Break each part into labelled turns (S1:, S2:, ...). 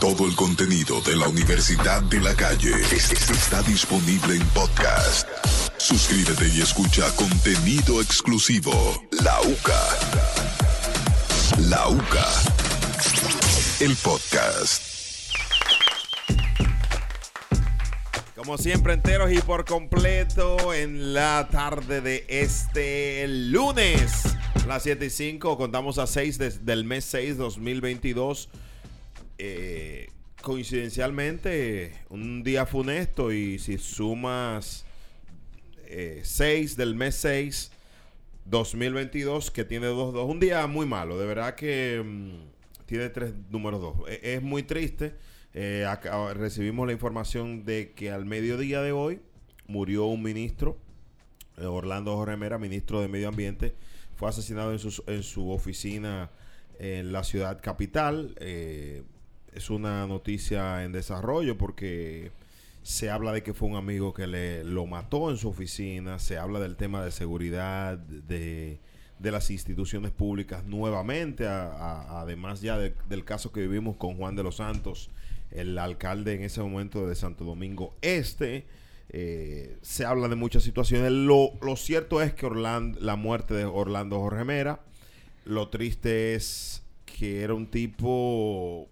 S1: Todo el contenido de la Universidad de la Calle es- es- está disponible en podcast. Suscríbete y escucha contenido exclusivo. La UCA. La UCA. El podcast.
S2: Como siempre, enteros y por completo en la tarde de este lunes. Las 7 y 5, contamos a 6 del mes 6 2022. Eh, coincidencialmente, un día funesto y si sumas eh, 6 del mes 6 2022, que tiene 2-2, un día muy malo, de verdad que mm, tiene tres números 2. es muy triste. Eh, acá- recibimos la información de que al mediodía de hoy murió un ministro, eh, Orlando Jorge Mera, ministro de Medio Ambiente, fue asesinado en, sus- en su oficina en la ciudad capital. Eh, es una noticia en desarrollo porque se habla de que fue un amigo que le lo mató en su oficina, se habla del tema de seguridad, de, de las instituciones públicas nuevamente, a- a- además ya de- del caso que vivimos con Juan de los Santos, el alcalde en ese momento de Santo Domingo Este. eh, se habla de muchas situaciones. Lo, lo cierto es que Orlando, la muerte de Orlando Jorge Mera, lo triste es que era un tipo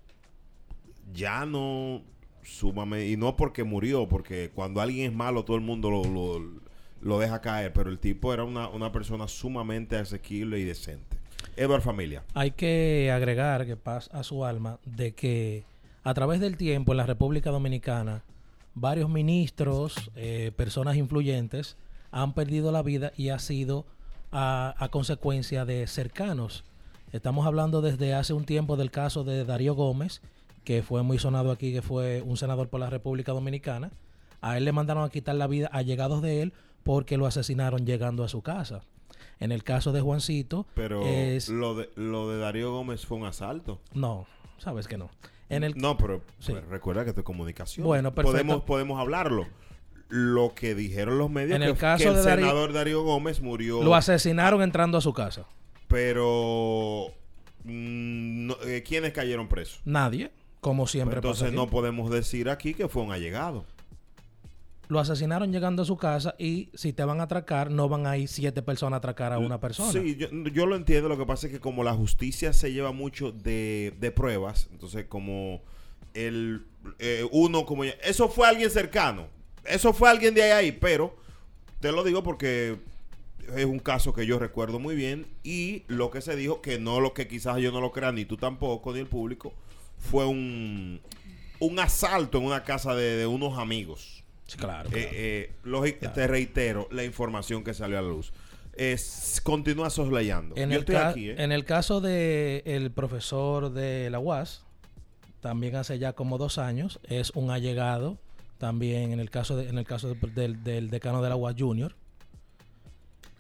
S2: llano, súmame, y no porque murió, porque cuando alguien es malo todo el mundo lo, lo- lo deja caer, pero el tipo era una, una persona sumamente asequible y decente. Edward Familia.
S3: Hay que agregar que paz a su alma de que a través del tiempo en la República Dominicana varios ministros, eh, personas influyentes han perdido la vida y ha sido a, a consecuencia de cercanos. Estamos hablando desde hace un tiempo del caso de Darío Gómez, que fue muy sonado aquí, que fue un senador por la República Dominicana. A él le mandaron a quitar la vida a llegados de él porque lo asesinaron llegando a su casa. En el caso de Juancito, eh,
S2: Pero
S3: es-
S2: lo, de, lo de Darío Gómez fue un asalto.
S3: no, sabes que no. En el
S2: No, pero
S3: Sí.
S2: pues, recuerda que esto es comunicación.
S3: Bueno, perfecto.
S2: Podemos, podemos hablarlo. Lo que dijeron los medios
S3: En
S2: que,
S3: el caso
S2: que el
S3: de Darío-
S2: senador Darío Gómez murió
S3: lo asesinaron entrando a su casa.
S2: pero mm, no- eh, ¿quiénes cayeron presos? Pues
S3: Nadie, como siempre
S2: Entonces
S3: pasa
S2: no
S3: aquí.
S2: podemos decir aquí que fue un allegado.
S3: Lo asesinaron llegando a su casa y si te van a atracar, no van a ir siete personas a atracar a una persona.
S2: Sí, yo, yo lo entiendo. Lo que pasa es que como la justicia se lleva mucho de, de pruebas, entonces como el eh, uno como ya- eso fue alguien cercano, eso fue alguien de ahí, ahí, pero te lo digo porque es un caso que yo recuerdo muy bien y lo que se dijo que no lo que quizás yo no lo crea ni tú tampoco ni el público fue un un asalto en una casa de, de unos amigos.
S3: Sí, claro.
S2: Eh,
S3: claro.
S2: eh, lógic- Te reitero la información que salió a la luz. Es, continúa soslayando.
S3: en,
S2: Yo
S3: el
S2: estoy
S3: ca-
S2: aquí, ¿eh?
S3: en el caso del el profesor de la UAS, también hace ya como dos años, es un allegado. También en el caso, de- en el caso de- del, del decano de la UAS Junior.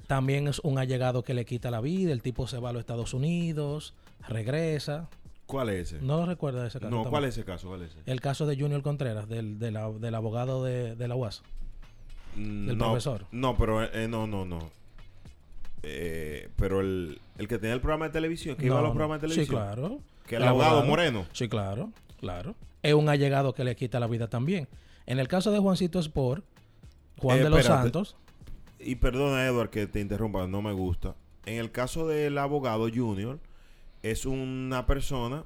S3: También es un allegado que le quita la vida. El tipo se va a los Estados Unidos, regresa.
S2: ¿Cuál es ese? No,
S3: No lo recuerda ese caso. tampoco.
S2: ¿cuál es ese caso? ¿Cuál es ese?
S3: El caso de Junior Contreras, del, del ab- del abogado de, de la UAS.
S2: Mm,
S3: del
S2: no,
S3: profesor.
S2: No, pero eh, no, no, no. Eh, pero el, el que tenía el programa de televisión, que iba a
S3: No,
S2: los
S3: no.
S2: programas de televisión.
S3: Sí, claro.
S2: Que el abogado Moreno.
S3: Sí, claro, claro. Es un allegado que le quita la vida también. En el caso de Juancito Sport, Juan
S2: Eh,
S3: de los
S2: espérate.
S3: Santos,
S2: Y perdona, Edward, que te interrumpa, no me gusta. En el caso del abogado Junior, es una persona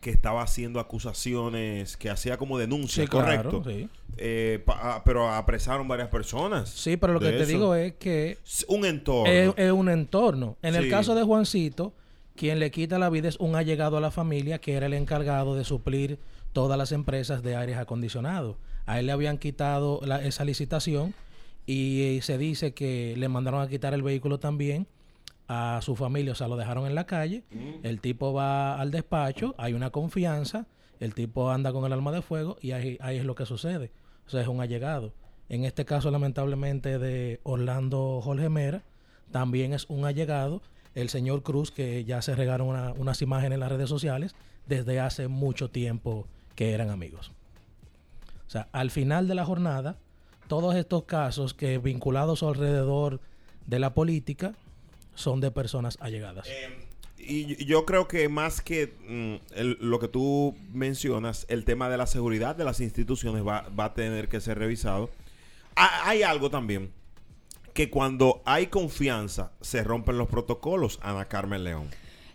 S2: que estaba haciendo acusaciones, que hacía como denuncias,
S3: Sí, claro,
S2: correcto.
S3: sí.
S2: Eh, pa- ah, pero apresaron varias personas.
S3: sí, pero lo que
S2: de
S3: te
S2: eso.
S3: digo es que
S2: S- un entorno.
S3: es, es un entorno. En
S2: Sí.
S3: el caso de Juancito, quien le quita la vida es un allegado a la familia que era el encargado de suplir todas las empresas de aires acondicionados. A él le habían quitado la- esa licitación y, eh, se dice que le mandaron a quitar el vehículo también a su familia, o sea, lo dejaron en la calle. El tipo va al despacho, hay una confianza, el tipo anda con el arma de fuego y ahí, ahí es lo que sucede. O sea, es un allegado. En este caso, lamentablemente, de Orlando Jorge Mera, también es un allegado. El señor Cruz, que ya se regaron una- unas imágenes en las redes sociales, desde hace mucho tiempo que eran amigos. O sea, al final de la jornada, todos estos casos que vinculados alrededor de la política son de personas allegadas.
S2: Eh, y yo creo que más que mm, el- lo que tú mencionas, el tema de la seguridad de las instituciones va, va a tener que ser revisado. Ha- hay algo también, que cuando hay confianza se rompen los protocolos, Ana Carmen León.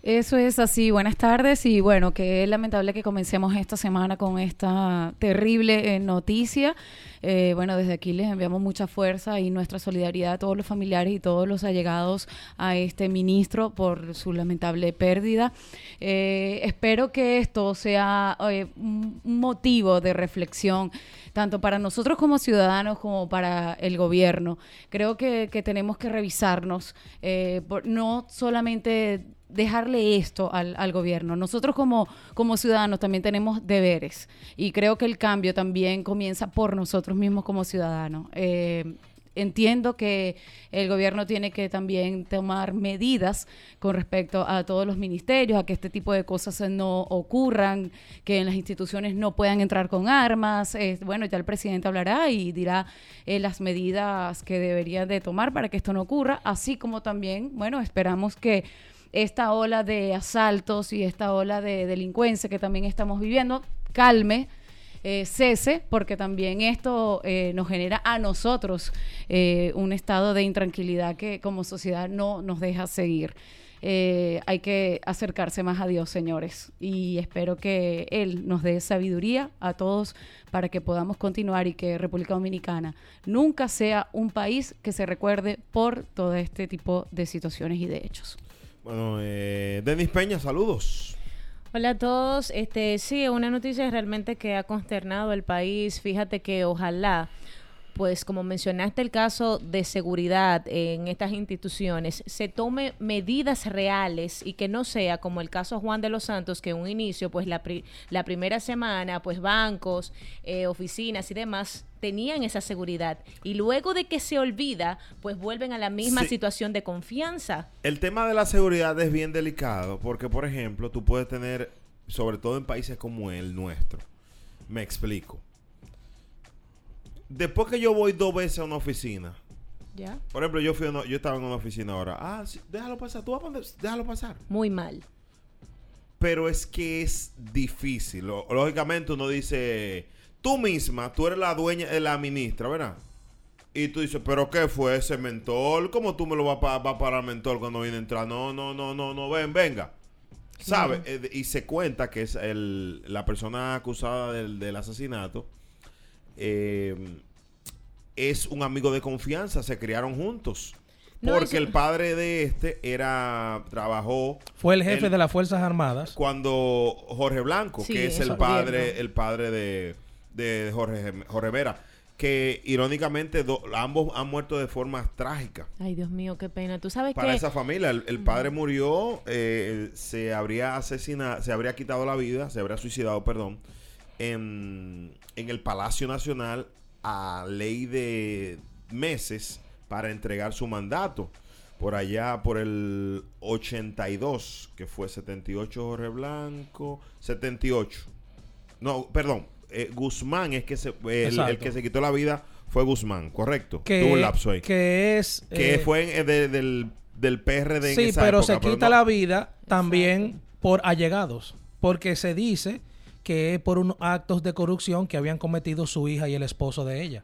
S4: Eso es así. Buenas tardes y bueno, que es lamentable que comencemos esta semana con esta terrible eh, noticia. Eh, bueno, desde aquí les enviamos mucha fuerza y nuestra solidaridad a todos los familiares y todos los allegados a este ministro por su lamentable pérdida. Eh, espero que esto sea eh, un un motivo de reflexión tanto para nosotros como ciudadanos como para el gobierno. Creo que, que tenemos que revisarnos, eh, por- no solamente dejarle esto al, al gobierno. Nosotros como, como ciudadanos también tenemos deberes y creo que el cambio también comienza por nosotros mismos como ciudadanos. Eh, Entiendo que el gobierno tiene que también tomar medidas con respecto a todos los ministerios, a que este tipo de cosas no ocurran, que en las instituciones no puedan entrar con armas. Eh, bueno, ya el presidente hablará y dirá eh, las medidas que deberían de tomar para que esto no ocurra, así como también, bueno, esperamos que esta ola de asaltos y esta ola de delincuencia que también estamos viviendo calme, eh, cese, porque también esto eh, nos genera a nosotros eh, un estado de intranquilidad que como sociedad no nos deja seguir. Eh, hay que acercarse más a Dios, señores, y espero que Él nos dé sabiduría a todos para que podamos continuar y que República Dominicana nunca sea un país que se recuerde por todo este tipo de situaciones y de hechos.
S2: Bueno, eh, Denis Peña, saludos.
S5: Hola a todos. Este, sí, una noticia realmente que ha consternado al país. Fíjate que ojalá, pues como mencionaste el caso de seguridad en estas instituciones, se tome medidas reales y que no sea como el caso Juan de los Santos, que en un inicio, pues la, pri- la primera semana, pues bancos, eh, oficinas y demás tenían esa seguridad y luego de que se olvida, pues vuelven a la misma
S2: Sí.
S5: situación de confianza.
S2: El tema de la seguridad es bien delicado porque, por ejemplo, tú puedes tener, sobre todo en países como el nuestro, me explico. Después que yo voy dos veces a una oficina,
S5: ¿Ya?
S2: por ejemplo, yo, fui a una- yo estaba en una oficina ahora, ah, sí, déjalo pasar, tú vas a poner- déjalo pasar.
S5: Muy mal.
S2: Pero es que es difícil. Lo- Lógicamente uno dice, tú misma, tú eres la dueña, eh, la ministra, ¿verdad? Y tú dices, ¿pero qué fue ese mentor? ¿Cómo tú me lo vas a, pa- vas a parar mentor cuando viene a entrar? No, no, no, no, no, ven, venga. ¿Sabe? Eh, de- Y se cuenta que es el- la persona acusada del, del asesinato. eh, es un amigo de confianza, se criaron juntos.
S5: No,
S2: porque
S5: eso-
S2: el padre de este era, trabajó
S3: Fue el jefe
S2: El-
S3: de las Fuerzas Armadas.
S2: cuando Jorge Blanco,
S5: Sí,
S2: que es
S5: eso
S2: el
S5: lo
S2: padre,
S5: vieron.
S2: el padre de, de Jorge, Jorge Vera, que irónicamente do- ambos han muerto de forma trágica.
S5: Ay, Dios mío, qué pena. Tú sabes
S2: Para
S5: que
S2: esa familia, el, el padre murió, eh, se habría asesinado, se habría quitado la vida, se habría suicidado, perdón, en, en el Palacio Nacional a ley de meses para entregar su mandato. Por allá, por el 82, que fue 78 Jorge Blanco, 78. No, perdón, eh, Guzmán es que se, el, el
S3: Exacto.
S2: que se quitó la vida fue Guzmán, correcto.
S3: Que,
S2: Tuvo un lapso ahí
S3: que es...
S2: que
S3: eh,
S2: fue en- eh, de- del, del PRD en
S3: Sí,
S2: esa
S3: pero
S2: época,
S3: se quita
S2: no.
S3: la vida también por allegados, porque se dice que es por unos actos de corrupción que habían cometido su hija y el esposo de ella.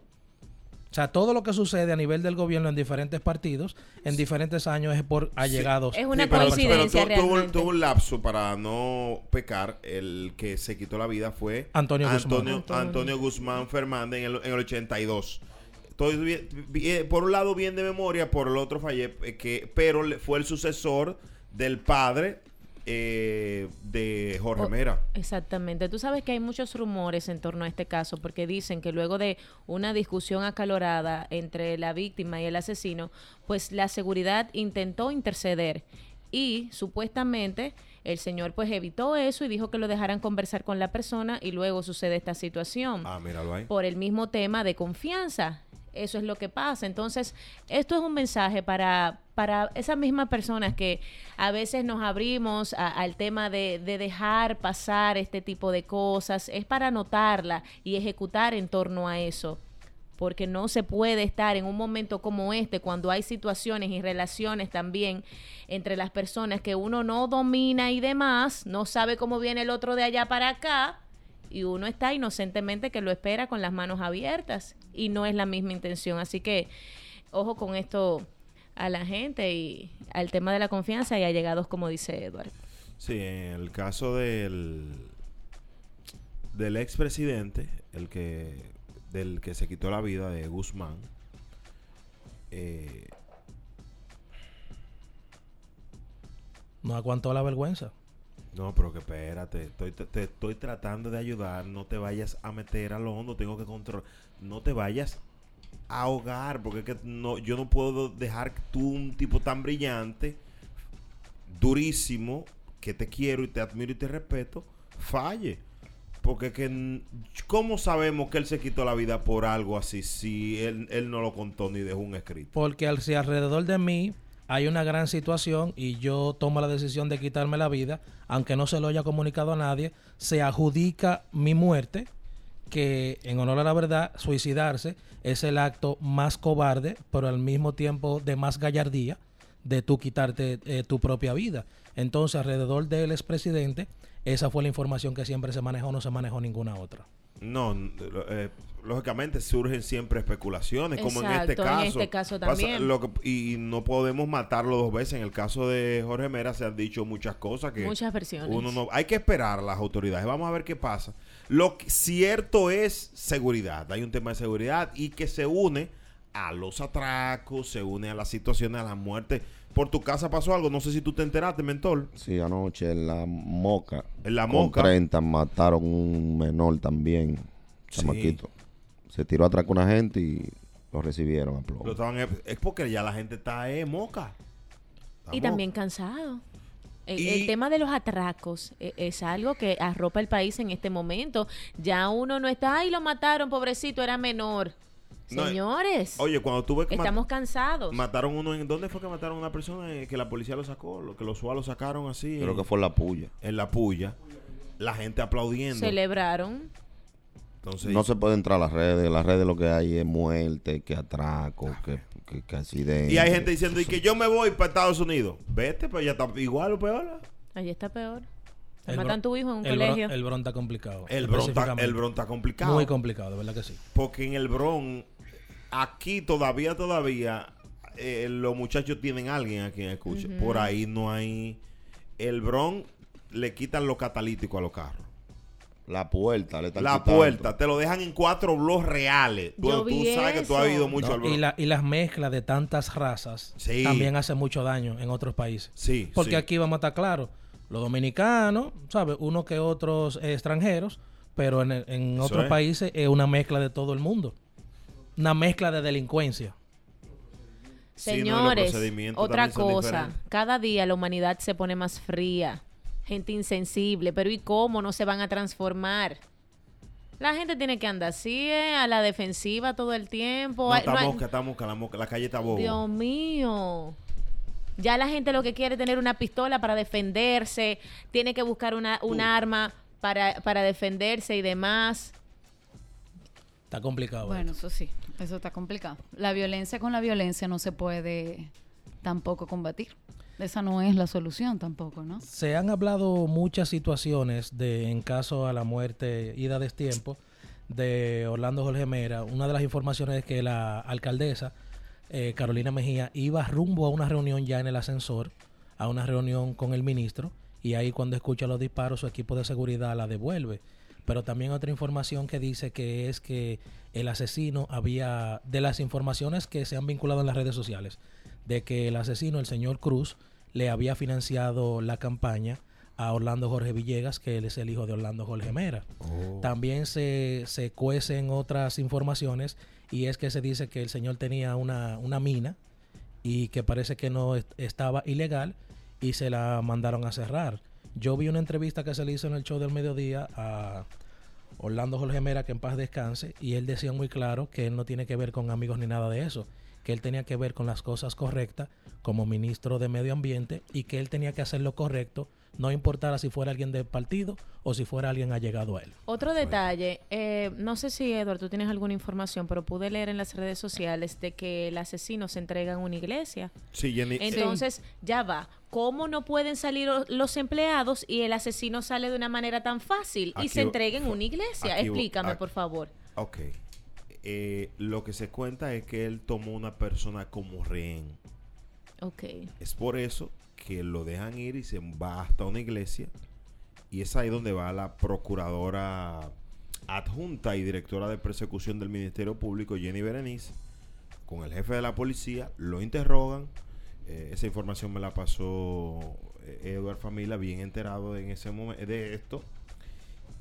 S3: O sea, todo lo que sucede a nivel del gobierno en diferentes partidos, en diferentes años, es por allegados.
S5: Es
S2: Sí,
S5: una
S2: pero-
S5: coincidencia
S2: pero tuvo- tuvo, un-
S5: realmente.
S2: tuvo un lapso para no pecar. El que se quitó la vida fue
S3: Antonio Guzmán.
S2: Antonio,
S5: Antonio.
S2: Antonio Guzmán Fernández en el, en el 82. Estoy bien- bien- por un lado bien de memoria, por el otro fallé, eh, que, pero le- fue el sucesor del padre eh, de Jorge
S5: O-
S2: Mera.
S5: Exactamente. Tú sabes que hay muchos rumores en torno a este caso, porque dicen que luego de una discusión acalorada entre la víctima y el asesino, pues la seguridad intentó interceder y supuestamente el señor pues evitó eso y dijo que lo dejaran conversar con la persona y luego sucede esta situación
S2: Ah, míralo ahí.
S5: por el mismo tema de confianza. Eso es lo que pasa. Entonces, esto es un mensaje para, para esas mismas personas que a veces nos abrimos a- al tema de, de dejar pasar este tipo de cosas. Es para anotarla y ejecutar en torno a eso. porque no se puede estar en un momento como este, cuando hay situaciones y relaciones también entre las personas que uno no domina y demás, no sabe cómo viene el otro de allá para acá, y uno está inocentemente que lo espera con las manos abiertas, y no es la misma intención. Así que, ojo con esto a la gente y al tema de la confianza y allegados, como dice Eduardo.
S2: Sí, en el caso del, del expresidente, el que del que se quitó la vida de Guzmán. eh,
S3: No aguantó la vergüenza.
S2: no, pero que espérate, estoy, te, te estoy tratando de ayudar, no te vayas a meter a lo hondo, tengo que controlar, no te vayas a ahogar, porque es que no, yo no puedo dejar que tú, un tipo tan brillante, durísimo, que te quiero y te admiro y te respeto, falle. Porque es que, n- ¿cómo sabemos que él se quitó la vida por algo así si él, él no lo contó ni dejó un escrito?
S3: Porque al, si alrededor de mí hay una gran situación y yo tomo la decisión de quitarme la vida, aunque no se lo haya comunicado a nadie, se adjudica mi muerte, que en honor a la verdad, suicidarse es el acto más cobarde, pero al mismo tiempo de más gallardía de tú quitarte eh, tu propia vida. Entonces, alrededor del expresidente, esa fue la información que siempre se manejó, no se manejó ninguna otra.
S2: No, n- lo- eh, lógicamente surgen siempre especulaciones, como en este
S5: Exacto, en
S2: caso.
S5: este caso
S2: Pasa-
S5: también.
S2: lo que- y no podemos matarlo dos veces. En el caso de Jorge Mera se han dicho muchas cosas que...
S5: Muchas versiones.
S2: Uno no, hay que esperar a las autoridades. Vamos a ver qué pasa. Lo que- cierto es seguridad. Hay un tema de seguridad y que se une a los atracos, se une a las situaciones, a las muertes. Por tu casa pasó algo. No sé si tú te enteraste, mentor.
S6: Sí, anoche en la moca.
S2: En La
S6: con
S2: Moca.
S6: 30 mataron un menor también,
S2: Sí.
S6: chamaquito. Se tiró atrás con una gente y lo recibieron a plomo.
S2: Lo estaban- es porque ya la gente está eh, moca. Está
S5: Y
S2: moca.
S5: también cansado. El,
S2: Y-
S5: el tema de los atracos eh, es algo que arropa el país en este momento. Ya uno no está, ay, lo mataron, pobrecito, era menor.
S2: No, eh,
S5: Señores,
S2: Oye, cuando tuve que mat-
S5: estamos cansados.
S2: mataron uno en ¿dónde fue que mataron a una persona Eh, que la policía lo sacó? Lo que los SWAT lo sacaron así
S6: Creo
S2: en,
S6: que fue la puya.
S2: en la puya. La gente aplaudiendo.
S5: Celebraron.
S2: Entonces,
S6: No se puede entrar a las redes. Las redes lo que hay es muerte, que atraco, que, que, que accidente.
S2: Ah. Y hay gente diciendo "Y que yo me voy para Estados Unidos. Vete, pero ya está igual o peor.
S5: Allí está peor. Te
S3: El
S5: matan
S3: bro-
S5: tu hijo en un
S3: el bro-
S5: colegio.
S3: el bron está complicado.
S2: El Bron está,
S3: específicamente.
S2: el Bron está complicado.
S3: Muy complicado, de verdad que sí.
S2: porque en el Bron, aquí todavía, todavía, eh, los muchachos tienen alguien a quien escucha. Por ahí no hay. El Bron le quitan los catalíticos a los carros.
S6: La puerta, le están
S2: la
S6: quitando.
S2: puerta, te lo dejan en cuatro blogs reales. Tú,
S5: Yo
S2: tú
S5: vi
S2: sabes que tú has
S5: eso.
S2: ido mucho
S3: No,
S2: al Bron.
S3: y, la- y las mezclas de tantas razas
S2: Sí.
S3: también hace mucho daño en otros países.
S2: Sí,
S3: Porque
S2: sí.
S3: aquí vamos a estar claros, los dominicanos, ¿sabes? Uno que otros eh, extranjeros, pero en, el- en
S2: Eso
S3: otros
S2: es.
S3: países es una mezcla de todo el mundo. Una mezcla de delincuencia.
S2: Sí, no, y los
S5: Señores,
S2: procedimientos
S5: otra
S2: también son
S5: cosa,
S2: diferentes.
S5: cada día la humanidad se pone más fría, gente insensible, pero ¿y cómo no se van a transformar? La gente tiene que andar así, eh, a la defensiva todo el tiempo.
S2: No,
S5: Ay,
S2: está
S5: no hay-
S2: mosca, está mosca, la, mosca, la calle está boba.
S5: Dios mío. Ya la gente lo que quiere es tener una pistola para defenderse, tiene que buscar una, un arma para, para defenderse y demás. Pues
S3: Está complicado.
S4: Bueno,
S3: esto.
S4: eso sí, eso está complicado. La violencia con la violencia no se puede tampoco combatir. Esa no es la solución tampoco, ¿no?
S3: Se han hablado muchas situaciones de en caso a la muerte, ida de tiempo, de Orlando Jorge Mera. Una de las informaciones es que la alcaldesa eh, Carolina Mejía iba rumbo a una reunión ya en el ascensor, a una reunión con el ministro, y ahí cuando escucha los disparos su equipo de seguridad la devuelve. Pero también otra información que dice que es que el asesino había, de las informaciones que se han vinculado en las redes sociales, de que el asesino, el señor Cruz, le había financiado la campaña a Orlando Jorge Villegas, que él es el hijo de Orlando Jorge Mera. También se, se cuecen otras informaciones y es que se dice que el señor tenía una, una mina y que parece que no est- estaba ilegal y se la mandaron a cerrar. Yo vi una entrevista que se le hizo en el show del mediodía a Orlando Jorge Mera, que en paz descanse, y él decía muy claro que él no tiene que ver con amigos ni nada de eso, que él tenía que ver con las cosas correctas como ministro de Medio Ambiente y que él tenía que hacer lo correcto, no importara si fuera alguien del partido o si fuera alguien allegado a él.
S7: Otro detalle, eh, no sé si Eduardo, tú tienes alguna información, pero pude leer en las redes sociales de que el asesino se entrega en una iglesia.
S2: Sí, Jenny.
S4: En-
S7: Entonces, ya va. ¿Cómo no pueden salir o- los empleados y el asesino sale de una manera tan fácil
S2: Aquí
S7: y se
S2: hu-
S7: entrega en una iglesia?
S2: aquí hu-
S7: Explícame,
S2: aquí-
S7: por favor.
S2: ok. Eh, lo que se cuenta es que él tomó una persona como rehén.
S7: Ok.
S2: Es por eso que lo dejan ir y se va hasta una iglesia. Y es ahí donde va la procuradora adjunta y directora de persecución del Ministerio Público, Jenny Berenice, con el jefe de la policía, lo interrogan. Eh, esa información me la pasó eh, Edward Famila, bien enterado en ese momento de esto.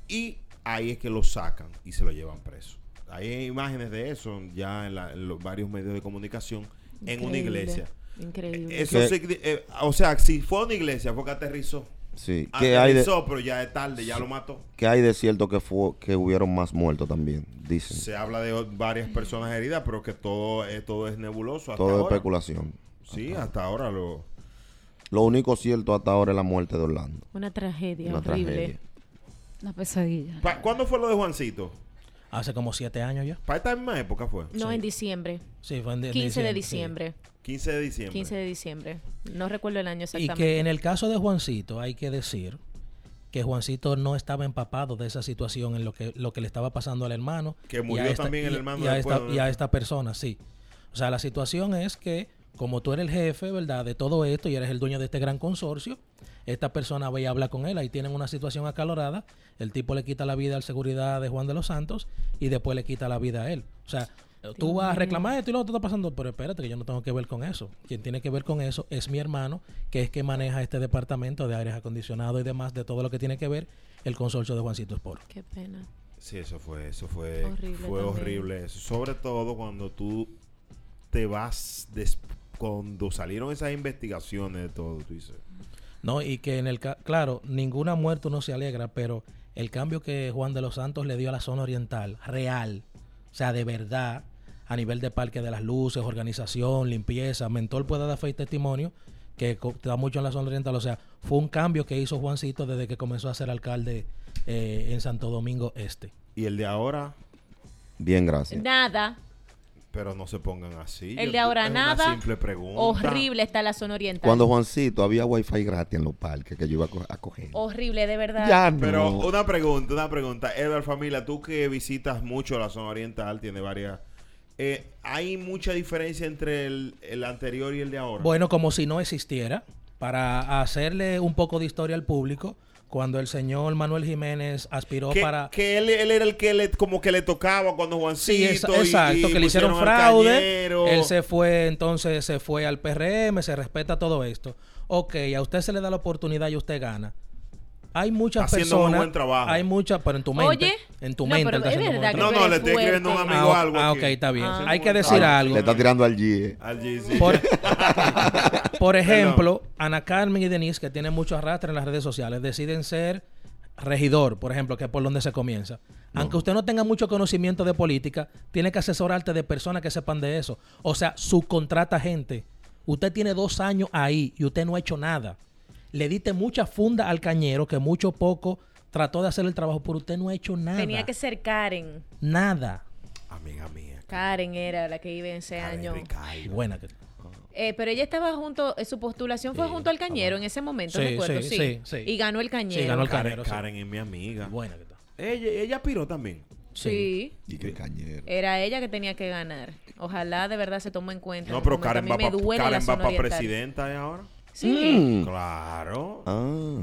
S2: Y ahí es que lo sacan y se lo llevan preso. Ahí hay imágenes de eso ya en, la- en los varios medios de comunicación en una
S7: Increíble,
S2: iglesia.
S7: Increíble.
S2: Eso
S6: Que-
S2: signi- eh, o sea, si fue una iglesia, fue que aterrizó.
S6: Sí, que hay, de,
S2: Aterrizó, pero ya es tarde, ya lo mató.
S6: que hay de cierto que fue que hubieron más muertos también, dicen.
S2: Se habla de o- varias personas heridas, pero que todo, eh, todo es nebuloso. Hasta
S6: Todo es
S2: ahora.
S6: especulación.
S2: Sí, hasta ahora lo.
S6: Lo único cierto hasta ahora es la muerte de Orlando.
S7: Una tragedia
S6: Una
S7: horrible.
S6: tragedia.
S4: Una pesadilla.
S2: Pa- ¿Cuándo fue lo de Juancito?
S3: Hace como siete años ya.
S2: Para esta misma época fue.
S7: No, en diciembre.
S3: Sí, fue en de-
S7: 15 de
S3: sí.
S7: diciembre.
S2: 15 de diciembre.
S7: 15 de diciembre. No recuerdo el año
S3: Y
S7: exactamente.
S3: que en el caso de Juancito hay que decir que Juancito no estaba empapado de esa situación en lo que, lo que le estaba pasando al hermano.
S2: Que
S3: y a
S2: murió también el
S3: y-
S2: hermano
S3: Y a,
S2: después,
S3: esta,
S2: ¿no?
S3: y a esta persona, sí. O sea, la situación es que como tú eres el jefe, ¿verdad? De todo esto y eres el dueño de este gran consorcio, esta persona va y habla con él, ahí tienen una situación acalorada, el tipo le quita la vida al seguridad de Juan de los Santos y después le quita la vida a él. O sea, tú vas a reclamar esto y lo otro está pasando, pero espérate que yo no tengo que ver con eso. Quien tiene que ver con eso es mi hermano, que es que maneja este departamento de aires acondicionados y demás, de todo lo que tiene que ver el consorcio de Juancito Sport.
S7: Qué pena.
S2: Sí, eso fue, eso fue,
S7: Horrible
S2: fue
S7: también.
S2: horrible. eso. Sobre todo cuando tú te vas, des- cuando salieron esas investigaciones de todo, tú dices,
S3: No, y que en el ca- claro, ninguna muerte uno se alegra, pero el cambio que Juan de los Santos le dio a la zona oriental, real, o sea, de verdad, a nivel de parque de las luces, organización, limpieza, mentor puede dar fe y testimonio que co- da mucho en la zona oriental, o sea, fue un cambio que hizo Juancito desde que comenzó a ser alcalde eh, en Santo Domingo Este.
S2: y el de ahora,
S6: Bien, gracias.
S7: Nada.
S2: pero no se pongan así.
S7: El
S2: Yo-
S7: de ahora
S2: es
S7: nada.
S2: Una simple pregunta.
S7: Horrible está la zona oriental.
S6: Cuando Juancito había wifi gratis en los parques que yo iba a, co- a coger.
S7: Horrible, de verdad.
S6: Ya no.
S2: Pero una pregunta, una pregunta. Edward Familia, tú que visitas mucho la zona oriental, tiene varias... eh, ¿Hay mucha diferencia entre el, el anterior y el de ahora?
S3: Bueno, como si no existiera, para hacerle un poco de historia al público, cuando el señor Manuel Jiménez aspiró
S2: que,
S3: para...
S2: que él, él era el que le, como que le tocaba cuando Juancito
S3: Sí, exa-
S2: y-
S3: exacto,
S2: y
S3: que le
S2: pusieron
S3: hicieron
S2: al
S3: fraude.
S2: cañero.
S3: Él se fue, entonces se fue al PRM, se respeta todo esto. Ok, a usted se le da la oportunidad y usted gana. Hay muchas
S2: Está haciendo muy
S3: personas.
S2: buen trabajo.
S3: Hay muchas, pero en tu mente.
S7: Oye,
S3: en tu
S7: no,
S3: mente.
S7: pero
S3: él está
S7: es
S3: haciendo un buen
S7: verdad
S2: No,
S3: trabajo.
S2: no, le estoy
S7: Fuerte.
S2: escribiendo a un amigo
S3: Ah,
S2: algo
S3: ah,
S2: aquí.
S3: ok, está bien.
S7: Ah.
S3: Hay que
S2: Al-
S3: decir algo.
S6: Le está tirando al eh. GE.
S2: Al GC.
S3: Por, por ejemplo, Ana Carmen y Denise, que tienen mucho arrastre en las redes sociales, deciden ser regidor, por ejemplo, que es por donde se comienza. Aunque usted no tenga mucho conocimiento de política, tiene que asesorarte de personas que sepan de eso. O sea, subcontrata gente. Usted tiene dos años ahí y usted no ha hecho nada. Le diste mucha funda al cañero que mucho poco trató de hacer el trabajo, pero usted no ha hecho nada.
S7: Tenía que ser Karen.
S3: Nada.
S2: Amiga mía.
S7: Karen era la que iba en ese
S2: Karen
S7: año.
S3: Ay,
S2: Ricardo.
S3: buena. que-
S7: Eh, pero ella estaba junto, eh, su postulación fue
S3: Sí,
S7: junto al cañero en ese momento,
S3: Sí,
S7: recuerdo,
S3: sí,
S7: sí,
S3: sí, sí.
S7: Y ganó el cañero.
S3: ganó el
S2: Karen,
S3: Carnero, sí.
S2: Karen es mi amiga.
S3: Buena que está.
S2: Ella, ella piró también.
S7: Sí,
S6: Y qué cañero.
S7: era ella que tenía que ganar. Ojalá de verdad se tome en cuenta. en
S2: No,
S7: el
S2: pero
S7: momento.
S2: Karen
S7: A mí
S2: va
S7: me duele la zona
S2: para
S7: oriental.
S2: presidenta ¿eh, ahora.
S7: Sí,
S6: Mm.
S2: Claro.
S6: Ah,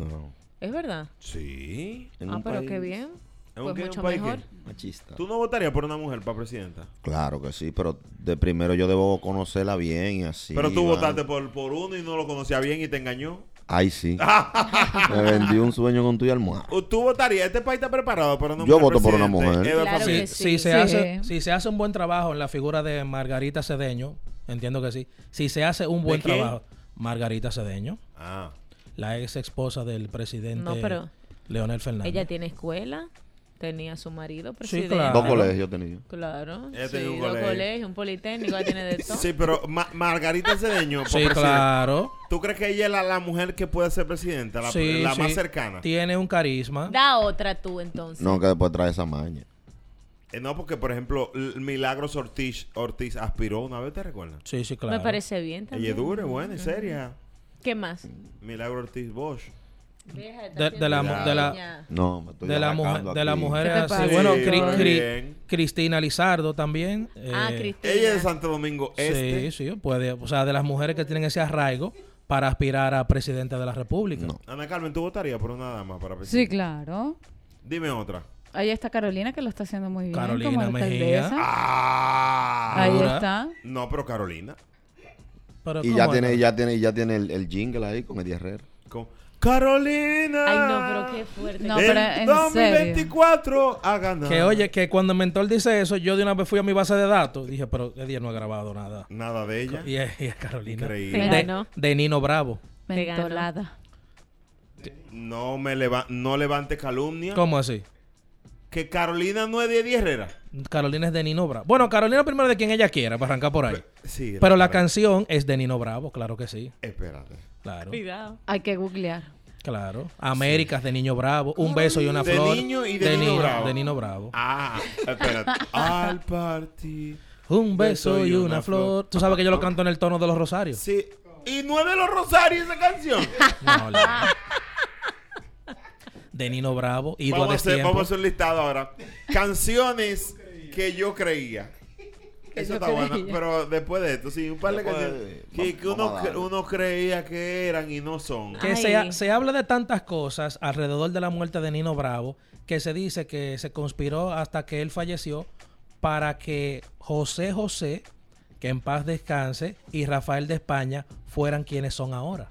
S7: es verdad.
S2: Sí.
S6: en
S7: ah,
S6: un
S7: pero
S6: país
S7: qué bien.
S2: ¿En
S7: Pues
S2: un qué- en
S7: mucho
S2: un país
S7: mejor.
S2: qué?
S6: Machista.
S2: ¿Tú no votarías por una mujer para presidenta?
S6: Claro que sí, pero de primero yo debo conocerla bien y así.
S2: Pero tú
S6: ¿vale?
S2: votaste por, por uno y no lo conocía bien y te engañó.
S6: Ay, sí.
S2: Ah.
S6: Me vendí un sueño con tu y almohada.
S2: ¿O ¿Tú votarías? Este país está preparado para una
S6: Yo
S2: mujer
S6: voto por una
S2: presidente.
S6: mujer.
S2: Edward
S7: Claro
S2: Famil-
S7: que
S3: si, si se
S4: Sí.
S3: hace, si se hace un buen trabajo en la figura de Margarita Cedeño, entiendo que sí. Si se hace un buen
S2: quién?
S3: trabajo, Margarita Cedeño,
S2: Ah.
S3: la ex esposa del presidente
S7: No, pero-
S3: Leonel Fernández.
S7: Ella tiene escuela, tenía su marido
S3: Sí,
S7: presidente.
S3: claro.
S6: Dos colegios tenía.
S7: Claro.
S2: Ella
S7: sí,
S2: tenía un
S7: dos
S2: colegio.
S7: colegios, un politécnico, ella tiene de todo.
S2: Sí, pero Ma- Margarita Cedeño, por
S3: Sí,
S2: presidente,
S3: claro.
S2: ¿tú crees que ella es la, la mujer que puede ser presidenta? La,
S3: Sí,
S2: la más
S3: sí.
S2: cercana.
S3: Tiene un carisma.
S7: Da otra tú entonces.
S6: No, que después trae esa maña.
S2: Eh, no, porque, por ejemplo, L- Milagros Ortiz, Ortiz aspiró una vez, ¿te recuerdas?
S3: Sí, sí, claro.
S7: Me parece bien
S2: Ella
S7: también.
S2: es dura, buena y seria.
S7: ¿Qué más?
S2: Milagros Ortiz Bosch.
S3: De- de la-
S6: de la-
S7: Ya.
S6: No, me estoy
S3: de la mujer,
S6: abarcando
S3: de la
S6: aquí.
S3: mujer
S4: ¿Qué te
S3: así.
S4: pasa?
S3: Bueno,
S2: Sí,
S3: Cri-
S2: muy
S3: Cri-
S2: bien.
S3: Cristina Lizardo también.
S7: Ah,
S3: eh,
S7: Cristina.
S2: Ella es de Santo Domingo
S3: Sí,
S2: Este.
S3: sí, puede. O sea, de las mujeres que tienen ese arraigo para aspirar a presidente de la República.
S6: No.
S2: Ana Carmen, ¿tú votarías por una dama para
S3: Pues
S4: Sí,
S2: presidenta?
S4: claro.
S2: Dime otra.
S4: Ahí está Carolina que lo está haciendo muy bien.
S3: Carolina
S4: como
S3: Mejía.
S4: alcaldesa.
S2: ¡Ah!
S4: Ahí
S3: ahora.
S4: está.
S2: No, pero Carolina.
S3: Pero
S6: Y
S3: ¿cómo
S6: ya
S3: es?
S6: tiene, ya tiene, ya tiene el, el jingle ahí con Eddie Herrera.
S2: Con- ¡Carolina!
S7: Ay, no, pero qué fuerte.
S4: No,
S2: El
S4: pero en serio.
S2: 2024 ha ganado.
S3: Que oye, que cuando el mentor dice eso, yo de una vez fui a mi base de datos. Dije, pero Eddie no ha grabado nada.
S2: Nada de ella.
S3: Y es, y es Carolina.
S2: Increíble.
S7: Te
S3: De,
S7: ganó.
S3: de Nino Bravo.
S7: Te ganó.
S4: Mentolada.
S2: No me leva- no levante calumnia.
S3: ¿Cómo así?
S2: Que Carolina no es de Eddie Herrera.
S3: Carolina es de Nino Bravo. Bueno, Carolina primero de quien ella quiera, para arrancar por ahí.
S2: Sí.
S3: Pero la
S2: Carolina.
S3: canción es de Nino Bravo, claro que sí.
S2: Espérate.
S3: Claro,
S7: Cuidado.
S4: Hay que googlear.
S3: claro. Américas de Niño Bravo, un beso y una
S2: De
S3: flor.
S2: Niño y de Nino Bravo.
S3: de Nino Bravo.
S2: Ah, espérate. Al partir.
S3: Un beso y una flor. Tú sabes que yo lo canto en el tono de los rosarios.
S2: Ah. Sí. Y no es de los Rosarios esa canción.
S3: No, no. De Nino Bravo, y
S2: vamos, a
S3: de
S2: hacer,
S3: tiempo.
S2: vamos a hacer un listado ahora. Canciones que yo creía. Eso
S4: yo
S2: está bueno.
S4: creía.
S2: Pero después de esto, sí, un par de
S6: Después
S2: canciones
S6: de-
S2: que, que
S6: vamos
S2: uno,
S6: a darle.
S2: uno creía que eran y no son.
S3: Que
S7: Ay.
S3: se, ha- se habla de tantas cosas alrededor de la muerte de Nino Bravo que se dice que se conspiró hasta que él falleció para que José José, que en paz descanse, y Rafael de España fueran quienes son ahora.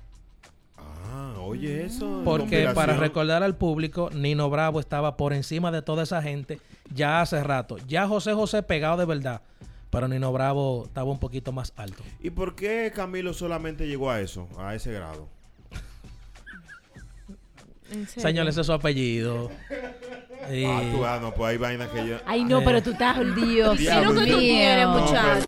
S2: Ah, oye, eso.
S3: Porque para
S2: recolectar
S3: recordar al público, Nino Bravo estaba por encima de toda esa gente ya hace rato. Ya José José pegado de verdad, pero Nino Bravo estaba un poquito más alto.
S2: ¿Y por qué Camilo solamente llegó a eso, a ese grado?
S7: ¿En serio?
S3: Señores, ese es su apellido. Y-
S2: Ah, tú, ah, no, pues hay vainas que yo...
S7: Ay, no, pero tú estás
S4: Dios
S7: Dios lo que tú
S4: mío.
S7: quieres, muchacho.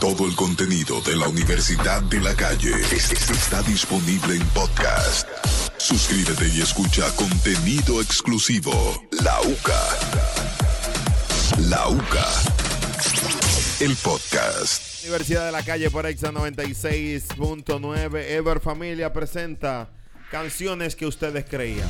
S1: Todo el contenido de la Universidad de la Calle es- es- está disponible en podcast. Suscríbete y escucha contenido exclusivo. La UCA. La UCA. El podcast.
S2: Universidad de la Calle por Exa 96.9. Ever Familia presenta canciones que ustedes creían.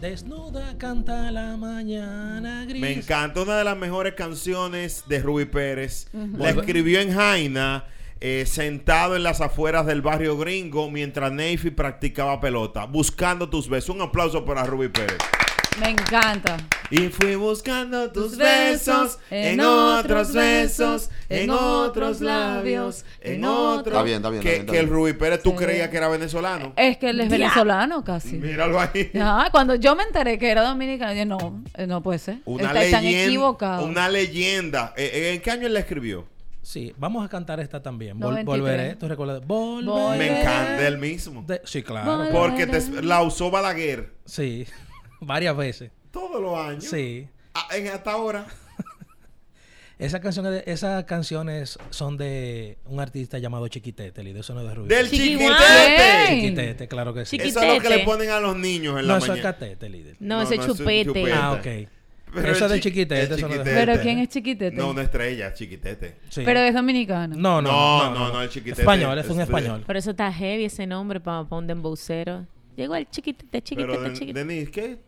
S3: Desnuda canta la mañana gris.
S2: Me encanta una de las mejores canciones de Rubí Pérez. La
S3: Volve-
S2: escribió en Jaina, eh, sentado en las afueras del barrio gringo, mientras Neyfi practicaba pelota. Buscando tus besos. Un aplauso para Rubí Pérez.
S4: Me encanta.
S2: Y fui buscando tus
S4: Tus
S2: besos
S4: besos en
S2: en otros
S4: otros
S2: besos,
S4: besos,
S2: en
S4: en
S2: otros
S4: otros
S2: labios, en
S4: en
S2: otros.
S4: otros- Está
S6: bien, está bien,
S2: Que,
S6: está bien, está
S2: que el
S6: bien.
S2: Rubí Pérez tú
S4: Sí. Eh,
S2: creías que era venezolano.
S4: Es que él es venezolano casi.
S2: Míralo ahí.
S4: Ya, cuando yo me enteré que era dominicano, yo no, eh, no puede ser.
S2: Una
S4: Está tan
S2: leyenda.
S4: equivocado.
S2: Una leyenda. Eh, eh, ¿En qué año él la escribió?
S3: Sí, vamos a cantar esta también. Vol-
S4: 93.
S3: volveré, ¿tú recuerdas? Volveré.
S4: Volveré.
S2: Me encanta el mismo.
S3: De- sí, claro.
S4: Volveré.
S2: Porque te- la usó Balaguer
S3: Sí, varias veces.
S2: todos los años.
S3: Sí.
S2: Ah, en- hasta ahora.
S3: Esas canciones, esas canciones son de un artista llamado Chiquitete, y de eso no es de Rubí.
S2: Del
S7: Chiquiguán.
S2: chiquitete.
S4: Ey.
S3: Chiquitete, claro que sí.
S7: Chiqui-
S2: Eso es lo que
S7: Chiquitete.
S2: le ponen a los niños en
S3: no,
S2: la
S3: eso es
S2: mañana.
S3: Catete, líder.
S7: No,
S2: No,
S7: ese
S2: no,
S7: es
S2: es un
S7: chupete.
S2: chupete.
S3: Ah, ok.
S2: Pero
S3: eso es de
S2: chi- eh,
S3: Chiquitete,
S2: es
S3: eso no es de
S2: Chiquitete.
S4: Pero ¿quién es chiquitete?
S2: No, una estrella, chiquitete.
S3: Sí.
S4: Pero es dominicano.
S3: No, no, no,
S2: No, no, no, el Chiquitete
S3: Español, es un
S2: es de-
S3: español.
S7: Por eso está heavy ese nombre para pa un dembocero. Llegó el chiquitete,
S2: Pero,
S7: chiquitete,
S2: Den-
S7: chiquitete.
S2: Denise, ¿qué?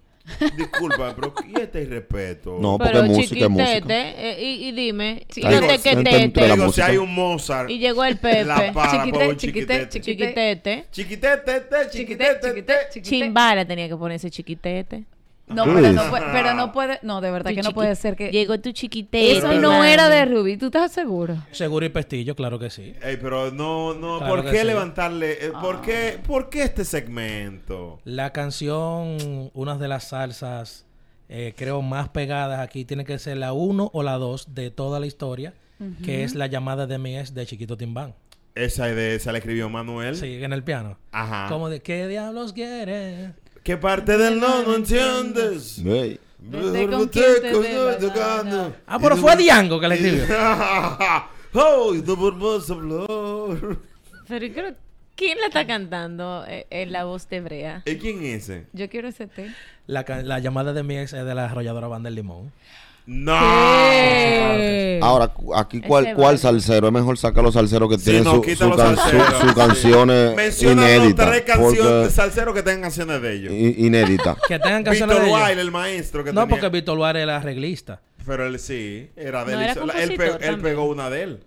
S2: Disculpa, pero ¿y este irrespeto?
S6: No, porque
S7: Pero
S6: música es música.
S7: chiquitete, eh, y, y dime, y
S6: Está
S7: no
S6: bien.
S7: te
S6: Entre- entre
S7: quetete.
S6: la
S2: Digo, si
S6: música.
S2: hay un Mozart.
S7: Y llegó el Pepe.
S2: La para
S4: Chiquitete,
S2: un
S4: chiquitete,
S2: chiquitete.
S7: Chiquitete.
S2: Chiquitete,
S4: Chiquitete,
S2: te, chiquitete,
S4: chiquitete,
S2: te.
S4: chiquitete.
S7: Chimbala tenía que ponerse chiquitete.
S4: No, pero
S6: Ah.
S4: no, puede, pero no puede, no, de verdad
S7: Tu
S4: que no
S7: chiqui-
S4: puede ser que...
S7: Llegó tu chiquitete.
S4: Eso no
S7: mami.
S4: era de Rubí, ¿tú estás seguro?
S3: Seguro y Pestillo, claro que sí.
S2: Ey, pero Eh, no, no,
S3: Claro
S2: ¿por
S3: que
S2: qué
S3: sí.
S2: levantarle? eh, ¿por,
S4: Ah.
S2: qué, ¿Por qué este segmento?
S3: La canción, una de las salsas, eh, creo, más pegadas aquí, tiene que ser la 1 o la 2 de toda la historia, que es la llamada de mi ex de Chiquito Timbán.
S2: Esa idea esa la escribió Manuel.
S3: Sí, en el piano.
S2: Ajá.
S3: Como de, ¿qué diablos quieres?
S2: ¿Qué parte del no no entiendes?
S6: Ey,
S4: Vete con quien te venga, no, no.
S3: Ah, pero fue Diango que le escribió.
S2: Ah. ¡Oh, the Burmos of Love!
S7: Pero yo creo, ¿quién la está cantando eh, en la voz de Brea?
S2: ¿Y quién es ese?
S4: Yo quiero ese té.
S3: La, ca- la llamada de mi ex es de la arrolladora Banda del Limón.
S2: ¡No!
S7: Eh,
S6: Ahora, cu- aquí, ¿cuál,
S7: Ese
S6: cuál
S7: vale.
S6: salsero? Es mejor sacar los salseros que
S2: Sí,
S6: tienen
S2: no,
S6: sus
S2: quita los salseros. Sí.
S6: canciones
S2: Menciona los
S6: inéditas.
S2: tres canciones de
S6: porque-
S2: salsero que tengan canciones de ellos.
S6: i- Inéditas.
S3: Que tengan canciones
S2: Víctor
S3: de ellos.
S2: Weil, el maestro que
S3: No,
S2: tenía.
S3: porque Víctor Luar era arreglista.
S2: Pero él sí, era de él.
S7: No, era
S2: hizo- la- él, pe-
S7: compositor
S2: él
S7: también.
S2: pegó una de él.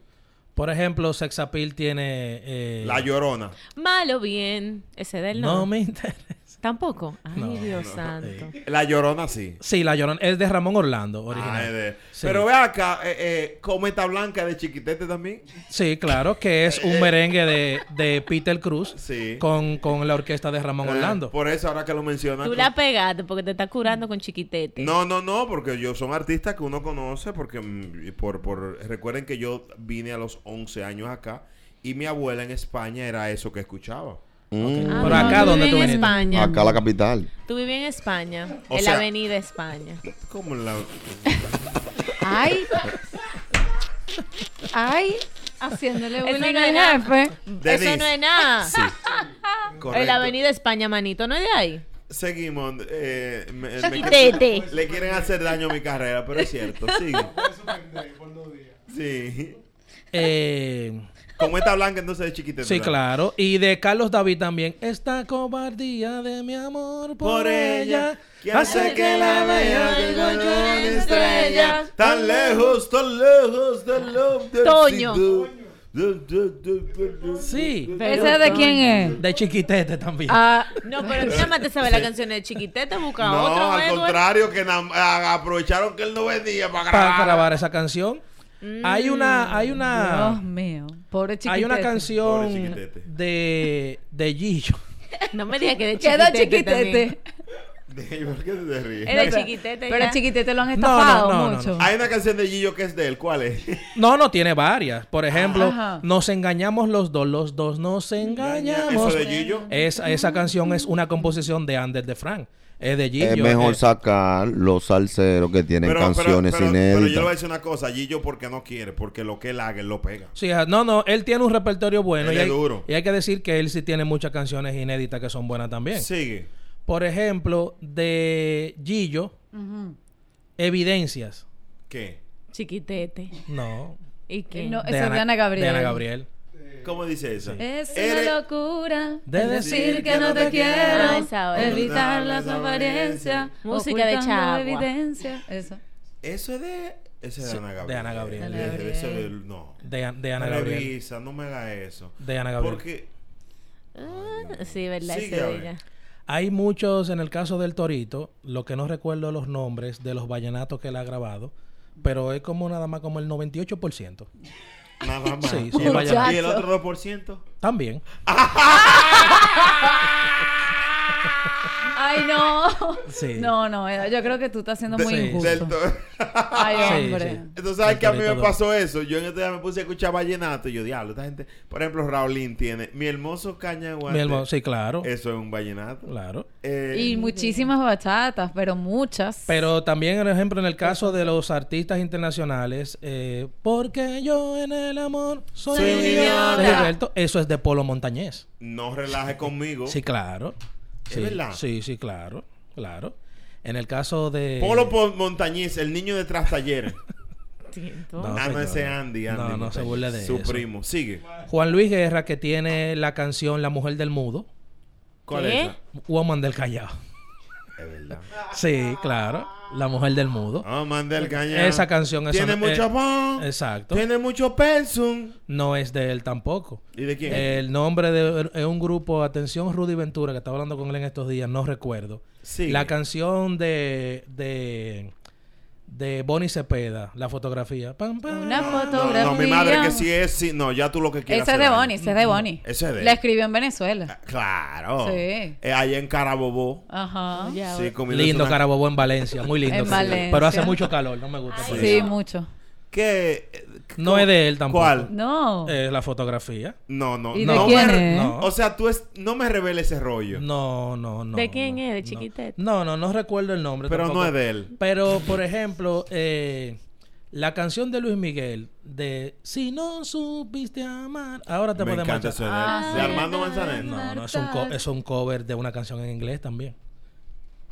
S3: Por ejemplo, Sex Appeal tiene... eh,
S2: La Llorona.
S7: Malo bien. Ese de él no.
S3: No me interesa.
S7: Tampoco. Ay,
S3: No, eh.
S7: Dios santo.
S2: La Llorona sí.
S3: Sí, La Llorona es de Ramón Orlando, original.
S2: Ah, es de-
S3: Sí.
S2: Pero ve acá, eh, eh, Cometa Blanca de Chiquitete también.
S3: Sí, claro, que es un merengue de, de Peter Cruz
S2: Eh, Sí.
S3: con, con la orquesta de Ramón
S2: Eh,
S3: Orlando.
S2: Por eso ahora que lo mencionas.
S7: Tú
S2: tú-
S7: la pegaste porque te estás curando con chiquitete.
S2: No, no, no, porque yo son artistas que uno conoce, porque mm, por, por recuerden que yo vine a los 11 años acá y mi abuela en España era eso que escuchaba.
S6: Mm,
S7: Ah,
S3: Por
S7: no,
S3: acá,
S7: yo
S3: ¿dónde
S7: viví
S3: tú
S7: en
S3: viniste?
S7: España.
S6: Acá la capital.
S7: Tú vivías en España,
S2: O
S7: en
S2: sea-
S7: la avenida España.
S2: Como la
S4: Ay. Ay. Haciéndole
S7: Eso
S4: bullying
S7: no
S4: al
S7: es nada. pues.
S4: jefe.
S2: Denise.
S7: Eso no es nada. En
S2: correcto.
S7: la avenida España, manito, no es de ahí.
S2: Seguimos. eh, me- me-
S7: Chiquitete.
S2: le quieren hacer daño a mi carrera, pero es cierto. Sigue. Sí.
S3: Eh,
S2: Cometa Blanca entonces de Chiquitete.
S3: sí,
S2: ¿verdad?
S3: claro. Y de Carlos David también. Esta cobardía de mi amor por, ella hace que la vea
S7: llegar
S3: igual
S7: a
S3: yo
S7: una
S3: en
S7: estrella.
S2: Tan lejos, tan lejos del love del
S7: Toño.
S2: sitio. Du- du- du- du- du-
S3: Sí,
S4: ¿Ese de quién es?
S3: de chiquitete también.
S4: Ah,
S7: No, pero tú nada más te sabes la canción de chiquitete, busca
S2: No,
S7: otro.
S2: al
S7: Edward.
S2: contrario, que na- a- aprovecharon que él no venía para grabar.
S3: para grabar esa canción. Hay una, hay una,
S4: Dios mío. Pobre chiquitete.
S3: hay una
S2: Pobre
S3: canción
S2: chiquitete.
S3: de, de Gillo.
S7: No me digas que de
S4: Quedó
S7: chiquitete.
S4: chiquitete.
S7: también.
S2: ¿Por qué te ríes?
S7: Es de chiquitete.
S4: Pero
S7: ya.
S4: chiquitete lo han
S3: No, no,
S4: estafado
S3: no, no,
S4: mucho.
S3: no.
S2: Hay una canción de Gillo que es de él. ¿Cuál es?
S3: No, no tiene varias. Por ejemplo,
S4: Ah, Ajá.
S3: nos engañamos los dos, los dos nos
S2: ¿Eso
S3: engañamos.
S2: de Gillo?
S3: Esa, esa canción es una composición de Anders de Frank. Es de Gillo.
S6: Es mejor
S3: eh,
S6: sacar los salseros que tienen canciones
S2: pero, pero yo le voy a
S6: inéditas.
S2: decir una cosa. Gillo porque no quiere, porque lo que él haga, él lo pega.
S3: sí, ah, no, no, él tiene un repertorio bueno.
S2: Él
S3: Y
S2: es
S3: hay,
S2: duro.
S3: y hay que decir que él sí tiene muchas canciones inéditas que son buenas también.
S2: Sigue.
S3: Por ejemplo, de Gillo, Evidencias.
S2: ¿Qué?
S7: Chiquitete.
S3: No.
S7: ¿Y qué?
S4: No, esa es de Ana Gabriel.
S3: de Ana Gabriel.
S2: ¿Cómo dice esa?
S4: Es
S2: Eres-
S4: una locura
S3: De
S4: de
S3: decir
S4: decir
S3: que
S4: que no
S3: no te
S4: te
S7: quiero,
S4: quiero,
S7: Ah, esa hora.
S4: evitar las
S2: Ocultar las
S4: apariencias,
S2: apariencias,
S7: Música de
S4: ocultando
S7: Chagua.
S4: evidencia. Eso.
S2: Eso es de... Ese es de Ana Gabriel.
S3: de Ana Gabriel.
S2: Ese-
S4: Ana Gabriel.
S2: ese de- no.
S3: De, de Ana Gabriel.
S2: Revisa, no me haga eso.
S3: De Ana Gabriel.
S2: Porque...
S7: Ah, Sí, verdad,
S2: Sigue,
S7: ese
S2: a
S7: de
S2: ver.
S7: ella.
S3: Hay muchos, en el caso del Torito, lo que no recuerdo los nombres de los vallenatos que él ha grabado, pero es como nada más como el 98%.
S2: Nada más.
S3: Sí,
S2: ¿Y,
S3: son
S2: el,
S3: vallenatos.
S2: y el otro 2%?
S3: También. ¡Ah!
S4: Ay, no.
S3: Sí.
S4: No, no, eh, yo creo que tú estás siendo muy
S3: Sí,
S4: injusto.
S2: Del to-
S4: Ay,
S3: Sí,
S4: hombre.
S3: sí.
S2: Entonces, ¿sabes
S3: El
S2: que a mí me
S3: torito.
S2: pasó eso? Yo en este día me puse a escuchar vallenato y yo, diablo, esta gente... Por ejemplo, Raulín tiene... Mi hermoso cañaguante.
S3: Mi hermano, sí, claro.
S2: Eso es un vallenato.
S3: Claro.
S2: Eh,
S4: Y muchísimas bachatas, pero muchas.
S3: Pero también, por ejemplo, en el caso de los artistas internacionales, eh, porque yo en el amor soy,
S2: Soy un
S3: un idiota.
S2: idiota.
S3: de Gilberto, eso es de Polo Montañés.
S2: No relaje conmigo.
S3: Sí, claro.
S2: ¿Es
S3: Sí,
S2: verdad?
S3: sí, sí, claro, claro. En el caso de...
S2: Polo Pon- Montañez, el niño detrás taller.
S7: Siento.
S3: No,
S2: ah, no,
S3: señora.
S2: ese Andy, Andy.
S3: No, no
S2: Montañez,
S3: se burle de
S2: Su
S3: eso.
S2: primo. Sigue.
S3: Juan Luis Guerra, que tiene la canción La Mujer del Mudo,
S2: ¿Cuál
S7: ¿Qué?
S2: es esa?
S3: Woman del Callao.
S2: Es verdad.
S3: Sí, claro. La Mujer del Mudo.
S2: Ah, manda el cañón.
S3: Esa canción, esa
S2: Tiene
S3: no-
S2: mucho
S3: eh,
S2: pan.
S3: Exacto.
S2: Tiene mucho pensum.
S3: No es de él tampoco.
S2: ¿Y de quién?
S3: El nombre de es un grupo, atención, Rudy Ventura, que estaba hablando con él en estos días, no recuerdo.
S2: Sigue.
S3: La canción de, de, de Bonnie Cepeda, la fotografía. Pam, pam.
S4: Una
S2: No,
S4: fotografía.
S2: no, mi madre que sí es, sí. No, ya tú lo que quieras.
S4: Ese es de
S2: hacer,
S4: Bonnie, ese es de Bonnie.
S2: Ese es de él.
S4: La escribió en Venezuela.
S2: Ah, Claro.
S4: Sí.
S2: Eh, allá en Carabobo.
S4: Ajá.
S7: Ya,
S2: Sí, comiendo
S3: Lindo
S2: una-
S3: Carabobo en Valencia, muy lindo.
S4: En
S3: sí.
S4: Valencia.
S3: Pero hace mucho calor, no me gusta. por
S4: Sí,
S3: eso.
S4: mucho.
S2: ¿Qué? eh,
S3: No es de él tampoco.
S2: ¿Cuál?
S4: No.
S3: Eh, la fotografía.
S2: No, no,
S4: ¿Y de
S2: no,
S4: quién
S2: me,
S4: es?
S2: no. O sea, tú es, no me reveles ese rollo.
S3: No, no, no.
S7: ¿De quién
S3: no,
S7: es? ¿De
S3: no.
S7: Chiquitete?
S3: No, no, no recuerdo el nombre.
S2: Pero
S3: tampoco.
S2: no es de él.
S3: Pero, por ejemplo, eh, la canción de Luis Miguel de Si no supiste amar, ahora te
S2: Me
S3: podemos
S2: encanta eso de él.
S4: Ah,
S2: De Armando
S4: no,
S2: Manzanero.
S3: No, no, es un, co- es un cover de una canción en inglés también.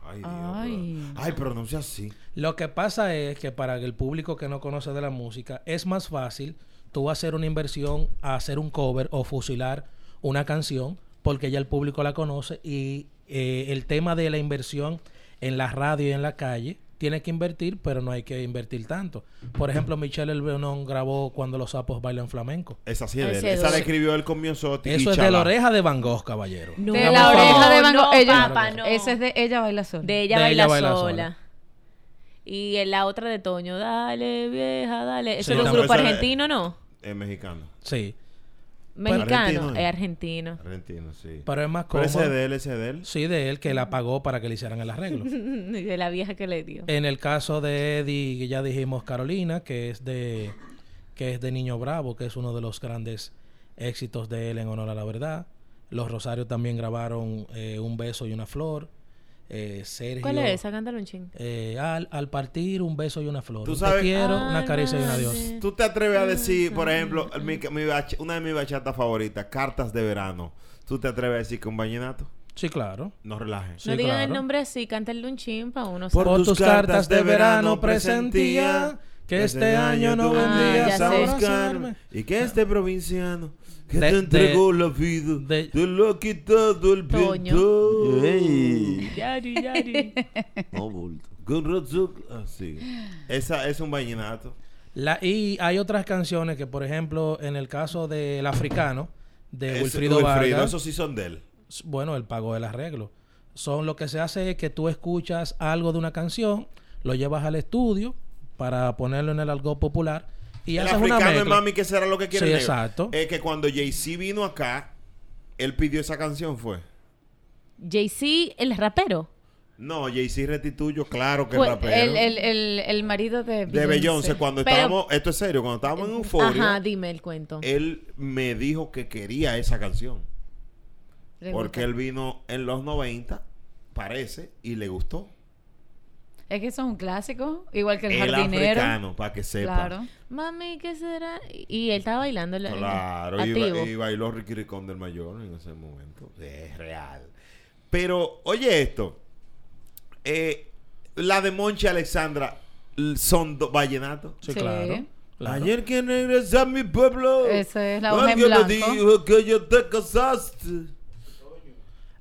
S2: Ay,
S4: Ah,
S2: Dios,
S4: Ay.
S2: bro. Ay, pero no sea así.
S3: Lo que pasa es que para el público que no conoce de la música es más fácil tú hacer una inversión a hacer un cover o fusilar una canción porque ya el público la conoce y eh, el tema de la inversión en la radio y en la calle tiene que invertir pero no hay que invertir tanto. Por ejemplo, Michelle El Leonón grabó Cuando los sapos bailan flamenco.
S2: Esa sí es de él.
S7: Ese es
S2: Esa la
S7: duro.
S2: escribió él con Miosotti. y
S3: Eso es de
S2: Chalá.
S3: la oreja de Van Gogh, caballero.
S7: No,
S4: De la oreja de Van Gogh.
S7: no,
S4: ella,
S7: papá, no.
S4: Ese es de ella baila sola.
S7: De ella,
S3: De
S7: baila,
S3: Ella Baila
S7: sola.
S3: Sola.
S7: Y en la otra de Toño, dale vieja, dale. Eso
S3: Sí,
S7: es un
S3: también.
S7: grupo
S2: Esa es-
S7: argentino, ¿no?
S2: Es mexicano.
S3: Sí,
S7: Mexicano,
S2: Argentino,
S7: es
S2: ¿eh?
S7: argentino.
S2: Argentino, sí.
S3: pero es más
S2: Pero
S3: cómodo.
S2: ese es de él, ese es de él.
S3: Sí, de él que la pagó para que le hicieran el arreglo.
S7: Y de la vieja que le dio.
S3: En el caso de Eddie, que ya dijimos Carolina, que es de que es de Niño Bravo, que es uno de los grandes éxitos de él en honor a la verdad. Los Rosarios también grabaron eh, Un beso y una flor. Eh, Sergio,
S7: ¿Cuál es esa? Cántalo un ching.
S3: eh, al, al partir, un beso y una flor.
S2: Tú
S3: Un
S2: sabes-
S3: Te quiero,
S7: Ay,
S3: una caricia y un
S7: madre.
S3: adiós.
S2: ¿Tú te atreves a decir, por ejemplo, mi- mi bach- una de mis bachatas favoritas, Cartas de Verano? ¿Tú te atreves a decir que un vallenato?
S3: Sí, claro.
S2: No relajes.
S3: Sí,
S7: no digan el
S3: claro.
S7: nombre así, cántale un chin para uno.
S2: Por
S3: Por,
S2: tus
S3: tus,
S2: cartas
S3: cartas,
S2: de
S3: de
S2: verano
S3: verano presentía
S2: presentía
S3: que este año no vendrías
S7: ya
S3: a
S7: sé.
S3: abrazarme.
S2: Y que este provinciano que
S3: De-
S2: te
S3: de-
S2: entregó la vida
S3: de-
S2: te lo ha quitado el
S7: Toño.
S2: viento.
S6: Ey,
S7: Yari, yari.
S6: no, bulto.
S2: Con razón. Ah, sí. Esa es un vallenato.
S3: La, y hay otras canciones que, por ejemplo, en el caso del africano, de
S2: Es-
S3: Wilfrido, Vargas,
S2: esos sí son de él.
S3: s- bueno, el pago del arreglo. Son lo que se hace es que tú escuchas algo de una canción, lo llevas al estudio para ponerlo en el algo popular y
S2: el
S3: haces una
S2: africano es
S3: mezcla.
S2: mami que será lo que quiere.
S3: Sí,
S2: el negro.
S3: exacto.
S2: Es que cuando Jay-Z vino acá, él pidió esa canción, fue.
S7: Jay-Z, el rapero.
S2: No, Jay-Z restituyo, claro que
S3: Pues,
S4: Fue
S2: rapero.
S4: el, el, el, el marido de
S2: de Beyoncé, cuando
S7: Pero-
S2: estábamos, esto es serio, cuando estábamos en Euphoria, Eh,
S7: Ajá, dime el cuento.
S2: él me dijo que quería esa canción.
S4: Le
S2: Porque
S4: gusta.
S2: él vino en los 90, parece, y le gustó.
S4: Es que eso es un clásico, igual que el,
S2: El,
S4: jardinero.
S2: africano, para que sepa.
S4: Claro.
S7: Mami, ¿qué será? Y él estaba bailando. la-
S2: Claro, y,
S7: activo.
S2: ba- y bailó Ricky Ricón del Mayor en ese momento. Es real. Pero, oye esto. Eh, la de Monchi Alexandra l- son do- vallenato.
S3: Sí,
S4: Sí.
S3: claro. claro.
S2: Ayer que regresé a mi pueblo.
S4: Esa es la hoja en
S2: alguien me
S4: blanco.
S2: dijo que yo te casaste.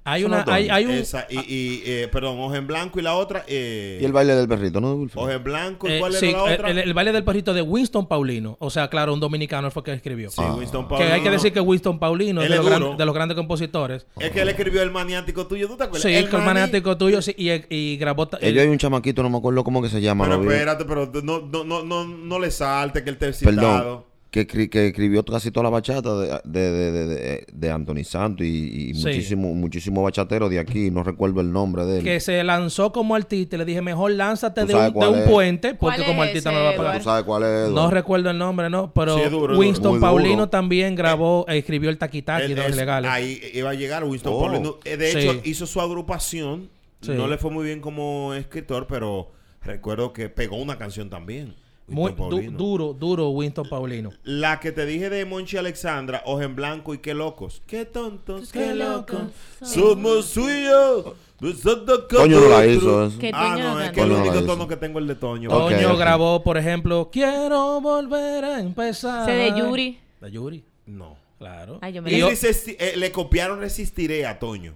S3: Hay,
S2: Son
S3: una,
S2: los dos.
S3: hay, hay un,
S2: Esa, y, y, eh, perdón, hoja en blanco y la otra. Eh,
S6: Y el baile del perrito, ¿no, Bulto?
S2: hoja en blanco. ¿Y
S3: eh,
S2: cuál
S3: sí,
S2: era la
S3: el-
S2: otra?
S3: el, el baile del perrito de Winston Paulino. O sea, claro, un dominicano fue el que escribió.
S2: Sí, Winston
S3: que hay
S2: Paulino.
S3: que decir que Winston Paulino es
S2: Él
S3: de,
S2: es
S3: los gran-
S2: duro.
S3: de los grandes compositores.
S2: Es que él escribió el maniático tuyo, ¿tú te acuerdas?
S3: eh. Sí, el,
S2: mani-
S3: maniático tuyo sí, y, y grabó. ta-
S6: Ellos hay un chamaquito, no me acuerdo cómo que se llama.
S2: Pero
S6: lo vi.
S2: espérate, pero no, no, no, no, no le salte que él te ha
S6: Perdón.
S2: citado.
S6: Que, cri- que escribió casi toda la bachata de, de, de, de- de- de Anthony Santos y, y
S3: Sí.
S6: muchísimo, muchísimo bachatero de aquí. No recuerdo el nombre de él.
S3: que se lanzó como artista y le dije, mejor lánzate
S6: ¿Tú
S3: de
S6: sabes
S3: un, de
S6: cuál
S3: un
S6: es?
S3: puente porque
S4: ¿Cuál
S3: como
S4: es
S3: artista
S4: ese,
S3: no va a
S6: ¿Tú
S3: pagar.
S6: sabes cuál es? Eduardo?
S3: No recuerdo el nombre, ¿no? Pero
S2: Sí, es duro, es duro.
S3: Winston
S6: Muy
S3: Paulino
S6: duro.
S3: también grabó, eh, escribió el
S2: Él
S3: taquitaki de los
S2: es-
S3: legales.
S2: Ahí iba a llegar Winston
S6: Oh.
S2: Paulino. Eh, De hecho,
S3: Sí.
S2: hizo su agrupación.
S3: Sí.
S2: No le fue muy bien como escritor, pero recuerdo que pegó una canción también.
S3: Muy
S2: Winston
S3: du-
S2: Paulino.
S3: duro, duro Winston Paulino.
S2: La que te dije de Monchi Alexandra, Ojo en Blanco y Qué Locos. Qué tontos, qué locos. Somos suyos. de Santa
S6: Toño no la
S2: Catarina.
S6: hizo eso.
S7: Que
S2: Ah,
S7: Toño
S2: no,
S7: no canta.
S2: es que el
S6: Toño no la
S2: único
S6: hizo.
S2: tono que tengo es el de Toño.
S6: Ok,
S3: Toño
S6: ok.
S3: grabó, por ejemplo, Quiero volver a empezar.
S7: Ese de Yuri.
S3: De Yuri,
S2: No.
S3: claro.
S7: Ay, yo me
S3: Y
S2: Y
S7: la-
S3: o-
S2: resist- eh, le copiaron Resistiré a Toño.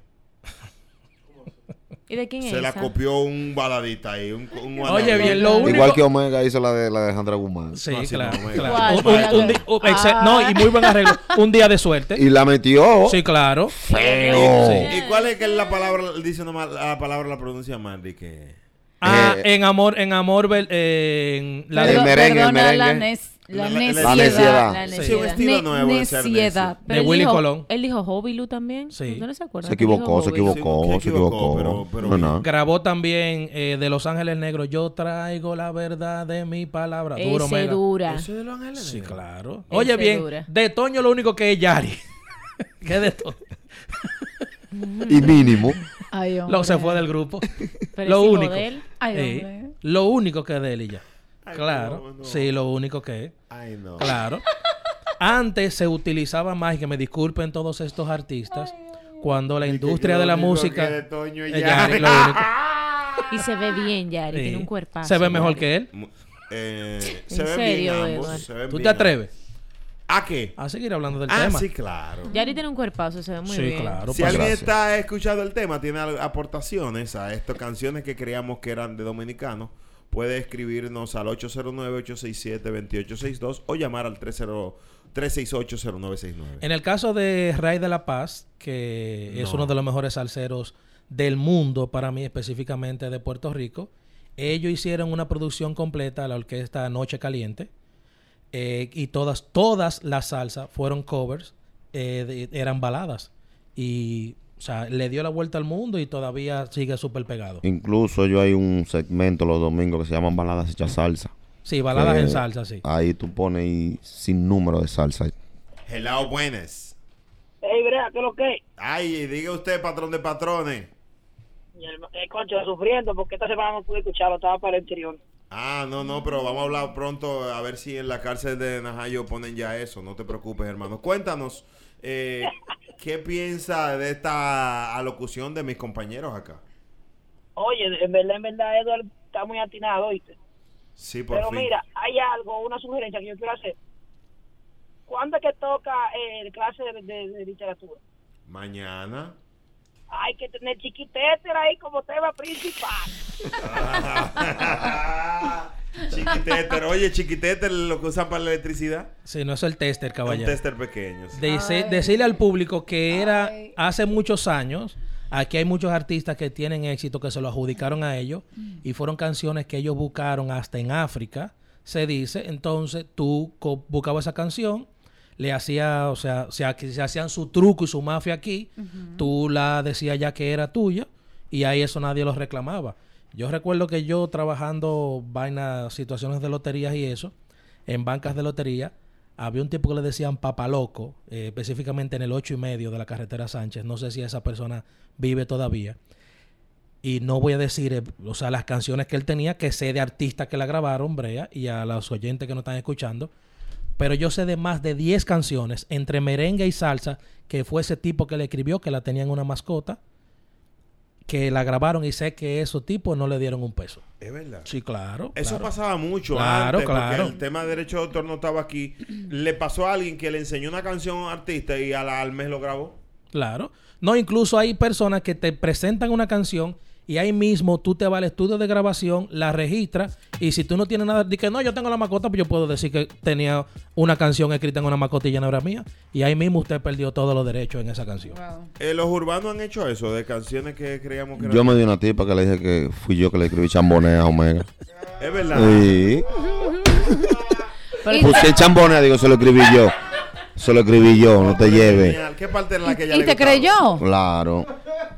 S7: ¿Y de quién es
S2: Se la
S7: esa?
S2: copió un baladita ahí. Un, un
S3: Oye, bien,
S4: Ah,
S3: lo único...
S6: Igual que Omega hizo la de la de Alejandra Guzmán.
S3: Sí,
S2: No, así
S3: claro.
S2: no,
S3: claro.
S7: ¿Cuál?
S3: Un- un- un di- un-
S6: Ah.
S3: excel- No, y muy buen arreglo. Un día de suerte.
S6: Y la metió.
S3: Sí, claro.
S6: Feo.
S3: Sí.
S2: ¿Y cuál es que la palabra dice nomás, la palabra la pronuncia mal, que
S3: Ah,
S6: Eh,
S3: en amor, en amor, vel- eh, en la
S6: El
S3: de-
S6: merengue, el
S4: perdona la
S6: merengue.
S4: nes-
S7: La,
S2: La- la-
S7: necesidad.
S2: la
S7: La
S6: neciedad.
S3: Sí.
S7: neciedad.
S2: Sí, un estilo
S4: Ne-
S2: nuevo de ser
S4: neciedad.
S2: necio.
S4: Pero él
S3: Willy
S4: dijo-
S3: Colón.
S7: Él dijo Hobby Lou también.
S3: Sí.
S7: ¿No se acuerdan?
S6: Se equivocó, se
S7: Él dijo Hobby Lou.
S6: equivocó, se equivocó.
S2: pero- pero-
S6: no, no.
S3: Grabó también eh, de Los Ángeles Negros. Yo traigo la verdad de mi palabra. Duro,
S7: Ese
S3: mega.
S7: dura.
S2: Eso de los ángeles
S3: Sí,
S2: negros.
S3: claro.
S7: Ese
S3: Oye, bien,
S7: dura.
S3: de Toño lo único que es Yari. ¿Qué de Toño?
S6: Y mínimo.
S4: Ay, hombre.
S3: Lo se fue del grupo.
S7: Pero
S3: lo
S7: es hijo
S3: único.
S7: de él.
S4: Ay,
S3: Eh,
S4: hombre.
S3: lo único que es de él y ya.
S2: Ay,
S3: claro.
S2: no, no.
S3: Sí, lo único que es.
S2: Ay, no.
S3: Claro. Antes se utilizaba más, y que me disculpen todos estos artistas, cuando la
S2: Y que
S3: industria
S2: lo
S3: de la
S2: único que
S3: música...
S2: de Toño es
S3: es
S2: Yari.
S3: Yari, lo único.
S7: Y se ve bien, Yari. Tiene
S3: Sí.
S7: un cuerpazo.
S3: Se ve mejor
S7: Yari.
S3: que él.
S2: Mu- eh,
S7: ¿En
S2: se ven
S7: serio,
S2: bien
S7: Eduardo?
S2: ambos. se ven
S3: ¿Tú te
S2: bien.
S3: atreves
S2: ¿A qué?
S3: a seguir hablando del
S2: Ah,
S3: tema?
S2: sí, claro.
S7: Yari tiene un cuerpazo, se ve muy
S3: Sí,
S7: bien.
S3: claro. pues,
S2: Si
S3: pa-
S2: alguien
S6: Gracias.
S2: está escuchando el tema, tiene al- aportaciones a estas canciones que creíamos que eran de dominicanos, puede escribirnos al 809-867-2862 o llamar al 30 368-0969.
S3: En el caso de Ray de la Paz, que es uno de los mejores salseros del mundo, para mí específicamente de Puerto Rico, ellos hicieron una producción completa a la orquesta Noche Caliente eh, y todas, todas las salsas fueron covers, eh, de- eran baladas y o sea, le dio la vuelta al mundo y todavía sigue súper pegado.
S6: Incluso yo hay un segmento los domingos que se llaman baladas hechas salsa.
S3: Sí, baladas en
S6: Eh,
S3: salsa, sí.
S6: Ahí tú pones y sin número de salsa.
S2: Hello, buenas.
S8: Ey, Brea, ¿qué es lo que es?
S2: Ay, diga usted, patrón de patrones.
S8: Mi herma- eh, concho, sufriendo porque esta semana no pude escucharlo, estaba para el exterior.
S2: Ah, no, no, pero vamos a hablar pronto a ver si en la cárcel de Najayo ponen ya eso. No te preocupes, hermano. Cuéntanos, eh, ¿qué piensa de esta alocución de mis compañeros acá?
S8: Oye, en verdad, en verdad, Edward está muy atinado, ¿oíste?
S2: Sí, por
S8: Pero
S2: fin.
S8: mira, hay algo, una sugerencia que yo quiero hacer. ¿Cuándo es que toca eh, el clase de, de- de literatura?
S2: Mañana.
S8: Hay que tener chiquitéter ahí como tema principal.
S2: chiquitéter. Oye, chiquitéter lo que usan para la electricidad.
S3: Sí, no es el tester,
S2: Un
S3: caballero.
S2: tester pequeño. sí.
S3: Dece-
S4: Ay.
S3: decirle al público que era
S4: Ay.
S3: hace muchos años. Aquí hay muchos artistas que tienen éxito que se lo adjudicaron a ellos y fueron canciones que ellos buscaron hasta en África, se dice. Entonces tú co- buscabas esa canción, le hacía, o sea, se, ha- se hacían su truco y su mafia aquí, tú la decías ya que era tuya y ahí eso nadie los reclamaba. Yo recuerdo que yo trabajando vainas, situaciones de loterías y eso, en bancas de lotería, había un tipo que le decían papaloco, eh, específicamente en el 8 y medio de la carretera Sánchez. No sé si esa persona vive todavía. Y no voy a decir, eh, o sea, las canciones que él tenía, que sé de artistas que la grabaron, Brea, y a los oyentes que no están escuchando. Pero yo sé de más de 10 canciones entre merengue y salsa que fue ese tipo que le escribió, que la tenían una mascota, que la grabaron y sé que esos tipos no le dieron un peso.
S2: Es verdad.
S3: Sí, claro.
S2: Eso
S3: claro.
S2: pasaba mucho
S3: Claro,
S2: antes,
S3: claro.
S2: porque el tema de derecho de autor no estaba aquí. Le pasó a alguien que le enseñó una canción a un artista y a la- al mes lo grabó.
S3: Claro. No, incluso hay personas que te presentan una canción y ahí mismo tú te vas al estudio de grabación, la registras y si tú no tienes nada, di que no, yo tengo la mascota, pues yo puedo decir que tenía una canción escrita en una mascota y ya no era mía. Y ahí mismo usted perdió todos los derechos en esa canción.
S4: Wow.
S2: Eh, los urbanos han hecho eso, de canciones que creíamos que
S6: Yo
S2: eran.
S6: me di una tipa que le dije que fui yo que le escribí chambonea a Omega.
S2: Es verdad.
S6: Sí.
S4: Y-
S6: Puse chambonea, digo, se lo escribí yo. Se lo escribí yo, no te lleves.
S2: Genial. ¿Qué parte era la que ella
S4: ¿Y
S2: le
S4: te
S2: gustaba?
S4: creyó?
S6: Claro.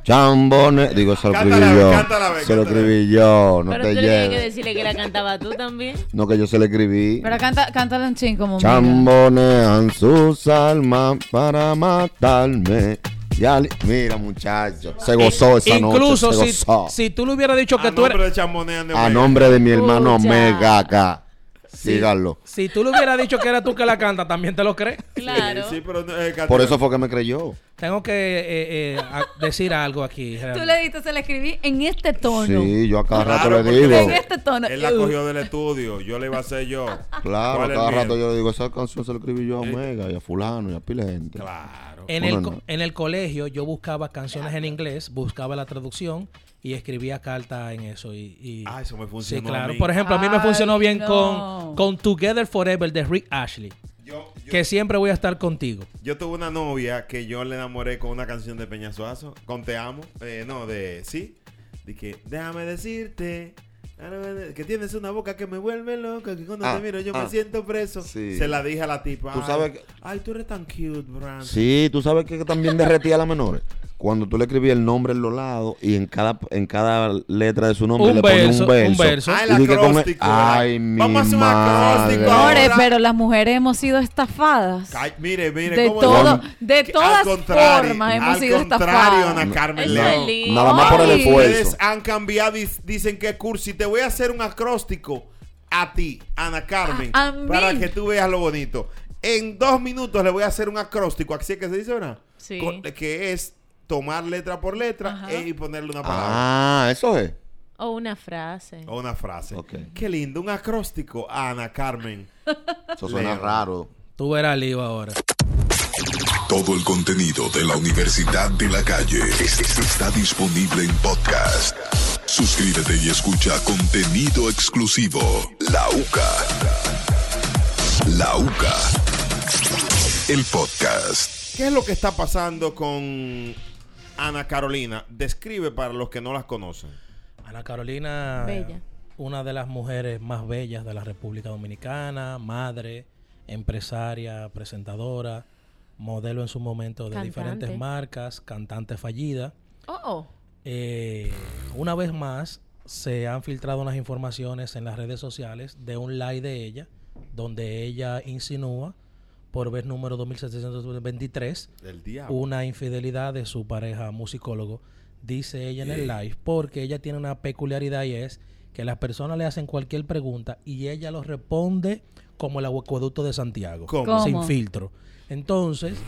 S6: Chambonea, digo, se lo escribí
S2: Cántala,
S6: yo.
S2: cántala, ve,
S6: Se lo
S2: cántala.
S6: escribí yo, no
S7: Pero
S6: te
S7: tú le tienes que
S6: lleves.
S7: decirle que la cantaba tú también.
S6: No, que yo se lo escribí.
S4: Pero canta, cántale un chin como mira.
S6: Chambonean sus almas para matarme. Ya li- Mira, muchacho, se gozó esa
S3: Eh, incluso
S6: noche.
S3: si,
S6: se gozó.
S3: si tú le hubieras dicho que
S2: A
S3: tú
S2: nombre
S3: eras...
S2: de Ah, Chambonean de
S6: a
S2: Omega.
S6: nombre de mi hermano
S7: Escucha.
S6: Omega acá. Síganlo.
S3: Si tú le hubieras dicho que era tú que la canta, también te lo crees.
S7: Claro.
S2: Sí, pero, no, eh,
S6: Por eso fue que me creyó.
S3: Tengo que eh, eh, a- decir algo aquí.
S4: Tú
S3: realmente.
S4: le diste, se le escribí en este tono.
S6: Sí, yo a cada
S2: Claro,
S6: rato le
S2: porque-
S4: En
S6: digo.
S4: este tono.
S2: Él la cogió del estudio, yo le iba a hacer yo.
S6: Claro, a
S2: ¿Cuál es
S6: cada
S2: el mío?
S6: rato yo le digo, esa canción se la escribí yo a Omega y a fulano y a pila de gente.
S2: Claro.
S3: En,
S6: Bueno,
S3: el, co-
S6: no.
S3: en el colegio yo buscaba canciones en inglés, buscaba la traducción y escribía cartas en eso. Y, y-
S2: Ah, eso me
S3: sí,
S2: funcionó. a
S3: claro.
S2: mí.
S3: Por ejemplo, a mí me
S4: Ay,
S3: funcionó bien
S4: no.
S3: con, con Together Forever de Rick Ashley,
S2: Yo, yo-
S3: que siempre voy a estar contigo.
S2: yo tuve una novia que yo le enamoré con una canción de Peña Suazo, con Te Amo. eh, no, de sí. Dije, déjame decirte Que tienes una boca que me vuelve loca, que cuando
S6: Ah,
S2: te miro yo
S6: ah.
S2: me siento preso.
S6: Sí.
S2: Se la dije a la tipa.
S6: Tú
S2: ay,
S6: sabes que-
S2: Ay, tú eres tan cute, Brandon.
S6: Sí, tú sabes que también derretía a las menores. Cuando tú le escribías el nombre en los lados y en cada, en cada letra de su nombre
S3: Un
S6: le ponías
S3: verso,
S6: un
S3: un
S6: verso.
S3: verso.
S2: Ah,
S6: Y
S2: el
S6: dije, come-
S2: acróstico.
S6: Ay, mi
S2: Vamos a hacer un
S6: madre.
S2: acróstico ahora.
S4: Señores, pero las mujeres hemos sido estafadas.
S2: Ay, mire, mire.
S4: De
S2: cómo-
S4: todo, de
S2: Que
S4: todas
S2: al contrario,
S4: formas hemos
S2: al
S4: sido
S2: contrario,
S4: estafadas.
S2: Ana Carmen
S7: Eso
S6: Na-
S7: es
S2: León.
S7: lindo.
S6: nada más por el
S4: Ay.
S6: esfuerzo.
S2: Ustedes han cambiado y dicen que cursi. Te voy a hacer un acróstico a ti, Ana Carmen,
S4: A- a mí.
S2: para que tú veas lo bonito. En dos minutos le voy a hacer un acróstico. Así es que se dice, ¿verdad?
S7: Sí.
S2: Con- que es tomar letra por letra
S7: Ajá.
S2: e- y ponerle una palabra
S6: Ah, eso es.
S7: O una frase.
S2: o una frase.
S6: Ah. Ok.
S2: Qué lindo, un acróstico a Ana Carmen.
S6: Eso suena
S2: Leo.
S6: raro.
S3: Tú verás el lío ahora.
S1: Todo el contenido de la Universidad de la Calle es- es- está disponible en podcast. Suscríbete y escucha contenido exclusivo. La UCA. La UCA. El podcast.
S2: ¿Qué es lo que está pasando con Ana Carolina? Describe para los que no las conocen.
S3: Ana Carolina,
S7: Bella.
S3: una de las mujeres más bellas de la República Dominicana, madre, empresaria, presentadora, modelo en su momento de
S7: Cantante.
S3: diferentes marcas, cantante fallida.
S7: Oh, oh.
S3: Eh, una vez más, se han filtrado unas informaciones en las redes sociales de un live de ella, donde ella insinúa, por vez número 2723,
S2: El diablo.
S3: una infidelidad de su pareja musicólogo, dice ella en el live, porque ella tiene una peculiaridad y es que las personas le hacen cualquier pregunta y ella los responde como el acueducto de Santiago,
S2: ¿Cómo?
S4: ¿Cómo?
S3: sin filtro. Entonces,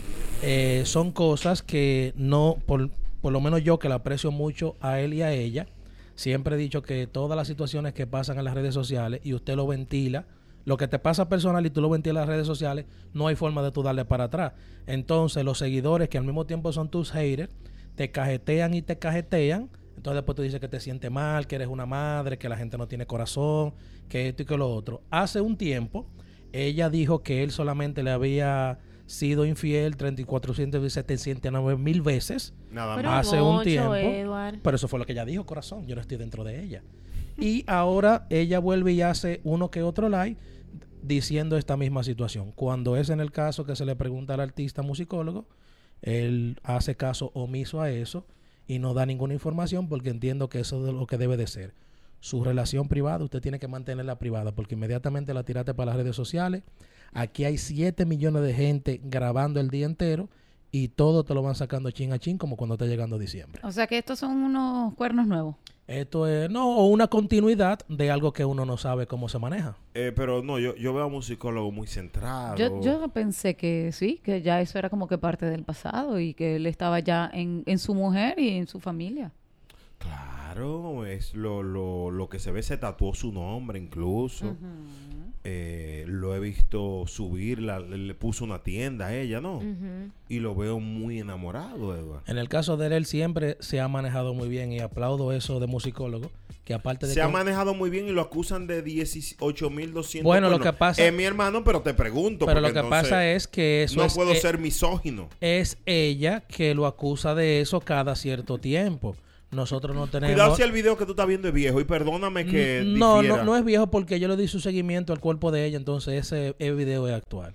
S3: eh, son cosas que no, por, por lo menos yo que la aprecio mucho a él y a ella, siempre he dicho que todas las situaciones que pasan en las redes sociales y usted lo ventila, lo que te pasa personal y tú lo ventilas en las redes sociales, no hay forma de tú darle para atrás. Entonces, los seguidores que al mismo tiempo son tus haters, te cajetean y te cajetean. Entonces, después tú dices que te sientes mal, que eres una madre, que la gente no tiene corazón, que esto y que lo otro. Hace un tiempo, ella dijo que él solamente le había sido infiel 34.709 mil veces.
S2: Nada
S7: Pero
S2: más.
S3: Hace un
S7: mucho,
S3: tiempo.
S7: Edward.
S3: Pero eso fue lo que ella dijo, corazón. Yo no estoy dentro de ella. Y ahora ella vuelve y hace uno que otro live diciendo esta misma situación. Cuando es en el caso que se le pregunta al artista musicólogo, él hace caso omiso a eso y no da ninguna información porque entiendo que eso es lo que debe de ser. Su relación privada, usted tiene que mantenerla privada porque inmediatamente la tiraste para las redes sociales. Aquí hay 7 millones de gente grabando el día entero y todo te lo van sacando chin a chin como cuando está llegando diciembre.
S4: O sea que estos son unos cuernos nuevos.
S3: Esto es, no, o una continuidad de algo que uno no sabe cómo se maneja.
S2: Eh, pero no, yo, yo veo a un psicólogo muy centrado.
S4: Yo, yo pensé que sí, que ya eso era como que parte del pasado y que él estaba ya en, en su mujer y en su familia.
S2: Claro, es lo, lo, lo que se ve, se tatuó su nombre incluso. Eh, lo he visto subir, la- le, le puso una tienda a ella, ¿no?
S7: Ujú.
S2: Y lo veo muy enamorado, Edward.
S3: En el caso de él, él siempre se ha manejado muy bien y aplaudo eso de musicólogo, que aparte de
S2: Se ha
S3: que-
S2: manejado muy bien y lo acusan de 18.200.
S3: Bueno, lo
S2: cuernos.
S3: que pasa-
S2: Es Eh, mi hermano, pero te pregunto.
S3: pero lo que
S2: porque entonces
S3: pasa es que eso
S2: No
S3: es,
S2: puedo
S3: eh,
S2: ser misógino.
S3: es ella que lo acusa de eso cada cierto tiempo. Nosotros no tenemos
S2: Cuidado si el video que tú estás viendo es viejo y perdóname que.
S3: no,
S2: difiera.
S3: no, no es viejo porque yo le di su seguimiento al cuerpo de ella, entonces ese, eh, video es actual.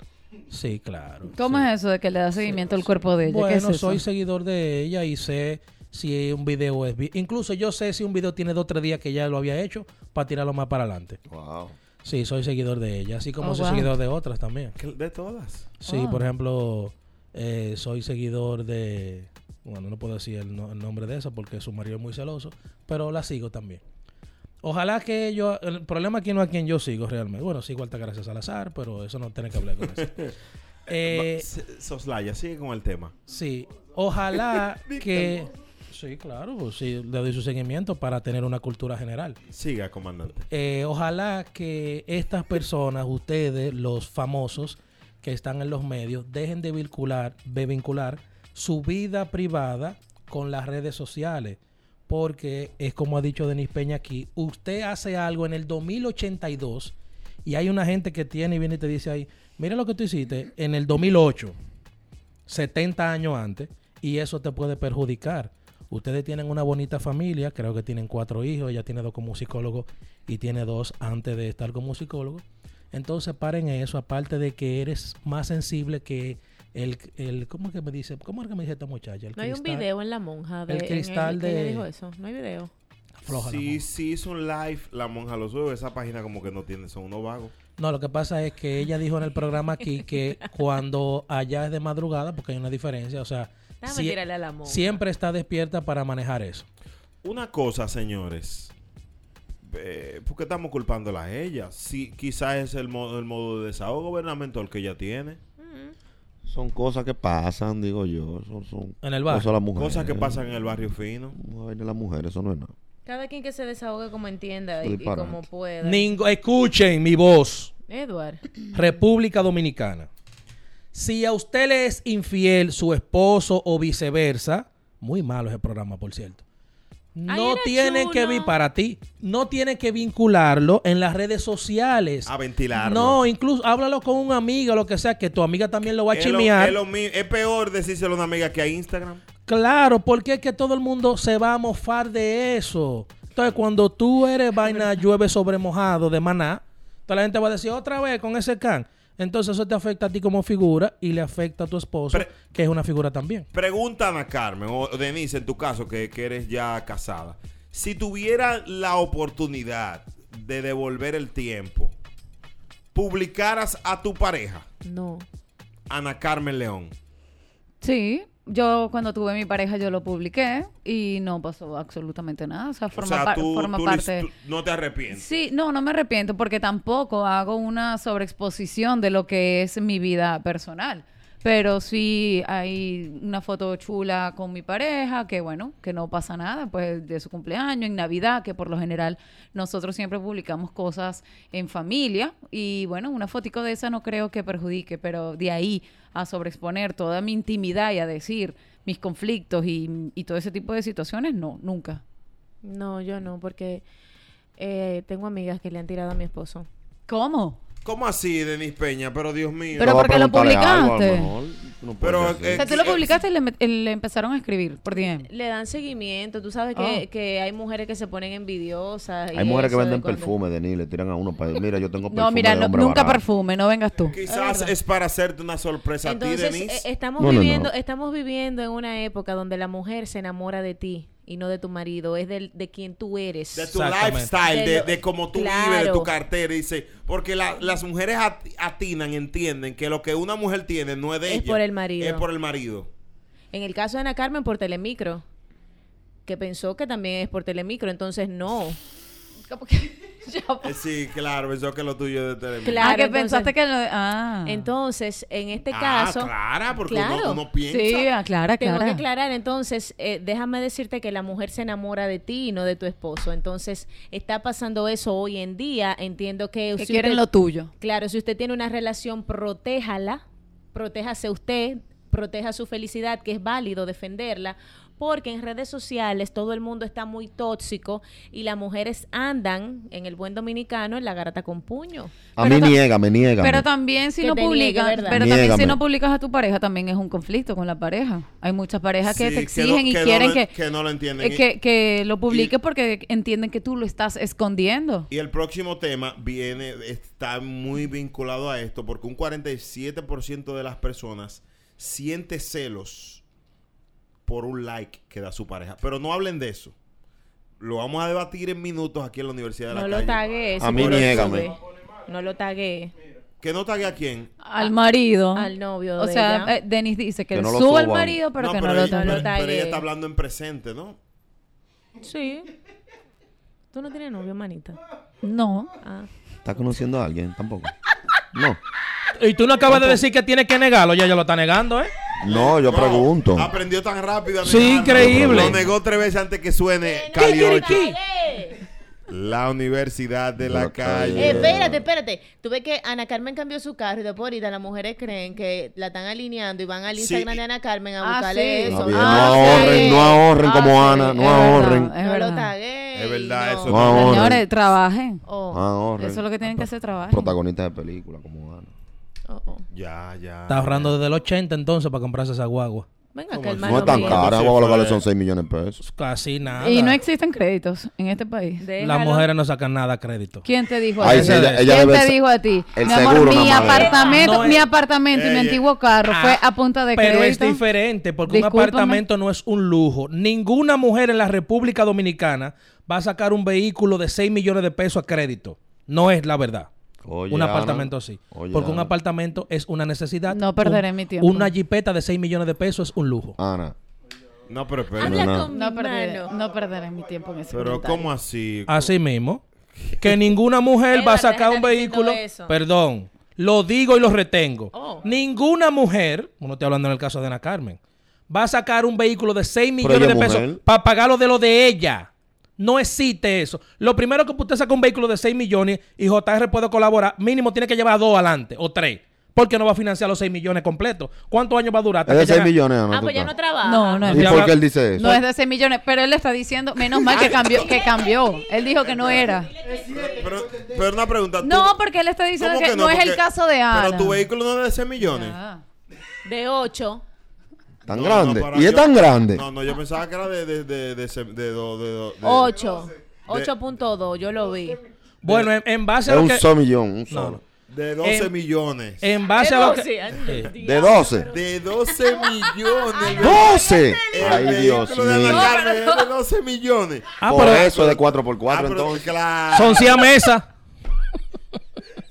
S3: Sí, claro.
S4: ¿Cómo
S3: sí.
S4: es eso de que le da seguimiento al cuerpo de ella?
S3: Bueno,
S4: ¿Qué es eso?
S3: soy seguidor de ella y sé si un video es... vi- Incluso yo sé si un video tiene dos o tres días que ya lo había hecho para tirarlo más para adelante.
S6: Wow.
S3: Sí, soy seguidor de ella, así como
S4: Oh,
S3: soy
S4: wow.
S3: seguidor de otras también.
S2: Que- De todas.
S3: Sí,
S4: Oh.
S3: por ejemplo, eh, soy seguidor de... Bueno, no puedo decir el, no- el nombre de esa porque su marido es muy celoso, pero la sigo también. Ojalá que yo... El problema aquí no es a quien yo sigo realmente. Bueno, sigo a Altagracia Salazar, pero eso no tiene que hablar con eso. Eh,
S2: Va- S- Soslaya, sigue con el tema.
S3: Sí, ojalá que... Sí, claro, pues sí, le doy su seguimiento para tener una cultura general.
S2: Siga, comandante.
S3: Eh, ojalá que estas personas, ustedes, los famosos que están en los medios, dejen de vincular, de vincular su vida privada con las redes sociales. Porque es como ha dicho Denis Peña aquí, usted hace algo en el 2082 y hay una gente que tiene y viene y te dice ahí, mira lo que tú hiciste en el 2008. 70 años antes y eso te puede perjudicar. Ustedes tienen una bonita familia, creo que tienen cuatro hijos, ella tiene dos como psicólogo y tiene dos antes de estar como psicólogo. Entonces paren eso, aparte de que eres más sensible que el, el ¿cómo es que me dice? ¿Cómo es que me dice esta muchacha? El
S5: No hay un
S3: cristal-
S5: video en la monja de
S3: el
S5: en
S3: cristal
S5: que ella
S3: de-
S5: dijo eso. No hay video.
S3: Afloja la
S2: Si,
S3: mano.
S2: si hizo un live, la monja lo sube. Esa página como que no tiene, son unos vagos.
S3: No, lo que pasa es que ella dijo en el programa aquí que cuando allá es de madrugada, porque hay una diferencia, o sea,
S5: Déjame
S3: sie-
S5: tirarle a la monja.
S3: siempre está despierta para manejar eso.
S2: Una cosa, señores. eh, ¿Por qué estamos culpándola a ella? Si quizás es el, mo- el modo de desahogo gubernamental que ella tiene.
S6: Son cosas que pasan, digo yo. Son, son
S3: En el barrio.
S6: cosas de las mujeres.
S2: Cosas que pasan en el barrio fino.
S6: Vamos a ver de las mujeres, eso no es nada.
S5: Cada quien que se desahogue como entienda
S6: Soy
S5: y, y
S6: parante.
S5: como pueda.
S3: Ningo, escuchen mi voz.
S5: Edward.
S3: República Dominicana. Si a usted le es infiel su esposo o viceversa, muy malo ese programa, por cierto. No
S5: era
S3: tienen que
S5: chulo.
S3: vi- para ti, no tienen que vincularlo en las redes sociales.
S2: A ventilarlo.
S3: No, incluso háblalo con un amigo, lo que sea, que tu amiga también lo va a
S2: Es lo-
S3: chimear.
S2: es lo mi- es peor decírselo a una amiga que a Instagram.
S3: Claro, porque es que todo el mundo se va a mofar de eso. Entonces, cuando tú eres vaina llueve sobre mojado de maná, toda la gente va a decir otra vez con ese can. Entonces, eso te afecta a ti como figura y le afecta a tu esposo,
S2: Pre-
S3: que es una figura también.
S2: Pregunta a Ana Carmen o o Denise, en tu caso, que, que eres ya casada. Si tuviera la oportunidad de devolver el tiempo, publicaras a tu pareja,
S5: No.
S2: Ana Carmen León.
S4: Sí, yo cuando tuve mi pareja yo lo publiqué y no pasó absolutamente nada. O sea, forma,
S2: o sea,
S4: par-
S2: tú,
S4: forma
S2: tú lo
S4: parte...
S2: hiciste- tú- no te arrepientes.
S4: Sí, no, no me arrepiento porque tampoco hago una sobreexposición de lo que es mi vida personal. Pero sí hay una foto chula con mi pareja, que bueno, que no pasa nada, pues de su cumpleaños, en Navidad, que por lo general nosotros siempre publicamos cosas en familia. Y bueno, una fotico de esa no creo que perjudique, pero de ahí a sobreexponer toda mi intimidad y a decir mis conflictos y, y todo ese tipo de situaciones, no, nunca.
S5: No, yo no, porque eh, tengo amigas que le han tirado a mi esposo.
S4: ¿Cómo?
S2: ¿Cómo así, Denise Peña? Pero Dios mío.
S4: Pero
S6: Yo voy a
S4: ¿por qué lo
S6: preguntarle algo, a
S4: publicaste?
S6: mejor. Tú no puedes
S2: Pero,
S6: hacer
S4: O
S2: eh,
S6: eso.
S4: sea, tú lo publicaste y le, met- le empezaron a escribir por DM.
S5: Le dan seguimiento. Tú sabes que,
S4: Oh.
S5: que hay mujeres que se ponen envidiosas. y
S6: Hay mujeres que
S5: eso de
S6: venden
S5: cuando-
S6: perfume, Denis, le tiran a uno para Mira, yo tengo perfume.
S4: No, mira,
S6: de
S4: no-
S6: hombre
S4: nunca
S6: barato.
S4: perfume, no vengas tú.
S2: Quizás es para hacerte una sorpresa a
S5: Entonces,
S2: ti, Denise.
S5: eh, estamos
S6: No, no, no.
S5: viviendo, estamos viviendo en una época donde la mujer se enamora de ti y no de tu marido, es del- de quien tú eres.
S2: de tu
S3: Exactamente.
S2: lifestyle, de,
S5: De lo-
S2: de cómo tú
S5: Claro.
S2: vives, de tu cartera. Dice, porque la- las mujeres at- atinan, entienden que lo que una mujer tiene no es de
S5: Es
S2: ella.
S5: por el marido.
S2: Es por el marido.
S5: En el caso de Ana Carmen por Telemicro, que pensó que también es por Telemicro, entonces no.
S4: Como que ya-
S2: Eh, sí, claro, pensó que lo tuyo es de Telemundo.
S5: Claro,
S4: ah, que
S5: entonces-
S4: pensaste que lo de- Ah.
S5: Entonces, en este
S2: Ah,
S5: caso,
S2: Clara, porque
S5: Claro.
S2: Uno, uno piensa.
S4: sí, ah, aclara,
S5: tengo que
S4: aclara.
S5: aclarar, entonces, eh, déjame decirte que la mujer se enamora de ti y no de tu esposo. Entonces, está pasando eso hoy en día. Entiendo que,
S4: que
S5: si
S4: quieren
S5: usted-
S4: lo tuyo.
S5: Claro, si usted tiene una relación, protéjala, protéjase usted, proteja su felicidad, que es válido defenderla, porque en redes sociales todo el mundo está muy tóxico y las mujeres andan, en el buen dominicano, en la garata con puño.
S6: A
S4: Pero
S6: mí
S4: ta-
S6: niega, me niega.
S4: Pero también si
S5: Que
S4: no
S5: te niegue,
S4: publicas,
S5: ¿verdad?
S4: pero también si
S6: Niégame.
S4: no publicas a tu pareja también es un conflicto con la pareja. Hay muchas parejas que
S2: Sí,
S4: te
S2: que no-
S4: exigen y
S2: que no
S4: quieren
S2: lo-
S4: que
S2: que no lo entienden.
S4: eh, que, que lo publiques
S2: Y-
S4: porque entienden que tú lo estás escondiendo.
S2: Y el próximo tema viene, está muy vinculado a esto, porque un 47% de las personas siente celos por un like que da su pareja. Pero no hablen de eso. Lo vamos a debatir en minutos aquí en la Universidad de la
S5: No lo
S2: Calle.
S5: tagué.
S6: A mí niégame.
S5: No lo tagué
S2: Que no tague a quién.
S4: Al marido.
S5: al novio
S4: o
S5: de
S4: sea,
S5: ella.
S4: eh, Denis dice que,
S6: Que no lo
S4: sube al
S6: suban.
S4: marido, pero que no
S2: ella,
S4: lo
S5: No
S4: tague.
S5: lo tague.
S2: pero ella está hablando en presente, ¿no?
S5: Sí. Tú no tienes novio, manita.
S4: No.
S5: Ah.
S6: ¿Estás conociendo a alguien? Tampoco. No.
S3: Y tú no acabas de decir que tienes que negarlo, ya ya lo está negando, ¿eh?
S6: No, yo
S2: No,
S6: pregunto.
S2: Aprendió tan rápido. a
S3: Sí,
S2: negarlo.
S3: increíble.
S2: Lo negó tres veces antes que suene Cali ocho. La Universidad de la
S6: La
S2: Calle.
S6: calle.
S9: Eh, espérate, espérate. Tú ves que Ana Carmen cambió su carro y después ahorita las mujeres creen que la están alineando y van al
S2: Sí.
S9: Instagram de Ana Carmen a
S4: Ah,
S9: buscarle
S4: sí.
S9: eso.
S6: Está bien,
S4: Ah,
S6: no ahorren, no ahorren como Ana, no ahorren.
S4: Es
S9: no
S4: verdad.
S9: lo tagué.
S2: Es verdad, eso
S6: No ahorren.
S4: Señores, trabajen.
S9: Oh,
S6: Ahorren.
S4: Eso es lo que tienen que hacer, trabajen.
S6: Protagonista de película como Ana.
S9: oh, oh.
S2: Ya, ya.
S3: Está ahorrando desde el 80 entonces para comprarse esa guagua.
S5: Venga,
S2: ¿Cómo
S5: que
S2: así?
S5: el
S2: Ah,
S6: No es tan
S2: mira.
S6: cara,
S2: Sí,
S6: vamos a
S2: fue-
S6: valorar son 6 millones de pesos.
S3: Casi nada.
S4: Y no existen créditos en este país.
S3: Las mujeres no sacan nada a crédito.
S4: ¿Quién te dijo a
S6: Ahí
S4: ti?
S6: sí, ella, ella
S4: ¿Quién
S6: debe
S4: te
S6: ser-
S4: dijo a ti?
S6: el
S4: mi amor,
S6: seguro
S4: mi
S6: nada más.
S4: apartamento,
S3: No eh, es- ah,
S4: mi apartamento y mi
S2: Ey, ey.
S4: antiguo carro fue a punta de
S3: Pero este es
S4: crédito.
S3: diferente porque
S4: Discúlpame.
S3: un apartamento no es un lujo. Ninguna mujer en la República Dominicana va a sacar un vehículo de 6 millones de pesos a crédito. No es la verdad.
S6: Oye,
S3: un
S6: Ana.
S3: apartamento así.
S6: Oye,
S3: porque un
S6: Ana.
S3: apartamento es una necesidad.
S4: No perderé
S3: Un-
S4: mi tiempo.
S3: Una jipeta de 6 millones de pesos es un lujo.
S6: Ana.
S2: No, pero espera.
S5: Habla
S6: No, no.
S5: con mi
S4: No perderé,
S5: mano.
S4: no perderé mi tiempo en ese
S2: Pero
S4: comentario.
S2: ¿cómo así?
S3: Así mismo. Que ninguna mujer va a
S5: Edward, deja
S3: sacar un
S5: de estar
S3: vehículo.
S5: diciendo eso.
S3: Perdón. Lo digo y lo retengo.
S5: Oh.
S3: Ninguna mujer, no estoy hablando en el caso de Ana Carmen, va a sacar un vehículo de 6
S6: Pero
S3: millones
S6: ella
S3: de
S6: es
S3: pesos
S6: mujer.
S3: para pagarlo de lo de ella. No existe eso. Lo primero que usted saca un vehículo de 6 millones y JR puede colaborar, mínimo tiene que llevar dos adelante o tres. Porque no va a financiar los 6 millones completos. ¿Cuántos años va a durar?
S6: Es
S3: Hasta
S6: de
S3: que
S6: 6
S3: llegue-
S6: millones, Ana.
S5: Ah, pues ya no
S6: total.
S5: trabaja.
S4: No, no es
S6: ¿Y
S3: Ya
S6: por
S3: va-
S6: qué él dice eso?
S4: No es de 6 millones, pero él está diciendo, menos mal
S2: Ah.
S4: que cambió, que cambió. Él dijo que no era.
S2: Pero, pero una pregunta. ¿tú-
S4: No, porque él está diciendo
S2: ¿cómo
S4: que, no, es el
S2: Porque-
S4: caso de Ana.
S2: Pero tu vehículo no es de 6 millones.
S4: Ah.
S5: De 8.
S6: Tan
S2: No, no,
S6: grande.
S2: para-
S6: y es
S2: yo-
S6: tan grande.
S2: No, no, yo pensaba que era de... de, de, de, se- de, do- de do-
S5: Oh,
S2: de-
S5: 8. 8.2, yo lo vi.
S3: Bueno, en, en base a
S6: es
S3: lo
S6: un
S3: que...
S6: solo millón, un solo.
S2: De 12
S3: En-
S2: millones.
S3: En base a lo que...
S6: De 12.
S2: De 12 millones.
S6: ¡12!
S2: El
S6: Ay, Dios
S2: vehículo de Ana
S6: mío.
S2: Carmen es de 12 millones.
S3: Ah,
S6: Por
S3: pero
S6: eso es de 4x4,
S2: Ah, pero
S6: entonces.
S5: pues,
S2: claro.
S3: son 100 mesas.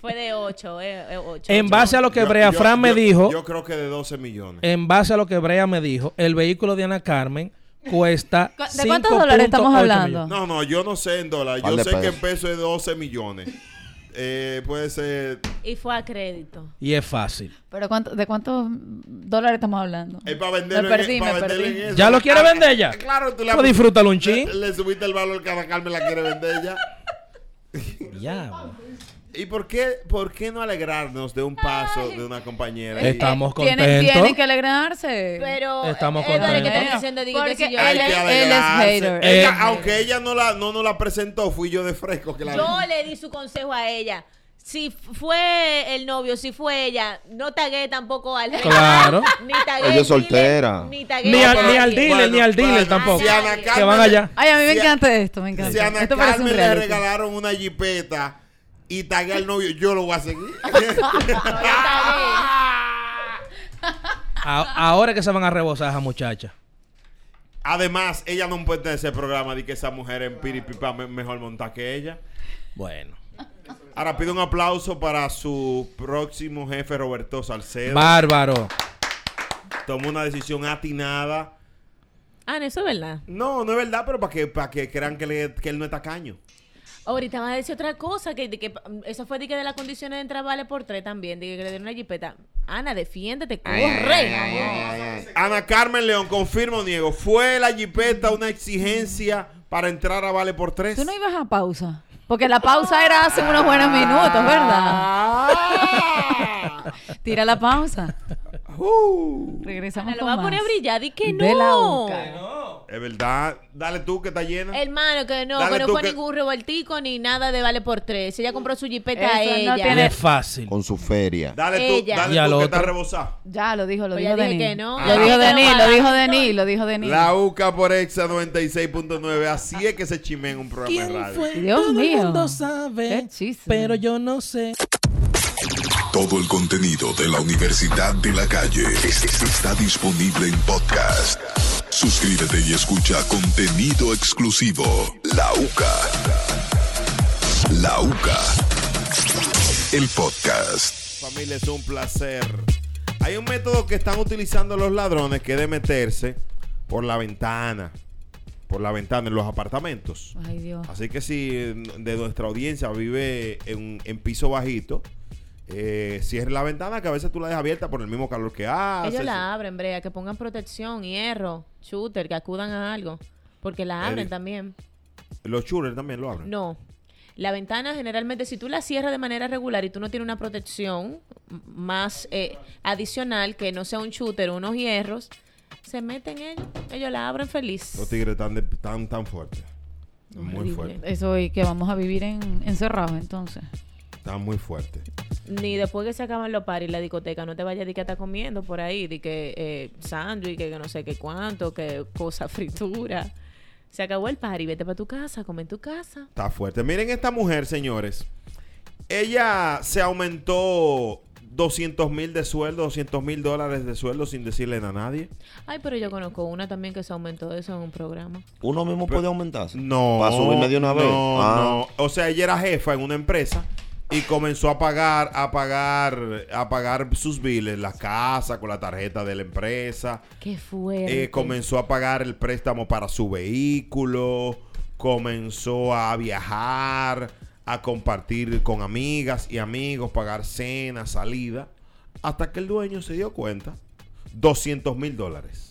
S5: Fue de 8, eh, 8.
S3: En base a lo que
S2: Yo-
S3: Brea
S2: yo-
S3: Fran me
S2: yo-
S3: dijo,
S2: Yo creo que de 12 millones.
S3: en base a lo que Brea me dijo, el vehículo de Ana Carmen cuesta.
S4: ¿Cu- de cuántos dólares estamos
S3: 5.8
S4: hablando?
S3: millones.
S2: No, no, yo no sé en dólares.
S6: Par
S2: Yo
S6: de
S2: sé que en pesos
S6: pesos.
S2: es 12 millones. Eh, puede ser.
S5: Y fue a crédito.
S3: Y es fácil.
S4: Pero cuánto, ¿de cuántos dólares estamos hablando?
S2: Es para venderlo,
S4: me perdí,
S2: en, para
S4: me
S2: venderlo en
S4: perdí.
S2: eso.
S3: ¿Ya lo quiere
S2: Ah,
S3: vender ya?
S2: Claro, tú le
S3: Pues disfrútalo un chin.
S2: le, le subiste el valor que Ana Carmen la quiere vender ya.
S3: Diablo.
S2: ¿Y por qué, por qué no alegrarnos de un paso de una compañera? Y-
S3: Estamos
S4: Tienen,
S3: contentos.
S4: tienen que alegrarse.
S5: Pero
S3: Estamos
S5: Eduardo,
S3: contentos.
S5: que estamos diciendo de que
S4: Porque
S5: si yo,
S2: Hay
S4: él
S2: que
S4: es- él es
S2: alegrarse.
S4: hater.
S2: Ella-
S3: Eh,
S2: aunque ella no la, no nos la presentó, fui yo de fresco que la
S5: yo le di su consejo a ella. Si fue el novio, si fue ella, no tagué tampoco al
S3: Claro.
S5: Ni tagué
S6: Ella es
S5: al dealer,
S6: soltera.
S5: Ni tagué
S3: Ni,
S5: a
S3: al- ni
S5: nadie.
S3: al dealer, ni al dealer
S2: bueno,
S3: tampoco.
S2: si Ana
S3: que
S2: Carmen
S3: van
S2: le-
S3: allá.
S4: Ay, a mí me
S2: Si a-
S4: encanta esto, me encanta.
S2: Si a Ana
S4: esto parece un
S2: Carmen le
S4: reality.
S2: regalaron una jipeta y tagué al novio, yo lo voy a seguir.
S5: No, yo tagué.
S3: A- ahora que se van a rebosar esas muchachas.
S2: Además, ella no puede tener ese programa de que esa mujer en Piripipa me- mejor montada que ella.
S3: Bueno.
S2: Ahora pido un aplauso para su próximo jefe, Roberto
S3: Eh,
S2: Salcedo.
S3: Bárbaro.
S2: Tomó una decisión atinada.
S5: Ah, no, eso es verdad.
S2: No, no es verdad, pero para que, para que crean que, le- que él no es tacaño.
S5: Ahorita vas a decir otra cosa, que, de que mm, eso fue de, que de las condiciones de entrar vale por tres también, de que le dieron una jipeta. Ana, defiéndete, corre. amor.
S2: Ana Carmen León, confirmo, niego. ¿Fue la jipeta una exigencia para entrar a Vale por Tres?
S4: Tú no ibas a pausa. Porque la pausa era hace unos buenos minutos, ¿verdad?
S2: Ah.
S4: Tira la pausa.
S2: Uh.
S4: Regresamos
S5: Ana, lo
S4: con
S5: va a
S4: más.
S5: poner a brillar, di que
S4: De la
S5: no.
S4: boca.
S2: Es verdad. Dale tú que está llena.
S5: Hermano, que no,
S2: Dale
S5: que no
S2: tú
S5: fue
S2: que-
S5: ningún revoltico ni nada de vale por tres. Ella compró su jipeta a
S4: Eso no
S5: ella.
S4: tiene-
S3: Es fácil.
S6: Con su feria.
S2: Dale
S5: Ella.
S2: tú, dale
S3: Y al
S2: tú que
S3: otro.
S2: está rebosada.
S4: Ya lo dijo, lo
S5: Pues
S4: dijo
S5: ya dije
S4: Denis.
S5: que
S4: Lo
S5: no. Ah.
S4: dijo
S5: Que no
S4: Denis,
S5: va.
S4: lo dijo Denis, lo dijo Denis.
S2: La UCA por Exa 96.9. Así es que se chimea en un programa de radio.
S4: Dios
S3: Todo
S4: mío.
S3: el mundo sabe,
S4: Qué chisme.
S3: pero yo no sé.
S1: Todo el contenido de la Universidad de la Calle es- es- está disponible en podcast. Suscríbete y escucha contenido exclusivo. La UCA. La UCA. El podcast.
S2: Familia, es un placer. Hay un método que están utilizando los ladrones que es de meterse por la ventana. Por la ventana en los apartamentos.
S4: Ay, Dios.
S2: Así que si mm, de nuestra audiencia vive en, en piso bajito, eh, cierre la ventana que a veces tú la dejas abierta por el mismo calor que hace.
S5: Ellos la abren, Brea, que pongan protección, hierro, shooter, que acudan a algo. Porque la abren
S2: Eri.
S5: también.
S2: Los churros también lo abren.
S5: No. La ventana generalmente, si tú la cierras de manera regular y tú no tienes una protección m- más eh, adicional, que no sea un shooter, unos hierros, se meten ellos, ellos la abren feliz.
S2: Los tigres están, de- tan, tan fuertes. Muy
S5: Horrible.
S2: fuertes.
S4: Eso y que vamos a vivir en, encerrados entonces.
S2: Está muy fuerte.
S5: Ni después que se acaban los paris la discoteca, no te vayas de que estás comiendo por ahí, de que eh, sándwich, que no sé qué cuánto, que cosa fritura. Se acabó el party, vete para tu casa, come en tu casa.
S2: Está fuerte. Miren esta mujer, señores. Ella se aumentó 200 mil de sueldo, 200 mil dólares de sueldo sin decirle nada a nadie.
S5: Ay, pero yo conozco una también que se aumentó de eso en un programa.
S6: Uno mismo puede aumentarse.
S2: No.
S6: Para subirme de una vez.
S2: No,
S6: Ah.
S2: no. O sea, ella era jefa en una empresa y comenzó a pagar, a pagar, a pagar sus biles, la casa con la tarjeta de la empresa.
S5: Qué fuerte.
S2: Eh, comenzó a pagar el préstamo para su vehículo, comenzó a viajar, a compartir con amigas y amigos, pagar cena, salida, hasta que el dueño se dio cuenta, 200 mil dólares.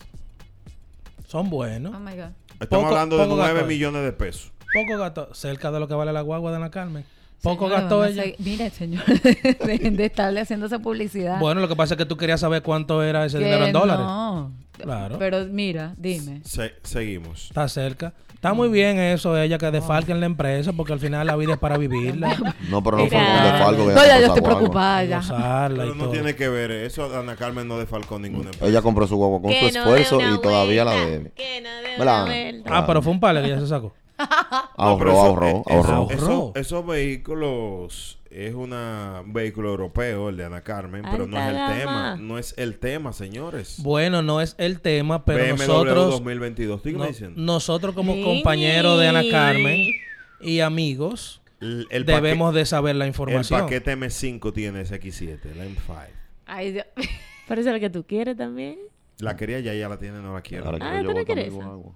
S3: Son buenos.
S4: Oh my God.
S2: Estamos
S3: Poco-
S2: hablando de
S3: poco
S2: 9
S3: gasto.
S2: millones de pesos.
S3: Poco gato. Cerca de lo que vale la guagua de Ana Carmen. Poco
S4: Señora,
S3: gastó
S4: vamos a
S3: ella.
S4: seguir- Mire, señor, dejen de estarle haciendo esa publicidad.
S3: Bueno, lo que pasa es que tú querías saber cuánto era ese
S4: Que
S3: dinero en dólares.
S4: No.
S3: Claro.
S4: Pero mira, dime.
S2: Se- seguimos.
S3: Está cerca. Está muy bien eso, ella que defalquen la empresa, porque al final la vida es para vivirla,
S6: No, pero no fue un
S5: Mira.
S6: desfalco. que
S4: No, ya
S6: compró
S4: yo
S6: esa
S4: estoy
S6: guagua.
S4: preocupada ya.
S3: gozarla
S2: Pero
S3: y
S2: no
S3: todo.
S2: tiene que ver eso. Ana Carmen no desfalcó ninguna empresa.
S6: Ella compró su guagua con su esfuerzo y todavía la debe.
S5: Que no dé
S6: ¿Verdad?
S5: una vuelta.
S3: Ah, pero fue un palo que ella se sacó.
S6: Ah, Ahorró,
S2: No, pero
S6: ahorró,
S2: eso- eh, eso-
S6: ahorró.
S2: eso-
S3: Ahorró.
S2: esos vehículos es una, un vehículo europeo, el de Ana Carmen, pero no es el
S5: Alta
S2: tema.
S5: gama.
S2: No es el tema, señores.
S3: Bueno, no es el tema, pero
S2: BMW
S3: nosotros,
S2: 2022. Dígame
S3: no-
S2: diciendo.
S3: nosotros como
S5: Sí.
S3: compañeros de Ana Carmen y amigos,
S2: El, el
S3: debemos
S2: paque-
S3: de saber la
S2: El
S3: información.
S2: paquete M5 tiene esa X7, la M5.
S4: Ay, Dios.
S5: Pero esa es la que tú quieres también.
S2: La quería ya, ya la tiene, no la quiero. ¿Mm?
S6: Ahora
S5: Ah,
S6: quiero yo
S5: ¿tú no
S6: botar
S5: quieres
S6: mi
S5: esa?
S6: guagua.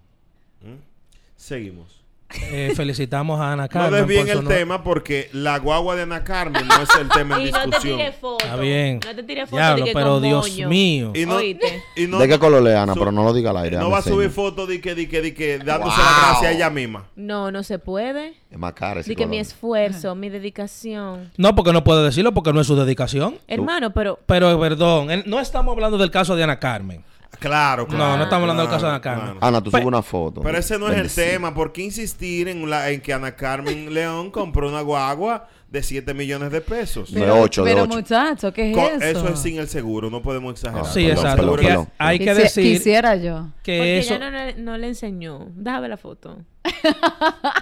S2: Seguimos.
S3: Eh, felicitamos a Ana
S2: No
S3: Carmen. por
S2: desvíen
S3: su
S2: el
S3: nue-
S2: tema porque la guagua de Ana Carmen no es el tema en
S5: Y no te
S2: discusión.
S5: tires fotos.
S3: Está bien.
S5: No te tires fotos.
S3: Diablo,
S5: de que
S3: pero
S5: con
S3: Dios
S5: moño.
S3: mío.
S2: y no,
S5: Oíste.
S2: y no-
S6: ¿De qué color le Ana?
S2: su-
S6: Pero no lo diga al aire.
S2: No
S6: Ana,
S2: va a subir
S6: enseña.
S2: fotos de que, de que, de que, dándose la gracia a ella misma.
S5: No, no se puede.
S6: Es más caro ese
S5: Di que mi
S6: color.
S5: esfuerzo, mi dedicación.
S3: No, porque no puede decirlo, porque no es su dedicación.
S5: Hermano, pero
S3: Pero, perdón, en- no estamos hablando del caso de Ana Carmen.
S2: Claro, claro.
S3: No, no estamos hablando del
S2: claro,
S3: caso de Ana Carmen.
S2: claro.
S6: Ana, tú subes una foto.
S2: Pero ese no es el
S6: Bendecida.
S2: tema. ¿Por qué insistir en, la, en que Ana Carmen León compró una guagua de 7 millones de pesos?
S6: De ocho, de
S4: pero
S6: ocho.
S4: muchacho, ¿qué es
S2: Co-
S4: eso?
S2: eso es sin el seguro, no podemos exagerar.
S6: Ah,
S3: sí,
S6: perdón,
S3: exacto.
S6: perdón,
S3: que
S6: perdón.
S3: Hay que
S4: Quisi-
S3: decir
S4: Quisiera yo.
S3: que
S5: porque
S3: eso.
S5: ella no, le- no le enseñó. Déjame la foto.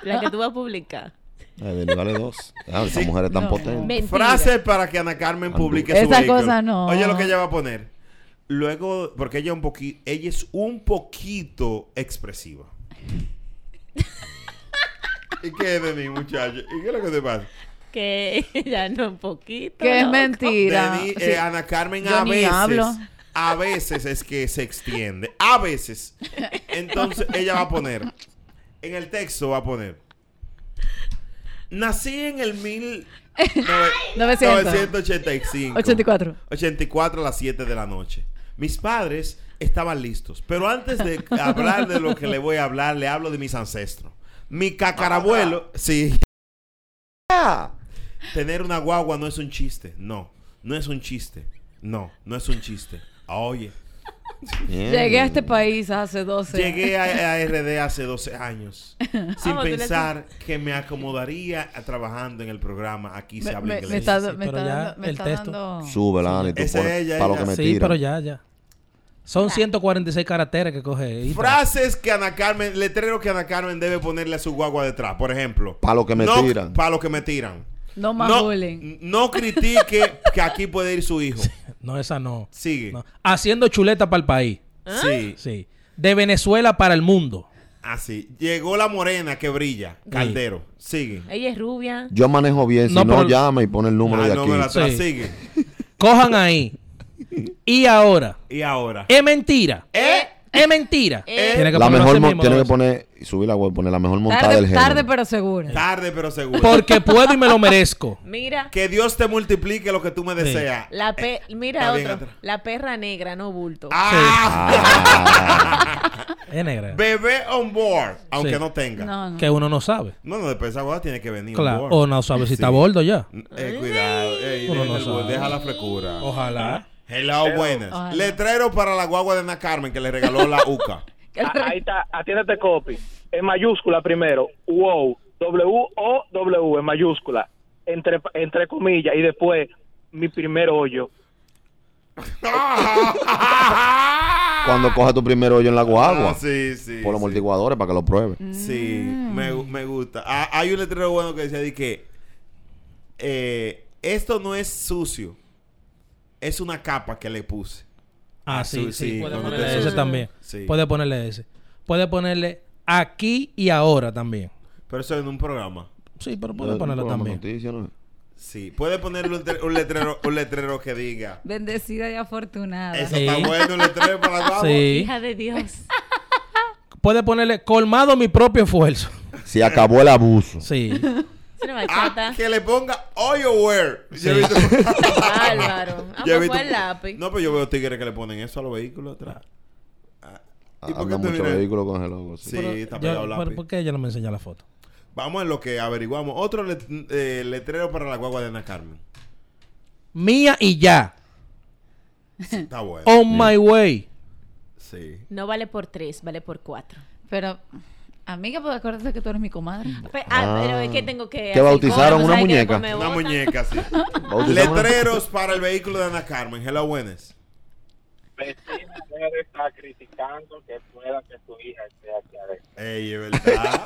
S5: la que tú vas a publicar.
S6: Ay, Denis, vale dos. Ah, esa mujer es tan
S4: No.
S6: potente.
S5: Mentira.
S2: Frases para que Ana Carmen publique su
S4: Esa
S2: vehículo.
S4: cosa no.
S2: Oye lo que ella va a poner. Luego, porque ella, un poqui- ella es un poquito expresiva. ¿Y qué es de mí, muchacho? ¿Y qué es lo que te pasa?
S5: Que ya no un poquito.
S4: Que es
S5: loco.
S4: mentira.
S2: Denis,
S4: Ah, Sí.
S2: eh, Ana Carmen
S4: Yo
S2: a
S4: ni
S2: veces.
S4: hablo.
S2: A veces es que se extiende. A veces. Entonces ella va a poner. En el texto va a poner. Nací en el mil. nove-
S4: 900.
S2: 985.
S4: 84.
S2: 84 a las 7 de la noche. Mis padres estaban listos, pero antes de hablar de lo que le voy a hablar, le hablo de mis ancestros. Mi cacarabuelo, sí. Tener una guagua no es un chiste, no, no es un chiste, no, no es un chiste. Ah, Oye,
S6: Bien.
S4: Llegué a este país hace 12
S2: llegué a, a RD hace 12 años sin
S4: Ah,
S5: Vamos, tú le-
S2: pensar que me acomodaría a- trabajando en el programa Aquí se
S4: Me,
S2: habla
S4: me,
S2: inglés.
S4: me está,
S3: Sí, sí,
S4: me
S3: pero
S4: está
S3: ya
S4: dando. Me
S3: el
S4: está
S3: texto.
S4: dando-
S6: Súbela, Ana, y tú
S2: Esa
S6: pones
S2: es ella,
S6: para lo
S2: ella.
S6: que me
S3: Sí,
S6: tira.
S3: pero ya, ya. Son 146 caracteres que coge. Ita.
S2: Frases que Ana Carmen, letrero que Ana Carmen debe ponerle a su guagua detrás. Por ejemplo,
S6: Pa' lo que me
S2: no-
S6: tiran.
S2: Pa' lo que me tiran.
S4: No más
S2: no,
S4: bullying.
S2: n- no critique que aquí puede ir su hijo.
S3: No, esa no.
S2: Sigue.
S3: No. Haciendo chuleta para el país.
S2: Sí.
S3: Sí. De Venezuela para el mundo.
S2: Así. Llegó la morena que brilla. Caldero. Sigue.
S5: Ella es rubia.
S6: Yo manejo bien. Si
S3: No,
S6: no,
S3: pero-
S6: llama y pone el número
S2: Ah,
S6: de
S2: no,
S6: aquí.
S2: me la tra-
S3: Sí.
S2: Sigue.
S3: Cojan ahí. Y ahora.
S2: Y ahora.
S3: Es mentira.
S2: ¿Eh?
S3: Es mentira. Tiene que
S6: La
S3: ponerlo
S6: mejor
S3: así
S6: mo-
S3: mismo,
S6: tiene que
S3: dos veces.
S6: poner, subir la web, poner la mejor montada del
S4: Tarde,
S6: género.
S4: tarde pero segura.
S2: Tarde pero seguro.
S3: Porque puedo y me lo merezco.
S5: Mira.
S2: Que Dios te multiplique lo que tú me deseas.
S5: La pe-
S2: Eh, está
S5: Mira
S2: bien
S5: otro.
S2: atrás.
S5: La perra negra, no bulto.
S2: Ah,
S3: Es negra.
S2: bebé on board. Aunque
S3: Sí.
S2: no tenga. No,
S4: No, no.
S3: Que uno no sabe.
S2: no, después esa guagua tiene que venir. on
S3: Claro.
S2: board.
S3: O no sabe si está
S2: Sí.
S3: bordo ya.
S2: Eh, cuidado, Ey,
S3: Uno
S2: deja,
S3: no
S2: el-
S3: sabe.
S2: deja la frecura.
S3: Ojalá.
S2: Hello, buenas.
S4: Ojalá.
S2: Letrero para la guagua de Ana Carmen que le regaló la UCA.
S10: A- Ah, Ahí está, atiéndete copy. En mayúscula primero, wow, W-O-W, en mayúscula. entre, entre comillas, y después mi primer hoyo.
S6: Cuando coja tu primer hoyo en la guagua.
S2: Ah, sí, sí.
S6: por los
S2: sí.
S6: amortiguadores para que lo pruebe.
S4: Mm.
S2: Sí, me, gu- me gusta. Ah, hay un letrero bueno que decía de que eh, esto no es sucio, es una capa que le puse.
S3: Ah,
S2: Ah,
S3: sí,
S2: sí,
S3: sí.
S2: sí,
S3: Puede
S2: cuando
S3: ponerle
S2: te
S3: ese
S2: suben.
S3: también.
S2: Sí.
S3: Puede ponerle ese. Puede ponerle aquí y ahora también.
S2: Pero eso en un programa.
S3: Sí, pero
S6: Eh,
S3: puede
S6: un
S3: ponerlo
S6: programa de
S3: también.
S6: noticias, ¿no?
S2: Sí, puede ponerle un, tre- un letrero, un letrero que diga.
S4: Bendecida y afortunada.
S2: Eso
S3: Sí.
S2: está bueno, un letrero para la guagua.
S3: Sí.
S5: Hija de Dios.
S3: Puede ponerle colmado mi propio esfuerzo.
S6: Se acabó el abuso.
S3: Sí.
S5: Es una
S2: Ah,
S5: bachata.
S2: que le ponga Oilware. Yo he
S3: Sí.
S2: visto-
S5: Bárbaro. Ah,
S2: yo he
S5: pues
S2: visto-
S5: fue el lápiz.
S2: No, pero yo veo tigres que le ponen eso a los vehículos atrás. Ah, ¿y por qué
S6: Anda
S2: tú
S6: mucho
S2: miras?
S6: vehículo con el logo.
S2: Sí,
S6: Sí.
S2: está
S3: Yo-
S2: pegado al
S3: ¿por,
S2: lápiz.
S3: ¿Por qué ella no me enseña la foto?
S2: Vamos en lo que averiguamos. Otro let- eh, letrero para la guagua de Ana Carmen.
S3: Mía y ya.
S2: Sí, Está bueno.
S3: On my way.
S2: Sí.
S5: No vale por tres, vale por cuatro.
S4: Pero, amiga, pues acuérdate que tú eres mi comadre.
S5: Pe- ah,
S6: Ah.
S5: pero es que tengo que.
S6: ¿Que
S5: hacer
S6: bautizaron
S5: cosas,
S6: una
S5: ¿sabes? Que
S6: muñeca?
S5: después me
S2: Una
S5: botan.
S2: muñeca, sí.
S6: Bautizamos una-
S2: Letreros para el vehículo de Ana Carmen. Hello, buenas.
S10: Vecina puede estar criticando que pueda que su hija esté aquí adentro.
S2: Ey, es verdad.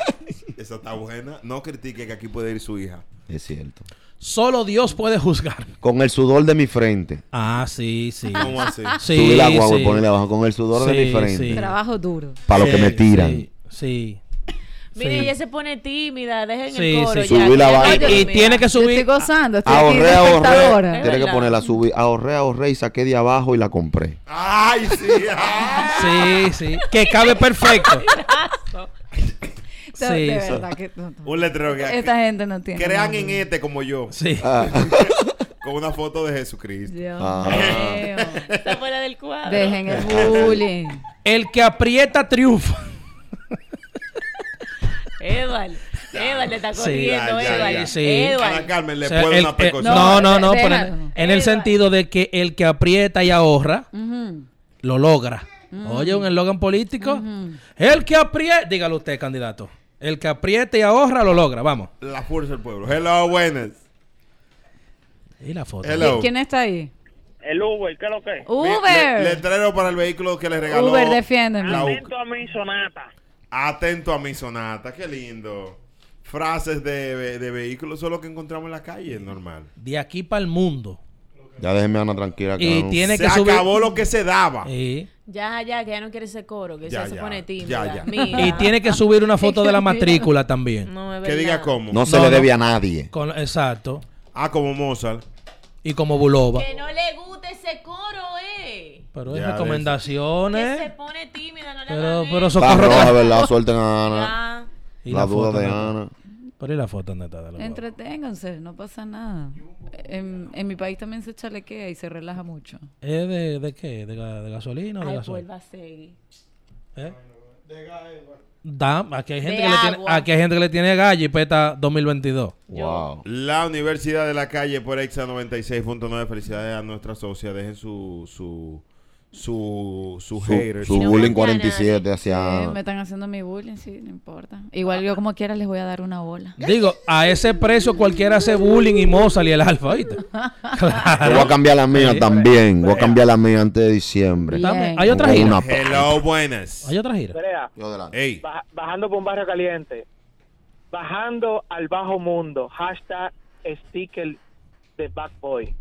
S2: Esa está buena. No critique que aquí puede ir su hija.
S6: Es cierto.
S3: Solo Dios puede juzgar.
S6: Con el sudor de mi frente.
S3: Ah, sí, sí.
S2: ¿Cómo así?
S3: Sí,
S6: Subí la guagua y
S3: sí.
S6: ponerle abajo. Con el sudor de
S3: Sí,
S6: mi frente.
S3: sí.
S4: Trabajo duro.
S6: Para los que
S3: Sí,
S6: me tiran.
S3: Sí. sí.
S5: Mire,
S3: Sí.
S5: ella se pone tímida, dejen
S3: Sí,
S5: el coro
S3: sí.
S5: ya.
S6: Subí la
S5: que ya
S6: vaina.
S5: estoy
S3: Y
S5: dormida.
S3: tiene que
S4: Yo estoy
S3: subir.
S4: gozando, estoy aquí
S6: Ahorré,
S4: de
S6: ahorré.
S4: espectadora.
S6: Tiene que
S5: verdad.
S6: ponerla subir. Ahorré, ahorré y saqué de abajo y la compré.
S2: ¡Ay, sí! ah.
S3: Sí, sí. Que cabe perfecto.
S4: De- de
S3: Sí, sí.
S4: verdad que no, no.
S2: Un letrero que
S4: Esta gente no tiene.
S2: crean
S4: nombre.
S2: en este como yo.
S3: Sí.
S2: Con una foto de Jesucristo.
S4: Dios
S6: Ah.
S4: mío.
S5: Está fuera del cuadro.
S4: Dejen el bullying.
S3: El que aprieta triunfa.
S5: Edward, Edward le está
S3: Sí,
S5: corriendo,
S2: ya, ya,
S5: Edward.
S2: ya.
S3: Sí.
S5: Edward.
S2: Ana Carmen le
S3: O sea,
S2: puede
S3: el-
S2: una
S3: eh,
S2: precociada.
S3: no, no, no.
S4: Déjalo.
S3: pero en- en el
S5: Déjalo.
S3: sentido de que el que aprieta y ahorra
S4: Ujú.
S3: lo logra. Oye, un eslogan político. El que aprieta. Dígalo usted, candidato. El que aprieta y ahorra lo logra. Vamos.
S2: La fuerza del pueblo. Hello, buenas.
S3: Y la foto.
S2: Hello.
S4: ¿Quién está ahí?
S10: El Uber, ¿qué es lo que es?
S2: Mi-
S4: Uber.
S2: le- letrero para el vehículo que le regaló.
S4: Uber, defiéndeme.
S2: la UCA.
S10: Atento a mi sonata.
S2: Atento a mi sonata, qué lindo. Frases de, ve- de vehículos, eso es lo que encontramos en la calle, es normal.
S3: De aquí para el mundo.
S6: Ya déjenme a Ana tranquila. que
S3: Y
S6: no-
S3: tiene
S2: Se
S3: que subir.
S2: acabó lo que se daba.
S3: Sí.
S5: Ya, ya, que ya no quiere ese coro, que
S2: Ya,
S5: ya, se
S2: ya.
S5: pone tímida.
S2: Ya, ya.
S5: Mira.
S3: Y tiene que subir una foto de la matrícula también.
S5: No, es
S2: que
S5: verdad.
S2: diga cómo.
S6: No se
S3: No,
S6: le
S3: no.
S6: debe a nadie.
S3: Con- exacto.
S2: Ah, como Mozart.
S3: Y como Bulova.
S5: Que no le gusta ese coro, eh.
S2: Ya
S3: Pero es
S5: Que
S2: ves.
S5: se
S3: recomendaciones.
S5: pone tímida, no le
S3: Pero,
S5: hagan
S3: pero
S5: eso.
S6: Está
S3: socorro.
S6: roja, ¿verdad? Suelten a Ana.
S5: Ya.
S3: Y
S6: la duda de
S3: ¿dónde está?
S6: Ana.
S3: Pero y la foto dónde está de la guagua?
S4: Entreténganse, no pasa nada. En, en mi país también se chalequea y se relaja mucho.
S3: ¿Es de, de qué? ¿De, ga- de gasolina o de
S5: Ay,
S3: gasolina?
S5: vuelva a seguir.
S3: ¿Eh? Da- aquí, hay gente
S5: De
S3: que le tiene,
S5: agua.
S3: aquí hay gente que le tiene gallo y peta 2022.
S6: Wow.
S2: La Universidad de la Calle por Exa 96.9. Felicidades a nuestra socia. Dejen su su su su,
S6: Su,
S2: haters.
S6: su
S5: No
S6: bullying
S5: mata a
S6: 47 hacia
S4: Eh, me
S6: Ana.
S4: están haciendo mi bullying, sí, no importa. Igual yo como quiera les voy a dar una bola.
S3: Digo, a ese precio cualquiera hace bullying y Mozart y el alfa, ¿viste?
S6: Yo voy a cambiar la mía
S3: Sí.
S6: también. Voy a cambiar la mía antes de diciembre.
S4: Bien.
S3: Dame- Hay otra
S6: Con
S3: gira.
S6: una-
S2: Hello, buenas.
S3: Hay otra gira.
S10: Andrea,
S6: Yo adelante.
S2: Ey,
S10: baja- bajando por un barrio caliente. Bajando al bajo mundo. Hashtag sticker de Bad Boy.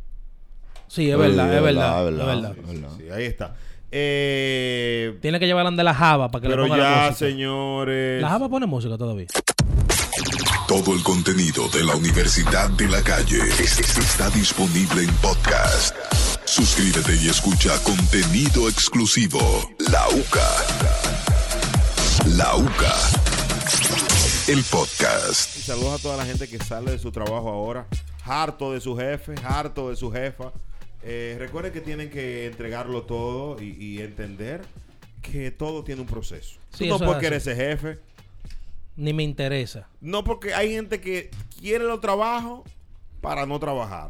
S3: Sí, es verdad,
S6: Sí,
S3: es verdad. Es
S6: verdad,
S3: verdad.
S6: es verdad.
S2: sí, ahí está. Eh,
S3: Tiene que llevarla de la Java para que
S2: pero
S3: le ponga la
S2: ya,
S3: música.
S2: señores.
S3: La Java pone música todavía.
S1: Todo el contenido de la Universidad de la Calle es- es- está disponible en podcast. Suscríbete y escucha contenido exclusivo. La UCA. La UCA. El podcast.
S2: Y saludos a toda la gente que sale de su trabajo ahora, harto de su jefe, harto de su jefa. Eh, recuerden que tienen que entregarlo todo y, y entender que todo tiene un proceso.
S3: Sí,
S2: Tú no
S3: eso es
S2: porque eres
S3: así.
S2: el jefe,
S3: Ni me interesa.
S2: no porque hay gente que quiere los trabajos para no trabajar.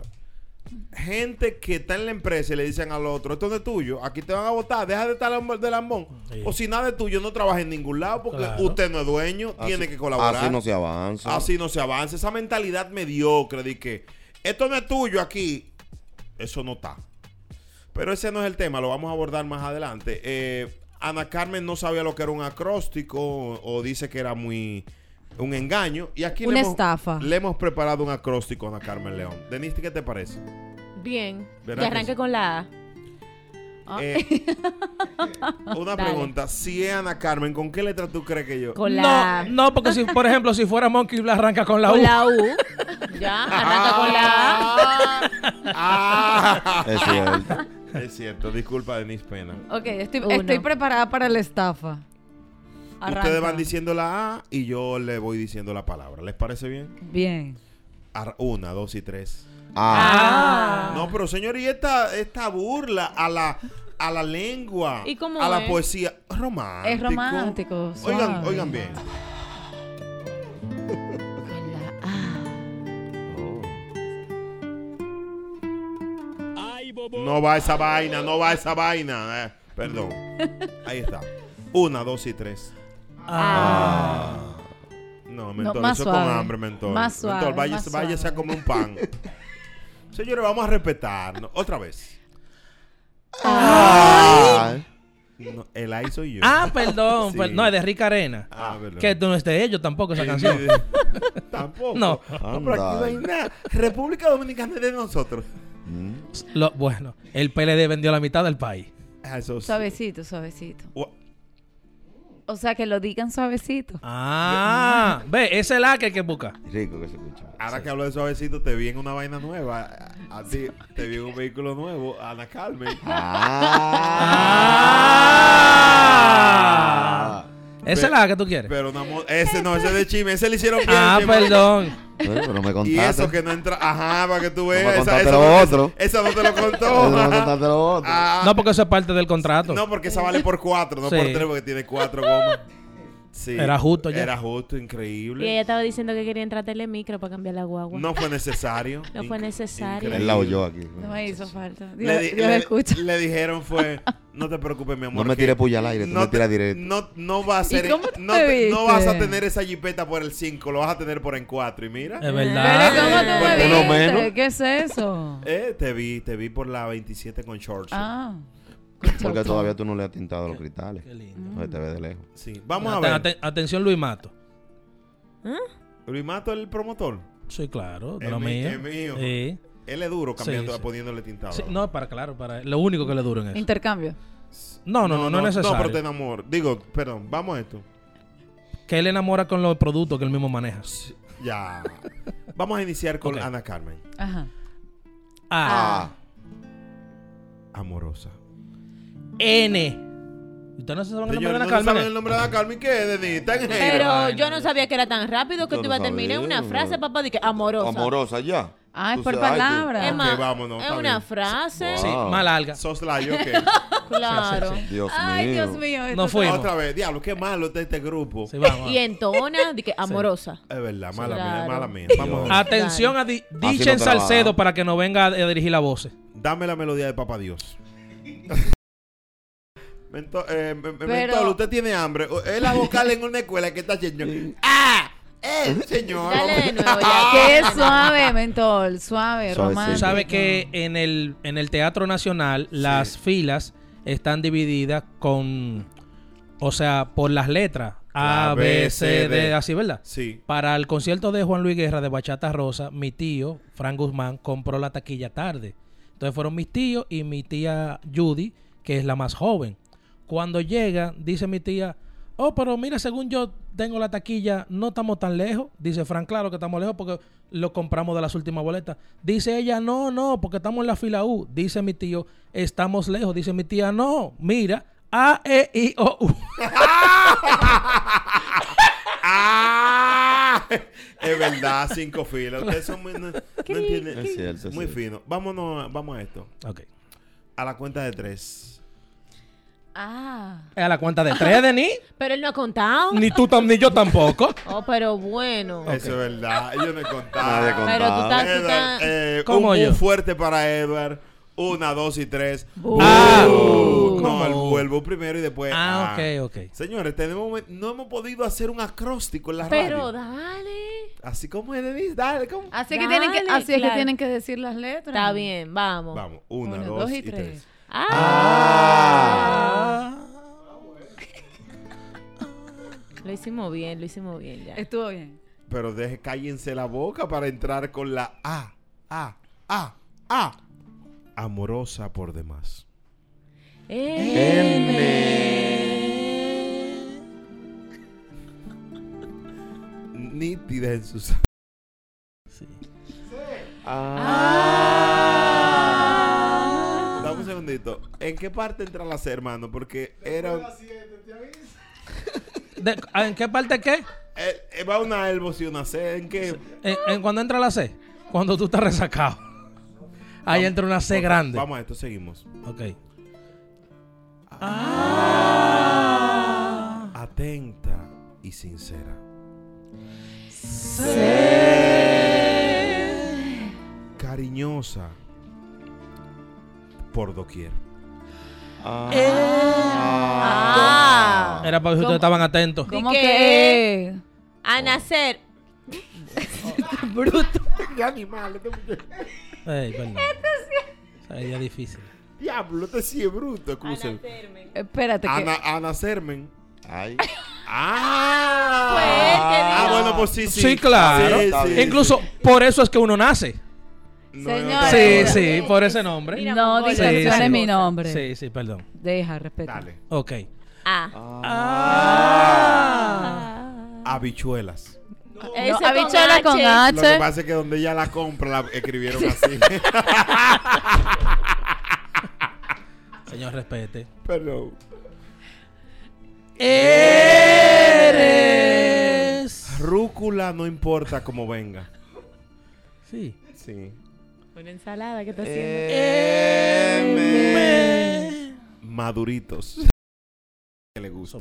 S2: gente que está en la empresa y le dicen al otro, esto no es tuyo, aquí te van a votar, deja de estar lamb- de lambón.
S3: Sí.
S2: O si nada es tuyo, no trabaja en ningún lado porque
S3: Claro.
S2: usted no es dueño, tiene que colaborar.
S6: Así no se avanza.
S2: Así Ah, no se avanza. Esa mentalidad mediocre de que esto no es tuyo aquí, eso no está. Pero ese no es el tema, lo vamos a abordar más adelante. Eh, Ana Carmen no sabía lo que era un acróstico o, o dice que era muy un engaño. Y aquí
S4: Una
S2: le hemos-
S4: estafa.
S2: le hemos preparado un acróstico a Ana Carmen León. Denise, ¿qué te parece?
S5: Bien. Que
S2: ¿Verdad que sí?
S5: arranque con la A.
S2: Eh, una
S5: Dale.
S2: pregunta. Si es Ana Carmen, ¿con qué letra tú crees que yo?
S5: Con la
S3: No, no, porque si, por ejemplo, si fuera Monkey Blah, arranca con la U.
S5: Con la U. ya, arranca con la A.
S2: Ah.
S6: Es cierto.
S2: Es cierto, disculpa Denise Pena.
S4: Ok, estoy,
S5: Uno.
S4: estoy preparada para la estafa. Arranca.
S2: Ustedes van diciendo la A y yo le voy diciendo la palabra. ¿Les parece bien?
S4: Bien.
S2: Ar- una, dos y tres.
S6: Ah,
S2: No, pero señor, y esta, esta burla a la, a la lengua,
S5: ¿Y cómo
S2: a la
S5: es?
S2: poesía. Romántico.
S4: Es romántico,
S2: Oigan,
S4: suave.
S2: oigan bien. No va esa vaina, no va esa vaina. eh. Perdón. Ahí está. Una, dos y tres. No, mentor,
S4: Ah. más
S2: eso es con
S4: suave.
S2: hambre, mentor.
S4: Más
S2: mentor,
S4: suave,
S2: váyase,
S4: más suave.
S2: váyase a comer un pan. Señores, vamos a respetarnos. Otra vez.
S6: ah.
S2: No, el ahí soy yo.
S3: Ah, perdón.
S2: Sí.
S3: per- no, es de Rica Arena.
S2: Ah, perdón.
S3: Que tú no es de ellos tampoco esa canción.
S2: Tampoco.
S3: No.
S2: pero aquí no hay nada. República Dominicana es de nosotros.
S3: Lo- bueno, el PLD vendió la mitad del país.
S2: Ah, Eso sí.
S4: Suavecito, suavecito.
S2: Ua-
S4: O sea, que lo digan suavecito.
S3: Ah, ve, ese es el A que hay que buscar.
S6: Rico que se escucha.
S2: Ahora que hablo de suavecito, te vi en una vaina nueva. A- A ti, te vi en un vehículo nuevo. Ana Carmen.
S3: Ah. Esa es la que tú quieres.
S2: Pero una mo- ese no, ese de chisme. Ese le hicieron bien.
S3: Ah,
S2: chisme.
S3: perdón.
S6: Pero, pero me
S2: Y
S6: contaste.
S2: eso que no entra. Ajá, para que tú
S6: me
S2: veas. esa,
S6: contaste
S2: esa
S6: lo
S2: no-
S6: otro.
S2: esa no te lo contó.
S6: Pero no me
S2: ajá.
S6: contaste lo otro.
S2: Ah,
S3: No, porque eso es parte del contrato.
S2: No, porque esa vale por cuatro, no por
S3: Sí.
S2: tres, porque tiene cuatro gomas. Sí.
S3: Era justo ya.
S2: Era justo,
S5: Y ella
S2: increíble.
S5: estaba diciendo que quería entrar a Telemicro para cambiar la guagua.
S2: No fue necesario.
S5: No fue
S2: Inc-
S5: necesario.
S2: increíble.
S6: Él la oyó aquí.
S4: No me hizo falta.
S2: Le,
S4: Dios,
S2: di-
S4: Dios
S2: le-
S4: escucha.
S2: le dijeron fue, no te preocupes, mi amor.
S6: No me
S2: que
S6: tires puya al aire, tú me
S2: te-
S6: tiras directo.
S2: No, no va a ser,
S4: cómo te
S2: no, te- no vas a
S4: viste?
S2: tener esa jipeta por el 5, lo vas a tener por en 4 y mira.
S3: Es
S4: Pero
S3: verdad.
S4: ¿cómo tú me
S6: Por lo
S4: viste?
S6: menos.
S4: ¿Qué es eso?
S2: Eh, te vi, te vi por la 27 con shorts.
S4: Ah.
S6: Porque todavía tú no le has tintado los cristales.
S3: Qué lindo.
S6: Entonces te ve de lejos.
S2: Sí, vamos a
S3: Aten-
S2: ver.
S3: aten- atención, Luis Mato.
S2: Luis Mato el promotor.
S3: Soy claro, de
S2: Es
S3: lo
S2: mi-
S3: mío.
S2: es mío.
S3: Sí.
S2: Él es duro cambiando,
S3: Sí, sí.
S2: poniéndole tintado.
S3: Sí, no, para claro, para lo único que le duro en eso.
S4: Intercambio.
S3: No, no, no, no, es
S2: No, pero te
S3: necesario.
S2: enamor. Digo, perdón, vamos a esto.
S3: Que él enamora con los productos que él mismo maneja.
S2: Ya. Vamos a iniciar con
S3: Ok. Ah.
S2: Ana Carmen. Ah.
S4: Ajá.
S3: A,
S2: Amorosa.
S3: N. ¿Usted no se sabe el nombre de
S2: Señores,
S3: Ana
S2: ¿no
S3: Carmen?
S2: saben el nombre de Ana Carmen? ¿Qué es, Denis? Está en
S5: Pero
S2: género.
S5: yo no sabía que era tan rápido que
S6: Yo
S5: tú
S6: no
S5: ibas a terminar
S6: sabía,
S5: una
S6: no.
S5: frase, papá, de que amorosa.
S6: Amorosa ya.
S4: Ah, es
S6: Tú
S4: por
S6: sabes, tú-
S4: palabra.
S5: Es más,
S2: vámonos,
S5: es
S2: está
S5: una
S2: bien.
S5: frase.
S3: Sí,
S6: Wow.
S3: más larga.
S2: Soslayo, ok.
S5: Claro.
S6: Dios
S4: Ay,
S6: mío.
S4: Dios mío. esto
S3: No
S4: está-
S3: fuimos.
S2: Otra vez, diablo, qué malo está este grupo.
S3: Sí, vamos.
S5: Y entona, de que amorosa.
S2: Es verdad, mala mía,
S5: Claro.
S2: mala mía. Vamos, a-
S3: Atención a Di-
S6: no
S3: Dichen
S6: trabaja.
S3: Salcedo para que no venga a dirigir la voz.
S2: dame la melodía de Papá Dios. Mento- eh, me- me-
S4: Pero-
S2: Mentol, usted tiene hambre. O- Es la vocal en una escuela que está señor. ¡Ah! ¡Eh, señor!
S5: Dale de nuevo ya.
S4: Qué suave, mentol. Suave,
S6: Suavecito.
S3: Tú
S4: romántico.
S3: sabes que en el, en el Teatro Nacional las filas están divididas con, o sea, por las letras.
S2: La,
S3: A, B,
S2: D.
S3: C, D, así, ¿verdad?
S2: Sí.
S3: Para el concierto de Juan Luis Guerra de Bachata Rosa, mi tío, Frank Guzmán, compró la taquilla tarde. Entonces fueron mis tíos y mi tía Judy, que es la más joven. Cuando llega, dice mi tía, oh, pero mira, según yo tengo la taquilla, no estamos tan lejos. Dice Frank, claro que estamos lejos porque lo compramos de las últimas boletas. Dice ella, no, no, porque estamos en la fila U. Dice mi tío, estamos lejos. Dice mi tía, no, mira, A, E, I, O, U.
S2: ¡Ah! Es verdad, cinco filas. Ustedes son muy. No, no entienden.
S6: Es cierto, es
S2: muy
S6: cierto.
S2: fino. Vámonos, a- vamos a esto.
S3: Ok.
S2: A la cuenta de tres.
S4: Ah.
S3: Es a la cuenta de tres, Denis.
S5: Pero él no ha contado.
S3: Ni tú tam- ni yo tampoco.
S5: Oh, pero bueno.
S2: Eso es verdad. Yo no he contado.
S6: Nadie
S5: Pero tú
S6: contaba.
S5: estás- tú
S2: Ah, Edward,
S5: estás-
S2: eh,
S3: ¿Cómo
S2: un,
S3: yo?
S2: un fuerte para Edward. Una, dos y tres.
S3: Ah.
S2: Uh,
S3: ¿Cómo?
S2: no, el vuelvo primero y después.
S3: Ah, ok, ok.
S2: Señores, tenemos, no hemos podido hacer un acróstico en la
S5: Pero
S2: radio.
S5: dale.
S2: Así como es, Denise, dale, ¿cómo?
S4: Así, que tienen que,
S5: Dale,
S4: así es que
S5: claro.
S4: tienen que decir las letras.
S5: Está bien, vamos. Ah.
S2: Vamos, una, dos, y tres. Ah.
S5: Lo hicimos bien, lo hicimos bien ya.
S4: Estuvo bien.
S2: Pero deje, cállense la boca para entrar con la A, A, A, A. Amorosa por demás. Nítida en sus...
S3: Ah.
S2: Dame un segundito. ¿En qué parte entra la C, hermano? Porque era...
S3: De- ¿En qué parte qué?
S2: eh, eh, va una elbos y una C. ¿En qué?
S3: En, en cuando entra la C. Cuando tú estás resacado. Ahí entra una C grande.
S2: Vamos a esto, seguimos.
S3: Ok.
S2: Ah. Atenta y sincera. Cariñosa por doquier.
S5: Eh. Ah.
S3: Era para ver si ustedes estaban atentos.
S4: ¿Cómo
S5: que-
S4: que?
S5: A nacer.
S4: Bruto.
S2: ¡Qué animal! este muchacho.
S3: Ey, perdón. Sería difícil.
S2: ¡Diablo! Este sí es bruto, escúchame.
S4: Espérate. que-
S2: Ana, Ana Sermen.
S6: Ay.
S2: ¡Ah! ah, bueno, pues sí, sí.
S3: Sí, claro.
S2: Sí, sí,
S3: Incluso por eso es que uno nace.
S2: sí. No,
S4: Señor.
S2: no,
S4: Ah,
S3: Sí,
S4: mira.
S3: sí, por ese nombre.
S4: no
S3: Sí,
S4: distorsiones
S3: sí.
S4: mi nombre.
S3: Sí, sí, perdón.
S4: Deja, respeto.
S2: Dale.
S3: Ok.
S5: Ah.
S2: Habichuelas.
S5: Ese
S4: No,
S5: con
S4: habichuela con
S5: H.
S2: Lo que
S4: H.
S2: pasa es que donde ella la compra la escribieron así.
S3: Señor, respete.
S2: Pero.
S3: Eh.
S2: Eh.
S3: Eres.
S2: Rúcula no importa cómo venga.
S3: Sí.
S2: Sí.
S5: Una ensalada que está haciendo.
S2: Maduritos. Que le gusta.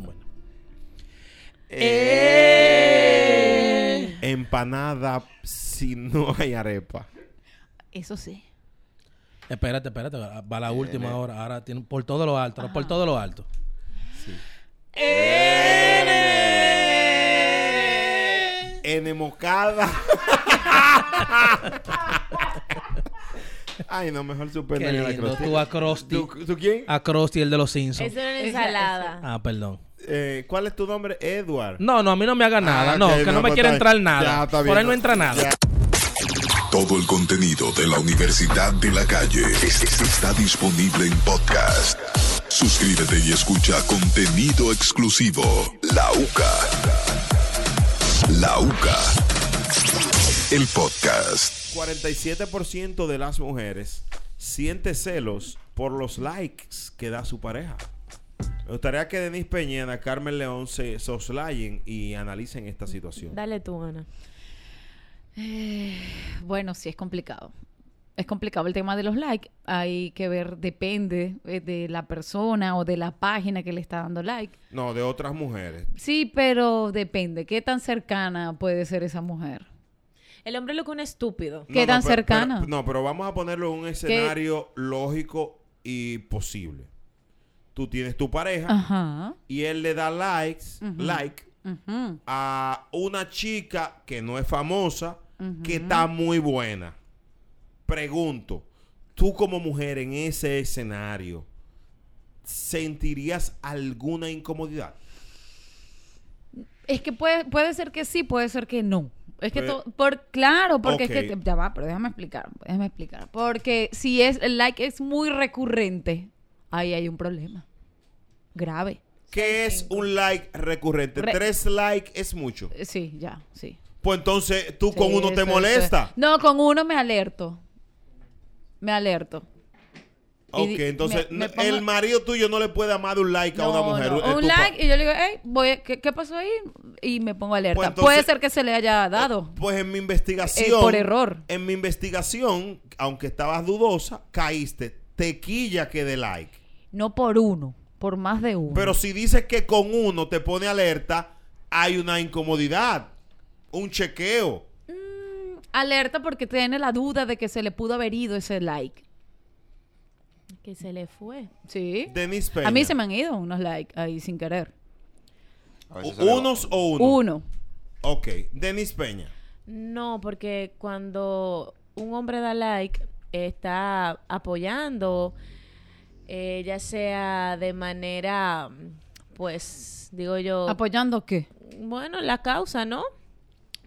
S2: Eh, Empanada si no hay arepa.
S4: Eso sí.
S3: Espérate, espérate. Va la
S2: Eh.
S3: última ahora. Ahora tiene por todo lo alto. Por todo lo alto.
S2: Enemocada. Ay, no, mejor
S3: Qué
S2: superman el
S3: lindo.
S2: acróstico.
S3: Tu acrosti.
S2: Pues ¿Tú, tú quién?
S3: Acrosti, el de los Simpsons.
S5: Es una ensalada.
S3: Ah, perdón.
S2: Eh, ¿Cuál es tu nombre? Edward.
S3: No, no, a mí no me haga nada.
S2: Ah,
S3: no,
S2: ok,
S3: que no, me
S2: pues
S3: quiera
S2: está bien.
S3: entrar nada.
S2: Ya, está bien, pues.
S3: Por ahí no entra nada.
S2: Ya.
S1: Todo el contenido de la Universidad de la Calle es- es- está disponible en podcast. Suscríbete y escucha contenido exclusivo. La UCA. La UCA. El podcast.
S2: 47% de las mujeres siente celos por los likes que da su pareja. Me gustaría que Denise Peñeda, Carmen León se soslayen y analicen esta situación.
S5: Dale tú, Ana.
S4: Eh, Bueno, sí, es complicado. Es complicado el tema de los likes. Hay que ver, depende eh, de la persona o de la página que le está dando like.
S2: No, de otras mujeres.
S4: Sí, pero depende. ¿Qué tan cercana puede ser esa mujer?
S5: El hombre loco es un estúpido.
S4: ¿Qué
S2: No, no,
S4: tan
S2: pero-
S4: cercana?
S2: pero- no, pero vamos a ponerlo en un escenario lógico y posible. Tú tienes tu pareja
S4: Ajá.
S2: y él le da likes, like
S4: Ujú.
S2: a una chica que no es famosa, que está muy buena. Pregunto, tú como mujer en ese escenario, ¿sentirías alguna incomodidad?
S4: Es que puede, puede ser que sí, puede ser que no. Es que
S2: Pero-
S4: to- por claro, porque es que
S2: Ok.
S4: te- ya va, pero déjame explicar, déjame explicar. Porque si es el like es muy recurrente, ahí hay un problema grave.
S2: ¿Qué es un like recurrente?
S4: Re-
S2: Tres likes es mucho.
S4: Eh, Sí, ya, sí.
S2: Pues entonces tú
S4: Sí,
S2: con uno
S4: eso,
S2: te
S4: eso.
S2: molesta.
S4: No, con uno me alerto. Me alerto. Y
S2: Ok,
S4: di-
S2: entonces
S4: me- me
S2: no-
S4: pongo-
S2: el marido tuyo no le puede amar un like a una
S4: No,
S2: mujer.
S4: no.
S2: eh,
S4: Un
S2: tu pa-
S4: like y yo le digo, hey, voy, ¿qué, qué pasó ahí? Y me pongo alerta.
S2: Pues entonces-
S4: puede ser que se le haya dado.
S2: Pues en mi investigación.
S4: Eh, por error.
S2: En mi investigación, aunque estabas dudosa, caíste. Tequilla que de like.
S4: No por uno. por más de uno.
S2: Pero si dices que con uno te pone alerta, hay una incomodidad, un chequeo.
S4: Alerta porque tiene la duda de que se le pudo haber ido ese like.
S5: Que se le fue.
S4: Sí.
S2: Denise Peña.
S4: A mí se me han ido unos likes ahí sin querer.
S6: A veces se le va.
S2: ¿Unos o uno?
S4: Uno.
S2: Ok. Denise Peña.
S5: No, porque cuando un hombre da like, está apoyando, eh, ya sea de manera, pues, digo yo,
S4: ¿Apoyando qué?
S5: bueno, la causa, ¿no?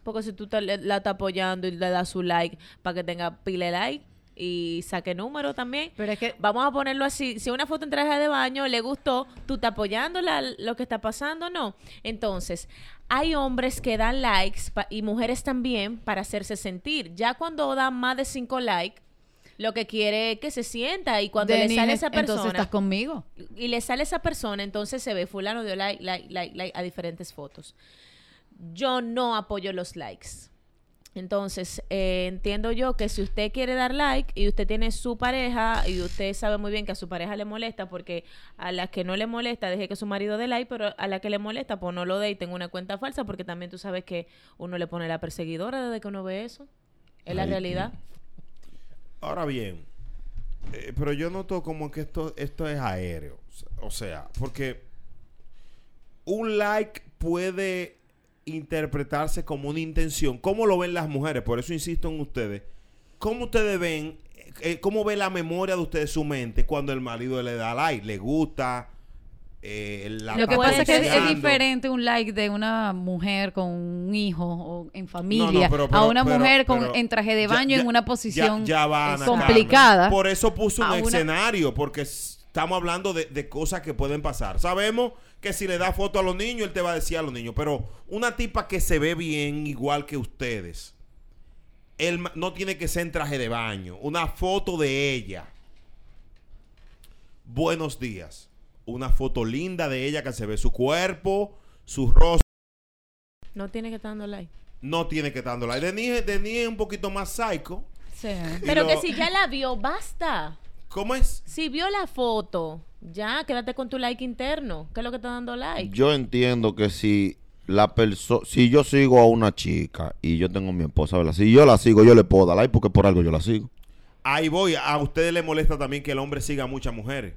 S5: Porque si tú te- le- la estás apoyando y le das su like para que tenga pile like y saque número también.
S4: Pero es que-
S5: Vamos a ponerlo así. Si una foto en traje de baño le gustó, tú estás apoyando la- lo que está pasando, ¿no? Entonces, hay hombres que dan likes pa- y mujeres también para hacerse sentir. Ya cuando dan más de cinco likes, lo que quiere es que se sienta y cuando le
S4: Denise,
S5: sale esa persona
S4: Entonces estás conmigo.
S5: y le sale esa persona, entonces se ve fulano dio like, like, like, like a diferentes fotos. Yo no apoyo los likes. Entonces, eh, entiendo yo que si usted quiere dar like y usted tiene su pareja y usted sabe muy bien que a su pareja le molesta, porque a la que no le molesta, deje que su marido dé like, pero a la que le molesta, pues no lo dé y tenga una cuenta falsa, porque también tú sabes que uno le pone la perseguidora desde que uno ve eso. Es la realidad.
S2: Ahora bien, eh, pero yo noto como que esto, esto es aéreo. O sea, porque un like puede interpretarse como una intención. ¿Cómo lo ven las mujeres? Por eso insisto en ustedes. ¿Cómo ustedes ven, eh, cómo ve la memoria de ustedes su mente cuando el marido le da like? ¿Le gusta? Eh, la
S4: Lo que
S2: está
S4: pasa es que es- es
S2: apoyando.
S4: diferente un like de una mujer con un hijo o en familia
S2: No, no, pero-
S4: a
S2: pero-
S4: una
S2: pero-
S4: mujer con,
S2: pero-
S4: en traje de
S2: ya-
S4: baño
S2: ya-
S4: en
S2: ya-
S4: una posición
S2: ya va, Ana Carmen.
S4: complicada.
S2: Por eso puso un
S4: a una-
S2: escenario, porque s- estamos hablando de, de cosas que pueden pasar. Sabemos que si le da foto a los niños, él te va a decir a los niños, pero una tipa que se ve bien igual que ustedes, él ma- no tiene que ser en traje de baño, una foto de ella. Buenos días. Una foto linda de ella que se ve su cuerpo, su rostro
S5: No tiene que estar dando like.
S2: no tiene que estar dando like. Denise, Denise es un poquito más psycho.
S4: Sí.
S2: Y
S5: Pero que
S2: lo-
S5: si ya la vio, basta.
S2: ¿Cómo es?
S5: Si vio la foto, ya, quédate con tu like interno. ¿Qué es lo que está dando like?
S6: Yo entiendo que si la persona, si yo sigo a una chica y yo tengo a mi esposa, ¿verdad? Si yo la sigo, yo le puedo dar like porque por algo yo la sigo.
S2: Ahí voy. A ustedes les molesta también que el hombre siga a muchas mujeres.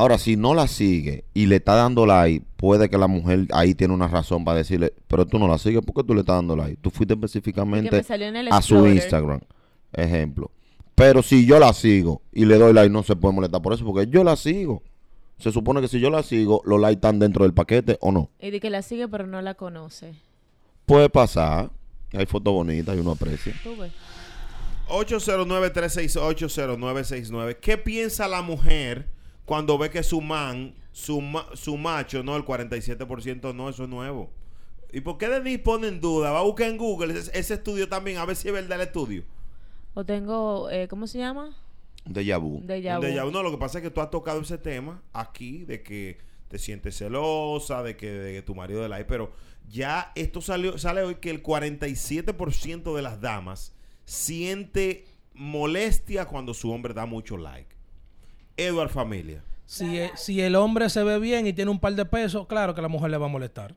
S6: Ahora, si no la sigue y le está dando like, puede que la mujer ahí tiene una razón para decirle, pero tú no la sigues, ¿por qué tú le estás dando like? Tú fuiste
S5: Que me
S6: específicamente
S5: salió en el
S6: a su
S5: Explorer.
S6: Instagram, ejemplo. Pero si yo la sigo y le doy like, no se puede molestar por eso, porque yo la sigo. Se supone que si yo la sigo, los likes están dentro del paquete o no.
S5: Y de que la sigue, pero no la conoce.
S6: Puede pasar, hay fotos bonitas y uno aprecia.
S5: Tú ves.
S2: 809-368-0969. ¿Qué piensa la mujer cuando ve que su man, su, ma- su macho, no, el 47% no, eso es nuevo? ¿Y por qué Denise pone en duda? Va a buscar en Google ese, ese estudio también, a ver si es verdad el estudio.
S5: O tengo, eh, ¿cómo se llama?
S6: De vu.
S5: De
S2: Un déjà vu. No, lo que pasa es que tú has tocado ese tema aquí de que te sientes celosa, de que, de que tu marido de la pero ya esto salió, sale hoy que el 47% de las damas siente molestia cuando su hombre da mucho like. Edward Familia.
S3: Si, e- si el hombre se ve bien y tiene un par de pesos, claro que la mujer le va a molestar.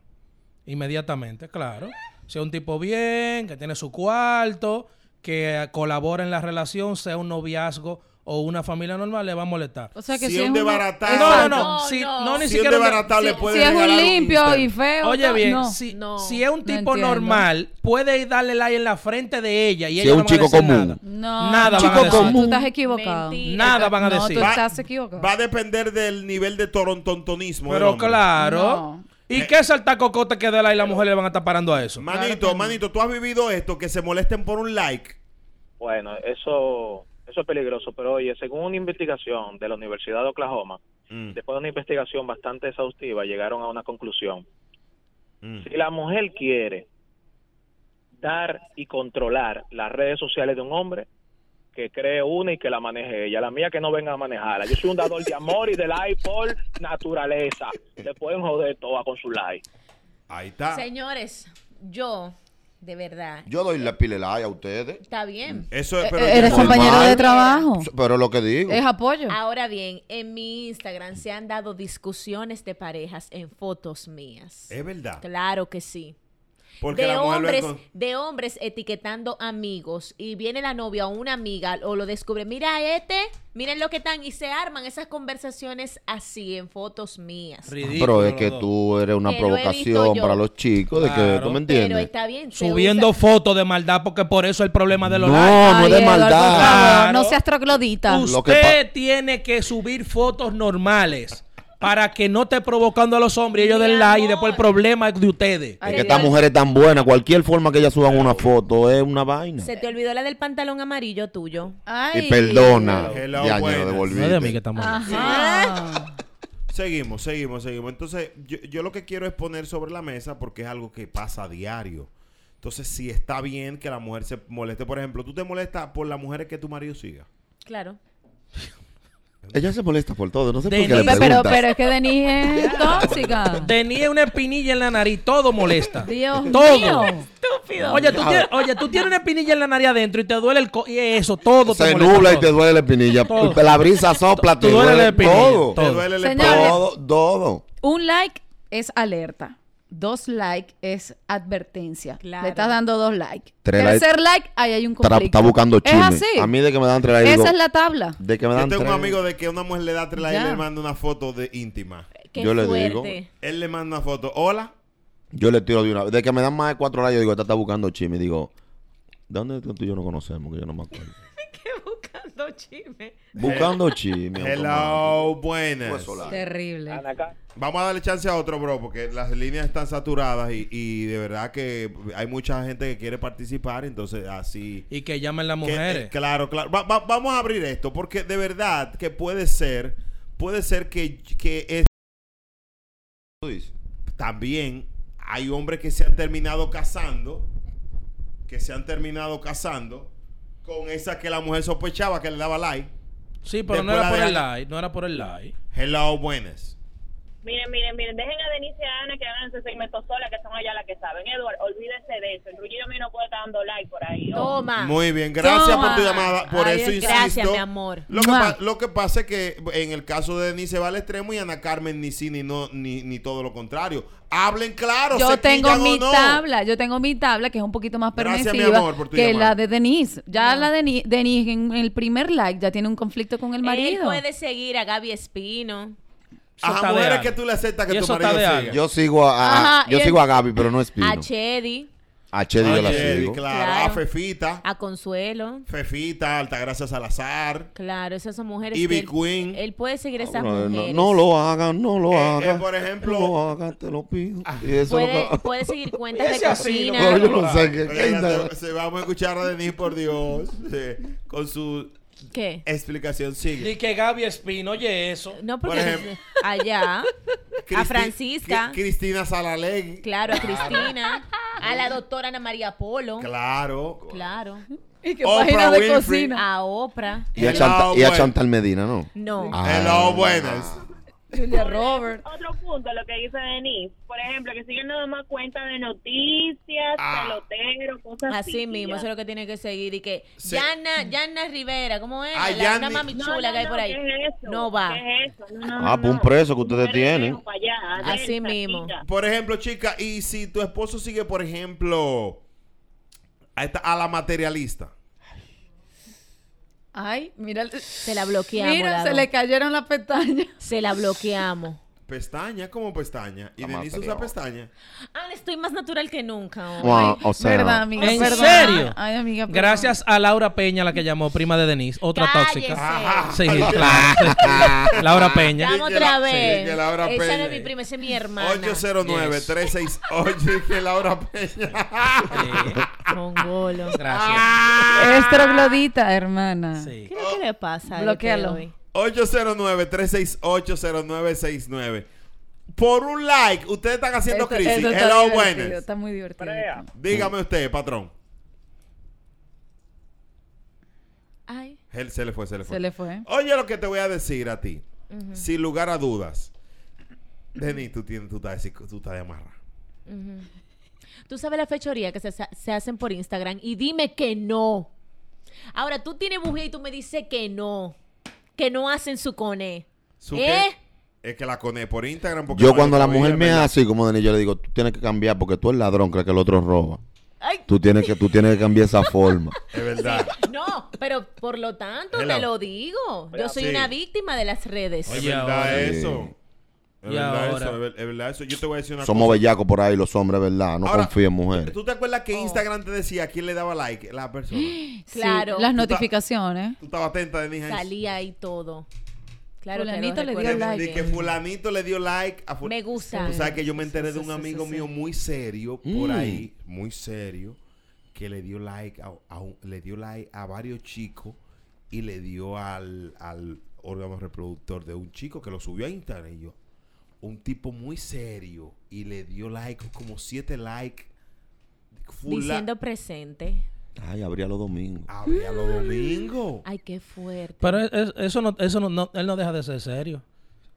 S3: Inmediatamente, claro. Sea un tipo bien, que tiene su cuarto, que colabora en la relación, sea un noviazgo o una familia normal, le va a molestar.
S4: O sea que
S2: Si
S4: si
S2: es
S4: es
S2: un
S4: una-
S2: desbaratado-
S3: No, no,
S5: no,
S3: no. Si,
S5: no.
S3: no, ni
S2: si
S3: siquiera.
S2: es desbaratado, le
S4: Si-
S2: puedes
S4: si es un
S2: regalar
S4: limpio
S2: Instagram.
S4: y feo.
S3: Oye,
S4: no-
S3: bien,
S4: no.
S3: si,
S5: No.
S3: si es un tipo
S4: entiendo.
S3: normal, puede ir darle like en la frente de ella y
S6: Si
S3: ella
S6: es un
S3: no va a
S6: chico
S3: decir
S6: común.
S3: nada.
S4: No, no,
S3: Nada van a
S4: no,
S3: decir.
S4: Tú estás equivocado.
S5: Mentira.
S3: Nada van a
S4: No,
S3: decir.
S4: tú estás equivocado.
S2: Va a depender del nivel de torontontonismo. del
S3: Pero
S2: hombre. Eh,
S3: claro.
S4: No.
S3: ¿Y qué salta cocote que de la y la mujer le van a estar parando a eso?
S2: Manito, manito, tú has vivido esto, que se molesten por un like.
S10: Bueno, eso, eso es peligroso, pero oye, según una investigación de la Universidad de Oklahoma,
S2: Mm,
S10: después de una investigación bastante exhaustiva, llegaron a una conclusión.
S2: mm.
S10: Si la mujer quiere dar y controlar las redes sociales de un hombre, que cree una y que la maneje ella. La mía que no venga a manejarla. Yo soy un dador de amor y de like por naturaleza. Le pueden joder toda con su like.
S2: Ahí está.
S5: Señores, yo de verdad.
S6: Yo doy la pile like a ustedes.
S5: Está bien.
S2: Mm. Eso es, pero
S4: Eh, Eres
S2: yo-
S6: normal.
S4: compañero de trabajo.
S6: Pero lo que digo.
S4: Es apoyo.
S5: Ahora bien, en mi Instagram se han dado discusiones de parejas en fotos mías.
S2: Es verdad.
S5: Claro que sí.
S2: Porque
S5: De
S2: la mujer lo
S5: hombres,
S2: encon-
S5: de hombres etiquetando amigos y viene la novia o una amiga o lo descubre, mira este, miren lo que están y se arman esas conversaciones así en fotos mías.
S6: Ah, pero es que tú eres una
S5: Que lo he
S6: provocación
S5: visto yo.
S6: para los chicos. De que,
S3: Claro.
S6: ¿Tú me
S5: Pero
S6: entiendes?
S5: está bien. se
S3: Subiendo
S5: usa-
S3: fotos de maldad porque por eso el problema de los
S6: No,
S3: likes.
S6: no es de
S4: Ay, Eduardo, por
S6: maldad.
S4: favor, No
S3: Claro.
S4: seas troglodita.
S6: Lo que
S3: Usted tiene que subir fotos normales para que no esté provocando a los hombres y ellos
S5: Mi
S3: del like y después el
S5: amor.
S3: problema es de ustedes.
S6: Es
S4: Ay,
S6: que esta
S4: Dios.
S6: mujer es tan buena. Cualquier forma que ella suban una foto es una vaina.
S5: Se te olvidó la del pantalón amarillo tuyo.
S4: Ay.
S6: Y perdona.
S2: Hello,
S6: ya, ya
S2: buenas.
S6: lo
S3: No es de mí que
S6: devolviste.
S3: estamos hablando.
S4: Ajá.
S2: Seguimos, seguimos, seguimos. Entonces, yo, yo lo que quiero es poner sobre la mesa porque es algo que pasa a diario. Entonces, si está bien que la mujer se moleste, por ejemplo, tú te molestas por las mujeres que tu marido siga.
S5: Claro.
S6: Ella se molesta por todo. No sé por qué le
S3: Denise,
S4: Pero, pero,
S6: preguntas.
S4: pero es que Denise es tóxica.
S3: Tenía una espinilla en la nariz, todo molesta.
S4: Dios
S3: todo.
S4: mío.
S3: Oye tú, tienes, oye, tú tienes una espinilla en la nariz adentro y te duele el co y eso, todo te
S6: se
S3: molesta,
S6: nubla y
S3: todo.
S6: te duele la espinilla.
S3: Todo.
S6: La brisa sopla, te
S3: Te duele
S6: duele,
S3: la espinilla,
S6: todo.
S3: todo.
S2: Te duele el
S4: Señor.
S2: estómago.
S6: Todo, todo.
S4: Un like es alerta. Dos like es advertencia.
S5: Claro.
S4: Le estás dando dos like.
S6: Tres
S4: Tercer like, ahí hay un
S6: Tra-
S4: conflicto.
S6: Está buscando chisme.
S4: Es así.
S6: A mí de que me dan tres likes, digo,
S4: Esa es la tabla.
S6: de que me
S2: Yo
S6: dan
S2: tengo Este un
S6: tres-
S2: amigo de que una mujer le da tres likes y
S4: Ya.
S2: le manda una foto de íntima.
S5: Qué
S6: Yo le
S5: fuerte.
S6: digo.
S2: Él le manda una foto. Hola.
S6: Yo le tiro de una De que me dan más de cuatro likes, yo digo, esta está buscando chisme. Y digo, ¿de dónde tú y yo no conocemos? Que yo no me acuerdo.
S5: Que buscando chisme.
S6: Buscando chisme. automático.
S2: Hello, buenas.
S6: Pues, hola.
S4: Terrible.
S10: Ana, acá.
S2: Vamos a darle chance a otro, bro, porque las líneas están saturadas y, y de verdad que hay mucha gente que quiere participar, entonces así...
S3: Y que llamen las
S2: Que-
S3: mujeres.
S2: eh, claro, claro. Va- va- vamos a abrir esto porque de verdad que puede ser, puede ser que, que es-
S6: Tú dices.
S2: también hay hombres que se han terminado casando, que se han terminado casando con esa que la mujer sospechaba que le daba like.
S3: sí, pero no
S2: después la
S3: era por el
S2: dejan-
S3: like, no era por el like.
S2: Hello, buenas.
S8: Miren, miren, miren, dejen a Denise y a Ana que hagan ese segmento sola, que son allá las que saben. Edward, olvídese de eso. El Ruggido mío no puede estar dando like por ahí. Oh.
S5: Toma.
S2: Muy bien, gracias
S4: Toma.
S2: por tu llamada. Por
S4: Ahí
S2: eso
S4: es-
S2: insisto.
S5: gracias, mi amor.
S2: Lo que,
S4: Mua.
S2: pa- lo que pasa es que en el caso de Denise se va al extremo y Ana Carmen ni sí ni no ni, ni todo lo contrario. Hablen claro. se
S4: Yo tengo
S2: quillan o
S4: mi
S2: no.
S4: tabla, yo tengo mi tabla que es un poquito más
S2: Gracias,
S4: permisiva
S2: mi amor, por tu
S4: que
S2: llamada.
S4: la de Denise. Ya la de Ni- Denise en el primer like ya tiene un conflicto con el
S5: Él
S4: marido.
S5: puede seguir a Gaby Espino.
S2: Ah,
S3: Eso está
S2: A
S3: de
S2: mujeres
S3: algo.
S2: que tú le aceptas que
S3: Y
S2: tu
S3: eso está de
S2: marido
S3: algo.
S2: siga.
S6: Yo sigo a, a-
S4: Ajá,
S6: Ah, yo
S4: y
S6: sigo
S4: el-
S6: a Gaby, pero no a Espino.
S5: A Chedi,
S6: A Chedi yo la
S2: Oye,
S6: sigo.
S2: claro.
S5: Claro.
S2: A Fefita.
S5: a Consuelo.
S2: Fefita, Altagracia Salazar.
S5: Claro, esas son mujeres. que
S2: Ivy
S5: él-
S2: Queen.
S5: Él puede seguir a esas
S6: Ah, No, no,
S5: mujeres.
S6: no lo hagan, no lo
S2: Eh, eh,
S6: hagan.
S2: por ejemplo- Ah.
S6: No lo hagan, te lo pido. Y eso es lo
S5: Puede,
S6: que-
S5: puede seguir cuentas de
S3: Ese así,
S5: cocina.
S6: No, yo no sé qué- qué
S2: Oiga, se, se- vamos a escuchar a Denise, por Dios, eh, con su
S5: ¿Qué?
S2: explicación.
S3: Y
S2: Sigue.
S3: que Gaby Espino, oye eso.
S5: No,
S2: Por
S5: porque
S2: ejemplo.
S5: allá, a
S2: Cristi-
S5: Francisca,
S2: Cri- Cristina Salalegui.
S5: claro, a Cristina, a la doctora Ana María Polo,
S2: Claro.
S5: claro,
S4: Y que
S2: Oprah
S4: página de
S2: Winfrey.
S4: cocina.
S5: a Oprah,
S6: Y a,
S2: Hello,
S6: Chantal, y a
S2: bueno.
S6: Chantal Medina, ¿no?
S5: no.
S6: Ah.
S2: Hello, buenas.
S4: Julia Robert.
S8: Otro punto, lo que dice Denise. Por ejemplo, que siguen nada más cuenta de noticias,
S2: Ah.
S8: peloteros, cosas así.
S5: Así mismo,
S8: ya.
S5: eso es lo que tiene que seguir. Y que
S2: Sí.
S5: Yana, Yana Rivera, ¿cómo es?
S2: Ah,
S5: La-
S2: Yanni.
S5: una mami
S8: No,
S5: chula
S8: no,
S5: que hay
S8: no,
S5: por ahí.
S8: ¿qué es eso?
S5: No va.
S8: ¿Qué es eso? No, no,
S6: Ah,
S8: no,
S6: pues un
S8: no.
S6: preso que ustedes
S8: Mujeres
S6: tienen.
S8: lejos, para allá,
S5: Así
S8: cerca,
S5: mismo.
S8: chica.
S2: Por ejemplo, chica, y si tu esposo sigue, por ejemplo, a, esta- a la materialista.
S4: Ay, mira, se
S5: la bloqueamos,
S4: Mira,
S5: la
S4: se
S5: dos.
S4: le cayeron las pestañas.
S5: Se la bloqueamos.
S2: Pestaña como pestaña. Y
S6: La
S2: Denise usa
S6: material.
S2: pestaña.
S5: Ah, estoy más natural que nunca. oh.
S6: Wow, o sea,
S4: verdad, amiga,
S3: ¿En
S4: perdón.
S3: serio?
S4: Ay, amiga, perdón.
S3: Gracias a Laura Peña, la que llamó prima de Denise, otra
S5: Cállese.
S2: Ah,
S3: tóxica. Sí, claro. Laura Peña.
S5: Llamo
S2: Sí, que
S5: otra
S2: la- sí,
S5: vez.
S2: que Laura
S5: Esa no
S2: Peña.
S5: es mi prima, esa es mi hermana.
S2: 809-368 que Laura Peña.
S5: Mongolo.
S4: Ah,
S3: Gracias.
S2: Ah.
S4: Es troglodita, hermana.
S3: Sí.
S5: ¿Qué es lo que le pasa? a
S4: Bloquéalo.
S5: este hoy?
S2: 809-368-0969. Por un like, ustedes están haciendo
S4: Eso-
S2: crisis.
S4: eso está
S2: Hello,
S4: divertido,
S2: buenas.
S4: Está muy divertido.
S10: Brea.
S2: Dígame usted, patrón.
S5: Ay,
S2: Él se le fue, se le fue.
S4: Se le fue. Mm.
S2: Oye lo que te voy a decir a ti. Sin lugar a dudas. Denis, tú, tienes, tú, estás, de psico- tú estás de amarra.
S5: Tú sabes la fechoría que se, se hacen por Instagram y dime que no. Ahora tú tienes mujer y tú me dices que no. Que no hacen su cone.
S2: Su
S5: ¿Eh?
S2: que- Es que la coné por Instagram. Porque
S6: Yo
S2: no
S6: cuando
S2: hay
S6: la
S2: otra
S6: mujer
S2: vida,
S6: me
S2: ¿verdad?
S6: hace así como Denis, yo le digo, tú tienes que cambiar porque tú el ladrón crees que el otro roba.
S5: Ay,
S6: Tú tienes que, tú tienes que cambiar esa forma.
S2: Es verdad.
S5: no, pero por lo tanto
S2: Hello.
S5: te lo digo. Yo soy
S2: Sí.
S5: una víctima de las redes.
S2: Es
S3: Oye,
S2: verdad
S3: ahora.
S2: eso. Es
S3: Y
S2: verdad
S3: ahora.
S2: eso. es ver- Es verdad eso. Yo te voy a decir una
S6: Somos
S2: cosa.
S6: bellacos por ahí los hombres, ¿verdad? No
S2: Ahora,
S6: confíen en mujeres.
S2: ¿Tú te acuerdas
S4: Oh.
S2: que Instagram te decía quién le daba like? La persona.
S4: Sí,
S5: Claro.
S4: las notificaciones.
S2: Tú estabas atenta de mi
S5: Salía y todo. Claro,
S4: Fulanito
S5: que lo
S4: le dio
S5: recuerdo
S4: like.
S5: muy
S2: que
S5: bien.
S2: fulanito le dio like a ful-
S5: Me gusta.
S2: Tú sabes que yo me enteré de un amigo mío muy serio
S3: Mm.
S2: por ahí, muy serio, que le dio like a, a un- le dio like a varios chicos y le dio al, al órgano reproductor de un chico que lo subió a Instagram y yo. Un tipo muy serio y le dio like, como siete likes.
S5: Diciendo presente.
S2: eh,
S6: Ay, abría los domingos.
S2: Había los domingos.
S5: Ay, qué fuerte.
S3: Pero es- es- eso, no, eso no, no- él no deja de ser serio.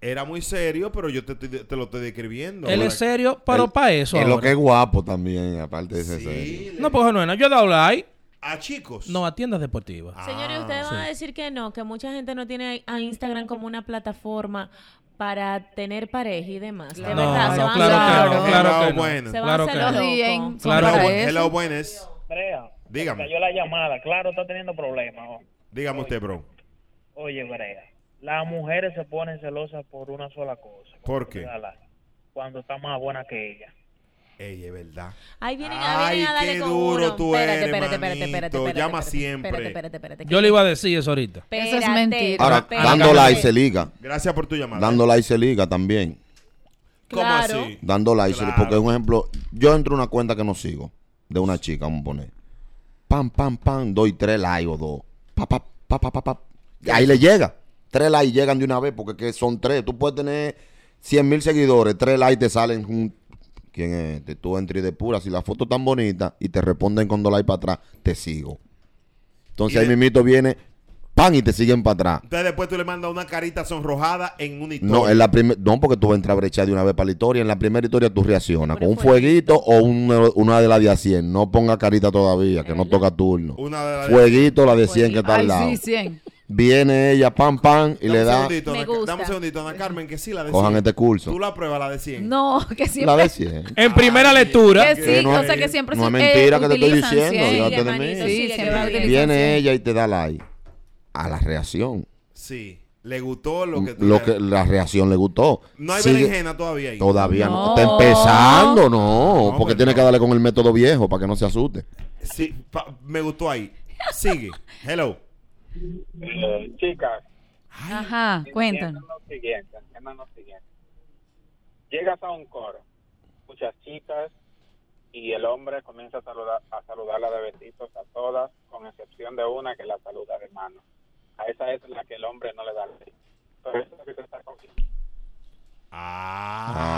S2: Era muy serio, pero yo te, estoy- te lo estoy describiendo.
S3: él
S2: Ahora-
S3: es serio, pero
S6: Él-
S3: para eso.
S6: Es lo
S3: ahora.
S6: que es guapo también, aparte de ese
S2: Sí,
S6: serio.
S2: le-
S3: No, pues no, no, yo he dado like.
S2: a chicos.
S3: No, a tiendas deportivas.
S5: Ah, Señores, ustedes van a decir que no, que mucha gente no tiene a Instagram como una plataforma para tener pareja y demás. De
S3: No,
S5: verdad, se
S3: no,
S5: van a
S3: claro que
S5: hacer
S3: no,
S5: locos.
S3: claro que
S2: Hello,
S3: no.
S2: bueno.
S5: Se van
S3: Claro
S5: a
S3: que
S5: hacer
S3: no.
S4: Los
S5: locos.
S4: DJs son
S3: Claro
S4: para
S3: que-
S4: eso.
S2: Hello, buenas.
S11: Brea,
S2: Dígame.
S11: cayó la llamada. Claro, está teniendo problemas. o-
S2: Dígame usted, bro.
S11: Oye, Brea, las mujeres se ponen celosas por una sola cosa.
S2: ¿Por qué?
S11: Cuando está más buena que ella.
S2: Ey, es verdad.
S5: Ahí vienen,
S2: Ay,
S5: ahí vienen a darle
S2: qué
S5: con
S2: duro
S5: uno.
S2: tú
S5: espérate,
S2: eres,
S5: espérate, espérate,
S2: manito.
S5: espérate, espérate,
S2: Llama
S5: espérate,
S2: siempre.
S5: Espérate, espérate, espérate.
S3: Yo le iba a decir eso ahorita.
S4: Eso es mentira.
S6: Ahora,
S5: espérate.
S6: dando like se liga.
S2: Gracias por tu llamada.
S6: Dando like se liga también.
S2: ¿Cómo
S5: Claro.
S2: así?
S6: Dando like se liga. Porque
S2: Claro.
S6: es un ejemplo. Yo entro a una cuenta que no sigo. De una chica, vamos a poner. Pam, pam, pam. Doy tres likes o dos. Pa, pa, pa, pa, pa, pa. Y Ahí le llega. Tres likes llegan de una vez porque que son tres. Tú puedes tener 100 mil seguidores. Tres likes te salen. un- ¿Quién es este? Tú entras y de pura. Si la foto es tan bonita y te responden con dos likes para atrás, te sigo. Entonces
S2: Y
S6: ahí
S2: de-
S6: mito viene. Pan y te siguen para atrás.
S2: Entonces después tú le mandas una carita sonrojada en una historia.
S6: No, en la primer- no, porque tú vas a entrar a brechar de una vez para la historia. En la primera historia tú reaccionas con un
S4: pues,
S6: fueguito o un- una de las de a 100. No ponga carita todavía, que no toca turno.
S2: Una de las de-
S6: Fueguito, la de 100 que está al
S4: Ay,
S6: lado.
S4: Pues sí, 100.
S6: Viene ella, pam, pam, eh, y
S2: Dame
S6: le
S2: un
S6: da.
S2: segundito,
S5: Me
S2: Ana Ca-
S5: gusta.
S2: Dame un segundito, Ana Carmen, que sí la de
S6: Cojan
S2: 100.
S6: este curso.
S2: Tú la pruebas la de 100.
S4: No, que
S6: La
S4: siempre.
S6: de 100.
S3: En primera lectura.
S4: Que
S6: Que
S4: sí,
S6: no
S4: o
S6: es-
S4: sea que siempre
S6: No
S4: se-
S6: es mentira
S4: eh,
S6: que te estoy
S4: utilizan
S6: diciendo.
S4: cien.
S5: ya
S6: olvídate de
S5: manito,
S6: mí.
S4: Sí,
S5: sigue,
S4: siempre
S5: que va
S4: utilizan
S5: bien.
S6: Viene
S4: cien.
S6: ella y te da like a la reacción.
S2: Sí. Le gustó lo que tú
S6: Lo
S2: le-
S6: que la reacción le gustó.
S2: No hay
S6: Sigue-
S2: berenjena todavía ahí.
S6: Todavía no. Está
S4: No.
S6: empezando, no.
S2: No,
S6: porque
S2: pero-
S6: tiene que darle con el método viejo para que no se asuste.
S2: Sí, pa- me gustó ahí. Sigue. Hello.
S11: Eh, chicas,
S4: Ajá, cuéntanos.
S11: entiendan lo siguiente, entiendan lo siguiente. Llegas a un coro, muchas chicas, y el hombre comienza a, saludar, a saludarla de besitos a todas, con excepción de una que la saluda de mano. A esa es la que el hombre no le da la Pero esa es la que te está cogiendo.
S6: Ah.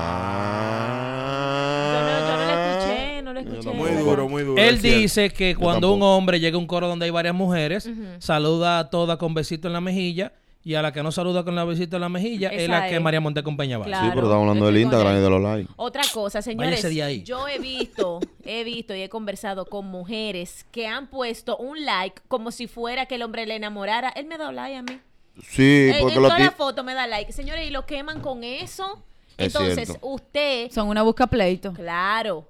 S5: Yo no, yo no la escuché, no la escuché.
S2: Ah. Muy duro, muy duro.
S3: Él
S2: es cierto.
S3: dice que cuando un
S6: tampoco.
S3: hombre llega a un coro donde hay varias mujeres, saluda a todas con besito en la mejilla y a la que no saluda con la besito en la mejilla es
S5: Esa
S3: la que
S5: es.
S3: María Monte Peña va.
S5: Claro,
S6: sí, pero estamos hablando
S5: yo
S6: del
S5: estoy con
S6: Instagram y
S5: él.
S6: de los likes.
S5: Otra cosa, señores,
S3: Váyase de ahí.
S5: yo he visto, he visto y he conversado con mujeres que han puesto un like como si fuera que el hombre le enamorara. Él me da like a mí.
S6: Sí,
S5: Eh, en
S6: porque lo
S5: toda
S6: ti-
S5: la foto me da like. Señores, y lo queman con eso.
S6: Es
S5: Entonces,
S6: cierto.
S5: usted,
S4: Son una busca pleito.
S5: claro.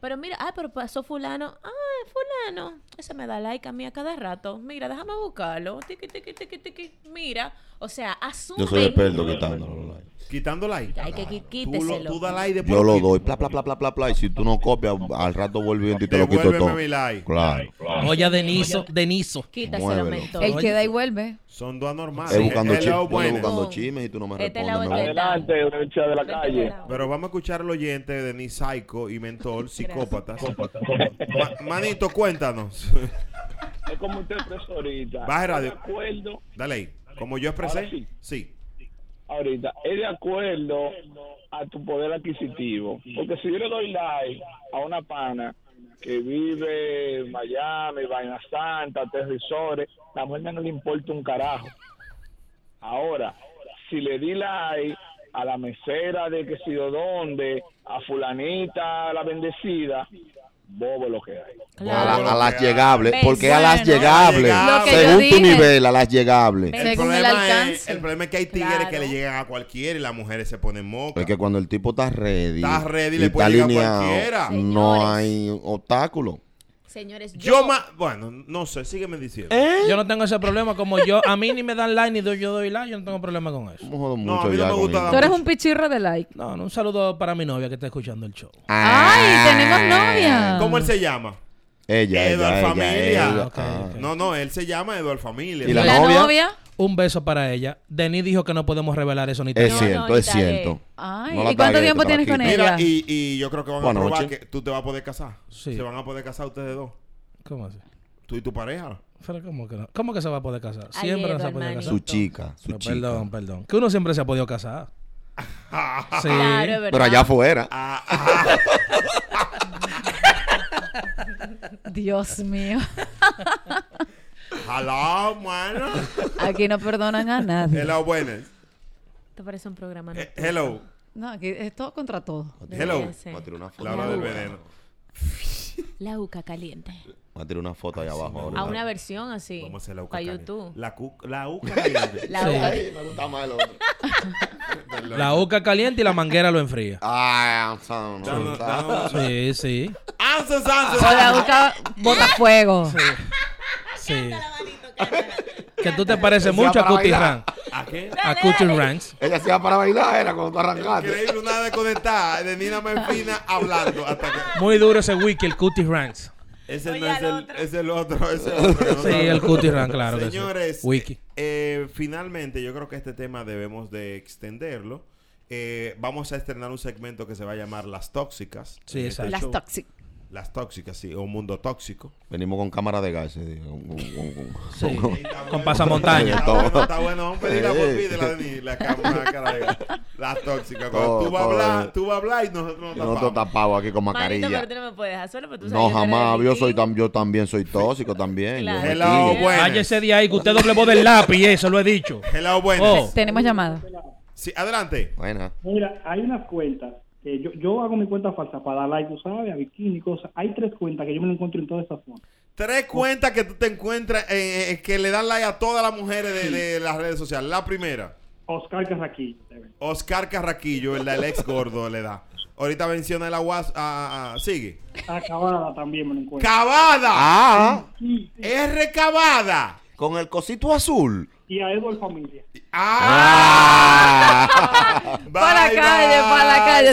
S5: Pero mira, ah, pero pasó fulano. Ah, fulano. Ese me da like a mí a cada rato. Mira, déjame buscarlo. Tiqui, tiqui, tiqui, tiqui. Mira. O sea, asume.
S6: Yo soy experto quitando los likes.
S2: Quitando like.
S5: Hay que qui-
S2: Tú, lo-
S5: quíteselo.
S2: tú da like y después
S6: Yo lo
S2: quitas.
S6: doy, bla, bla, bla, bla, bla, bla. Y si tú no copias, al rato vuelve y te lo quito
S2: Devuélveme
S6: todo.
S2: mi like.
S6: Claro.
S3: Oye, Deniso, Deniso.
S5: Quítaselo,
S6: Muévelo.
S5: mentor.
S4: Él queda y vuelve.
S2: Son dos anormales.
S6: Estoy buscando,
S2: Hello,
S6: chi- yo estoy
S2: buenas.
S6: buscando chismes y tú no me
S5: Este
S6: respondes.
S5: lado
S6: me
S5: es
S6: voy.
S5: el- Adelante,
S11: de la
S2: Pero vamos a escuchar al oyente de Denis Psycho y Mentor, psicópatas. Ma- manito, cuéntanos.
S11: Es como usted expresó ahorita.
S2: Baja el radio.
S11: De acuerdo,
S2: Dale ahí. Como yo expresé.
S11: Ahora sí.
S2: Sí.
S11: ahorita, es de acuerdo a tu poder adquisitivo. Porque si yo le doy like a una pana que vive en Miami, Vaina Santa, tres resorts, la mujer no le importa un carajo. Ahora, si le di like a la mesera de que si dónde, a fulanita, a la bendecida, bobo lo que hay.
S6: A,
S2: Claro.
S6: la- a las llegables.
S4: ¿Ves?
S6: Porque a las
S4: Bueno,
S6: llegables.
S2: lo que yo
S6: Según tu
S4: dije.
S6: nivel, a las llegables.
S2: El
S4: Según el
S2: problema, es,
S4: alcance.
S2: el problema es que hay tigres
S4: Claro.
S2: que le llegan a cualquiera y las mujeres se ponen mocas.
S6: Es que cuando el tipo está ready,
S2: Está ready,
S6: y
S2: le
S6: está
S2: puede llegar cualquiera.
S6: alineado, no
S5: Señores.
S6: hay obstáculo.
S5: Señores, yo,
S2: Yo más, bueno, no sé, sígueme diciendo.
S3: Yo no tengo ese problema. Como yo, a mí ni me dan like ni doy- yo doy like, yo no tengo problema con eso.
S6: No jodo
S2: No,
S6: mucho
S2: a mí no
S6: ya
S2: me
S6: con
S2: gusta
S6: esto.
S4: Tú eres un pichirro de like.
S3: No, no, un saludo para mi novia que está escuchando el show.
S4: ¡Ay, tenemos novia!
S2: ¿Cómo él se llama?
S6: Ah. Ella,
S2: Eduard
S6: ella, ella,
S2: Familia.
S6: ella.
S3: Ok,
S6: Ah.
S3: ok.
S2: No, no, él se llama Eduard Familia.
S6: ¿Y
S4: ¿La,
S6: la
S4: novia?
S6: novia?
S3: Un beso para ella. Denis dijo que no podemos revelar eso ni
S6: Es
S3: tampoco.
S6: cierto, es
S5: ahorita, eh.
S6: cierto.
S4: Ay,
S6: No la
S4: ¿y cuánto
S6: tagué,
S4: tiempo
S6: te la
S4: tienes con
S6: quité.
S4: ella?
S2: Mira, y, y yo creo que van a
S6: Buenas
S2: probar
S6: noches.
S2: que tú te vas a poder casar.
S3: Sí.
S2: Se van a poder casar ustedes dos.
S3: ¿Cómo así?
S2: Tú y tu pareja.
S3: Pero ¿cómo que no? ¿Cómo que se va a poder casar?
S5: Ay,
S3: Siempre no se ha
S5: Eduardo,
S3: podido
S5: hermanito.
S3: casar.
S6: Su chica, su
S3: Pero
S6: chica.
S3: Perdón, perdón. Que uno siempre se ha podido casar. Sí.
S5: claro, es verdad.
S6: Pero allá afuera.
S2: Ah,
S4: Dios mío.
S2: Hello, mano.
S4: Aquí no perdonan a nadie.
S2: Hello, buenas.
S5: Te parece un programa.
S2: Eh, Hello.
S4: No, aquí es todo contra todo.
S2: Hello.
S5: Debería ser.
S6: Voy a tirar una foto.
S2: La hora del veneno.
S5: La uca caliente.
S6: Voy a tirar una foto allá abajo. ahora.
S5: A una versión así.
S2: Vamos a hacer la uca
S5: Para
S2: caliente.
S5: YouTube.
S2: La, cu- la uca caliente.
S5: La
S3: Sí.
S5: uca.
S6: Me gusta más el otro.
S3: La oca caliente y la manguera lo enfría.
S6: Ay, I'm sorry, no,
S2: Dame-
S6: está-
S2: dame-
S3: Sí, sí.
S2: Answers,
S4: O
S2: answers.
S4: la boca bota fuego.
S3: sí. Que tú te pareces mucho a
S6: para
S3: Cutie
S6: bailar.
S3: Ranks.
S2: ¿A qué?
S3: A Cutie Ranks.
S6: Ella se va para bailar, era cuando tú arrancaste.
S2: Increíble, una desconectada de Nina Menfina hablando hasta que...
S3: Muy duro ese wiki, el Cutie Ranks.
S2: Ese no es el, es el otro, es el otro. que no
S3: Sí,
S2: sabe.
S3: el Cutie Ranks, claro. que sí.
S2: Señores,
S3: Wiki.
S2: eh, finalmente yo creo que este tema debemos de extenderlo. Eh, vamos a estrenar un segmento que se va a llamar Las Tóxicas.
S3: Sí,
S2: En este
S3: exacto.
S4: Las
S2: show.
S4: toxic.
S2: Eh, Las Tóxicas, sí, o Mundo Tóxico.
S6: Venimos con cámara de gas. eh, con- con- con- con-
S3: Sí.
S6: con-
S3: Con pasamontaña.
S2: Está
S6: Todo.
S2: Ah, bueno, está bueno. Vamos a pedirla por
S6: Sí.
S2: pídela, Denis, la cámara, carayga. Las Tóxicas. Cuando
S6: Todo,
S2: tú vas a
S6: todo.
S2: hablar, tú vas a hablar y nosotros nos
S6: Nosotros
S2: tapamos.
S6: tapados aquí con
S5: Manito, pero
S6: mascarilla.
S5: tú no me puedes dejar solo, pero tú sabes
S6: No,
S5: que tú eres
S6: jamás. Yo, soy
S5: delictivo.
S6: tam- yo también soy tóxico también.
S5: Claro.
S6: Yo me
S2: Hello,
S6: quillo.
S2: buenas.
S3: Váyase de ahí que usted doble voz del lápiz, y eso lo he dicho.
S2: Hello, buenas.
S3: Oh,
S4: Tenemos llamada.
S2: Sí, adelante.
S6: Buena.
S12: Mira, hay unas cuentas que yo, yo hago mi cuenta falsa para dar like, tú sabes, a bikini, cosas. Hay tres cuentas que yo me lo encuentro en todas esas zonas.
S2: Tres cuentas que tú te encuentras eh, eh, que le dan like a todas las mujeres de, de las redes sociales. La primera,
S12: Oscar Carraquillo. de verdad.
S2: Oscar Carraquillo, el, el ex gordo le da. Ahorita menciona el agua. ah, ah, sigue.
S12: Acabada también me lo encuentro.
S2: ¡Cavada!
S6: Ah,
S2: ¡R Cavada!
S6: con el cosito azul.
S12: Y a Edward Familia.
S6: Ah.
S4: Para la calle, para la calle.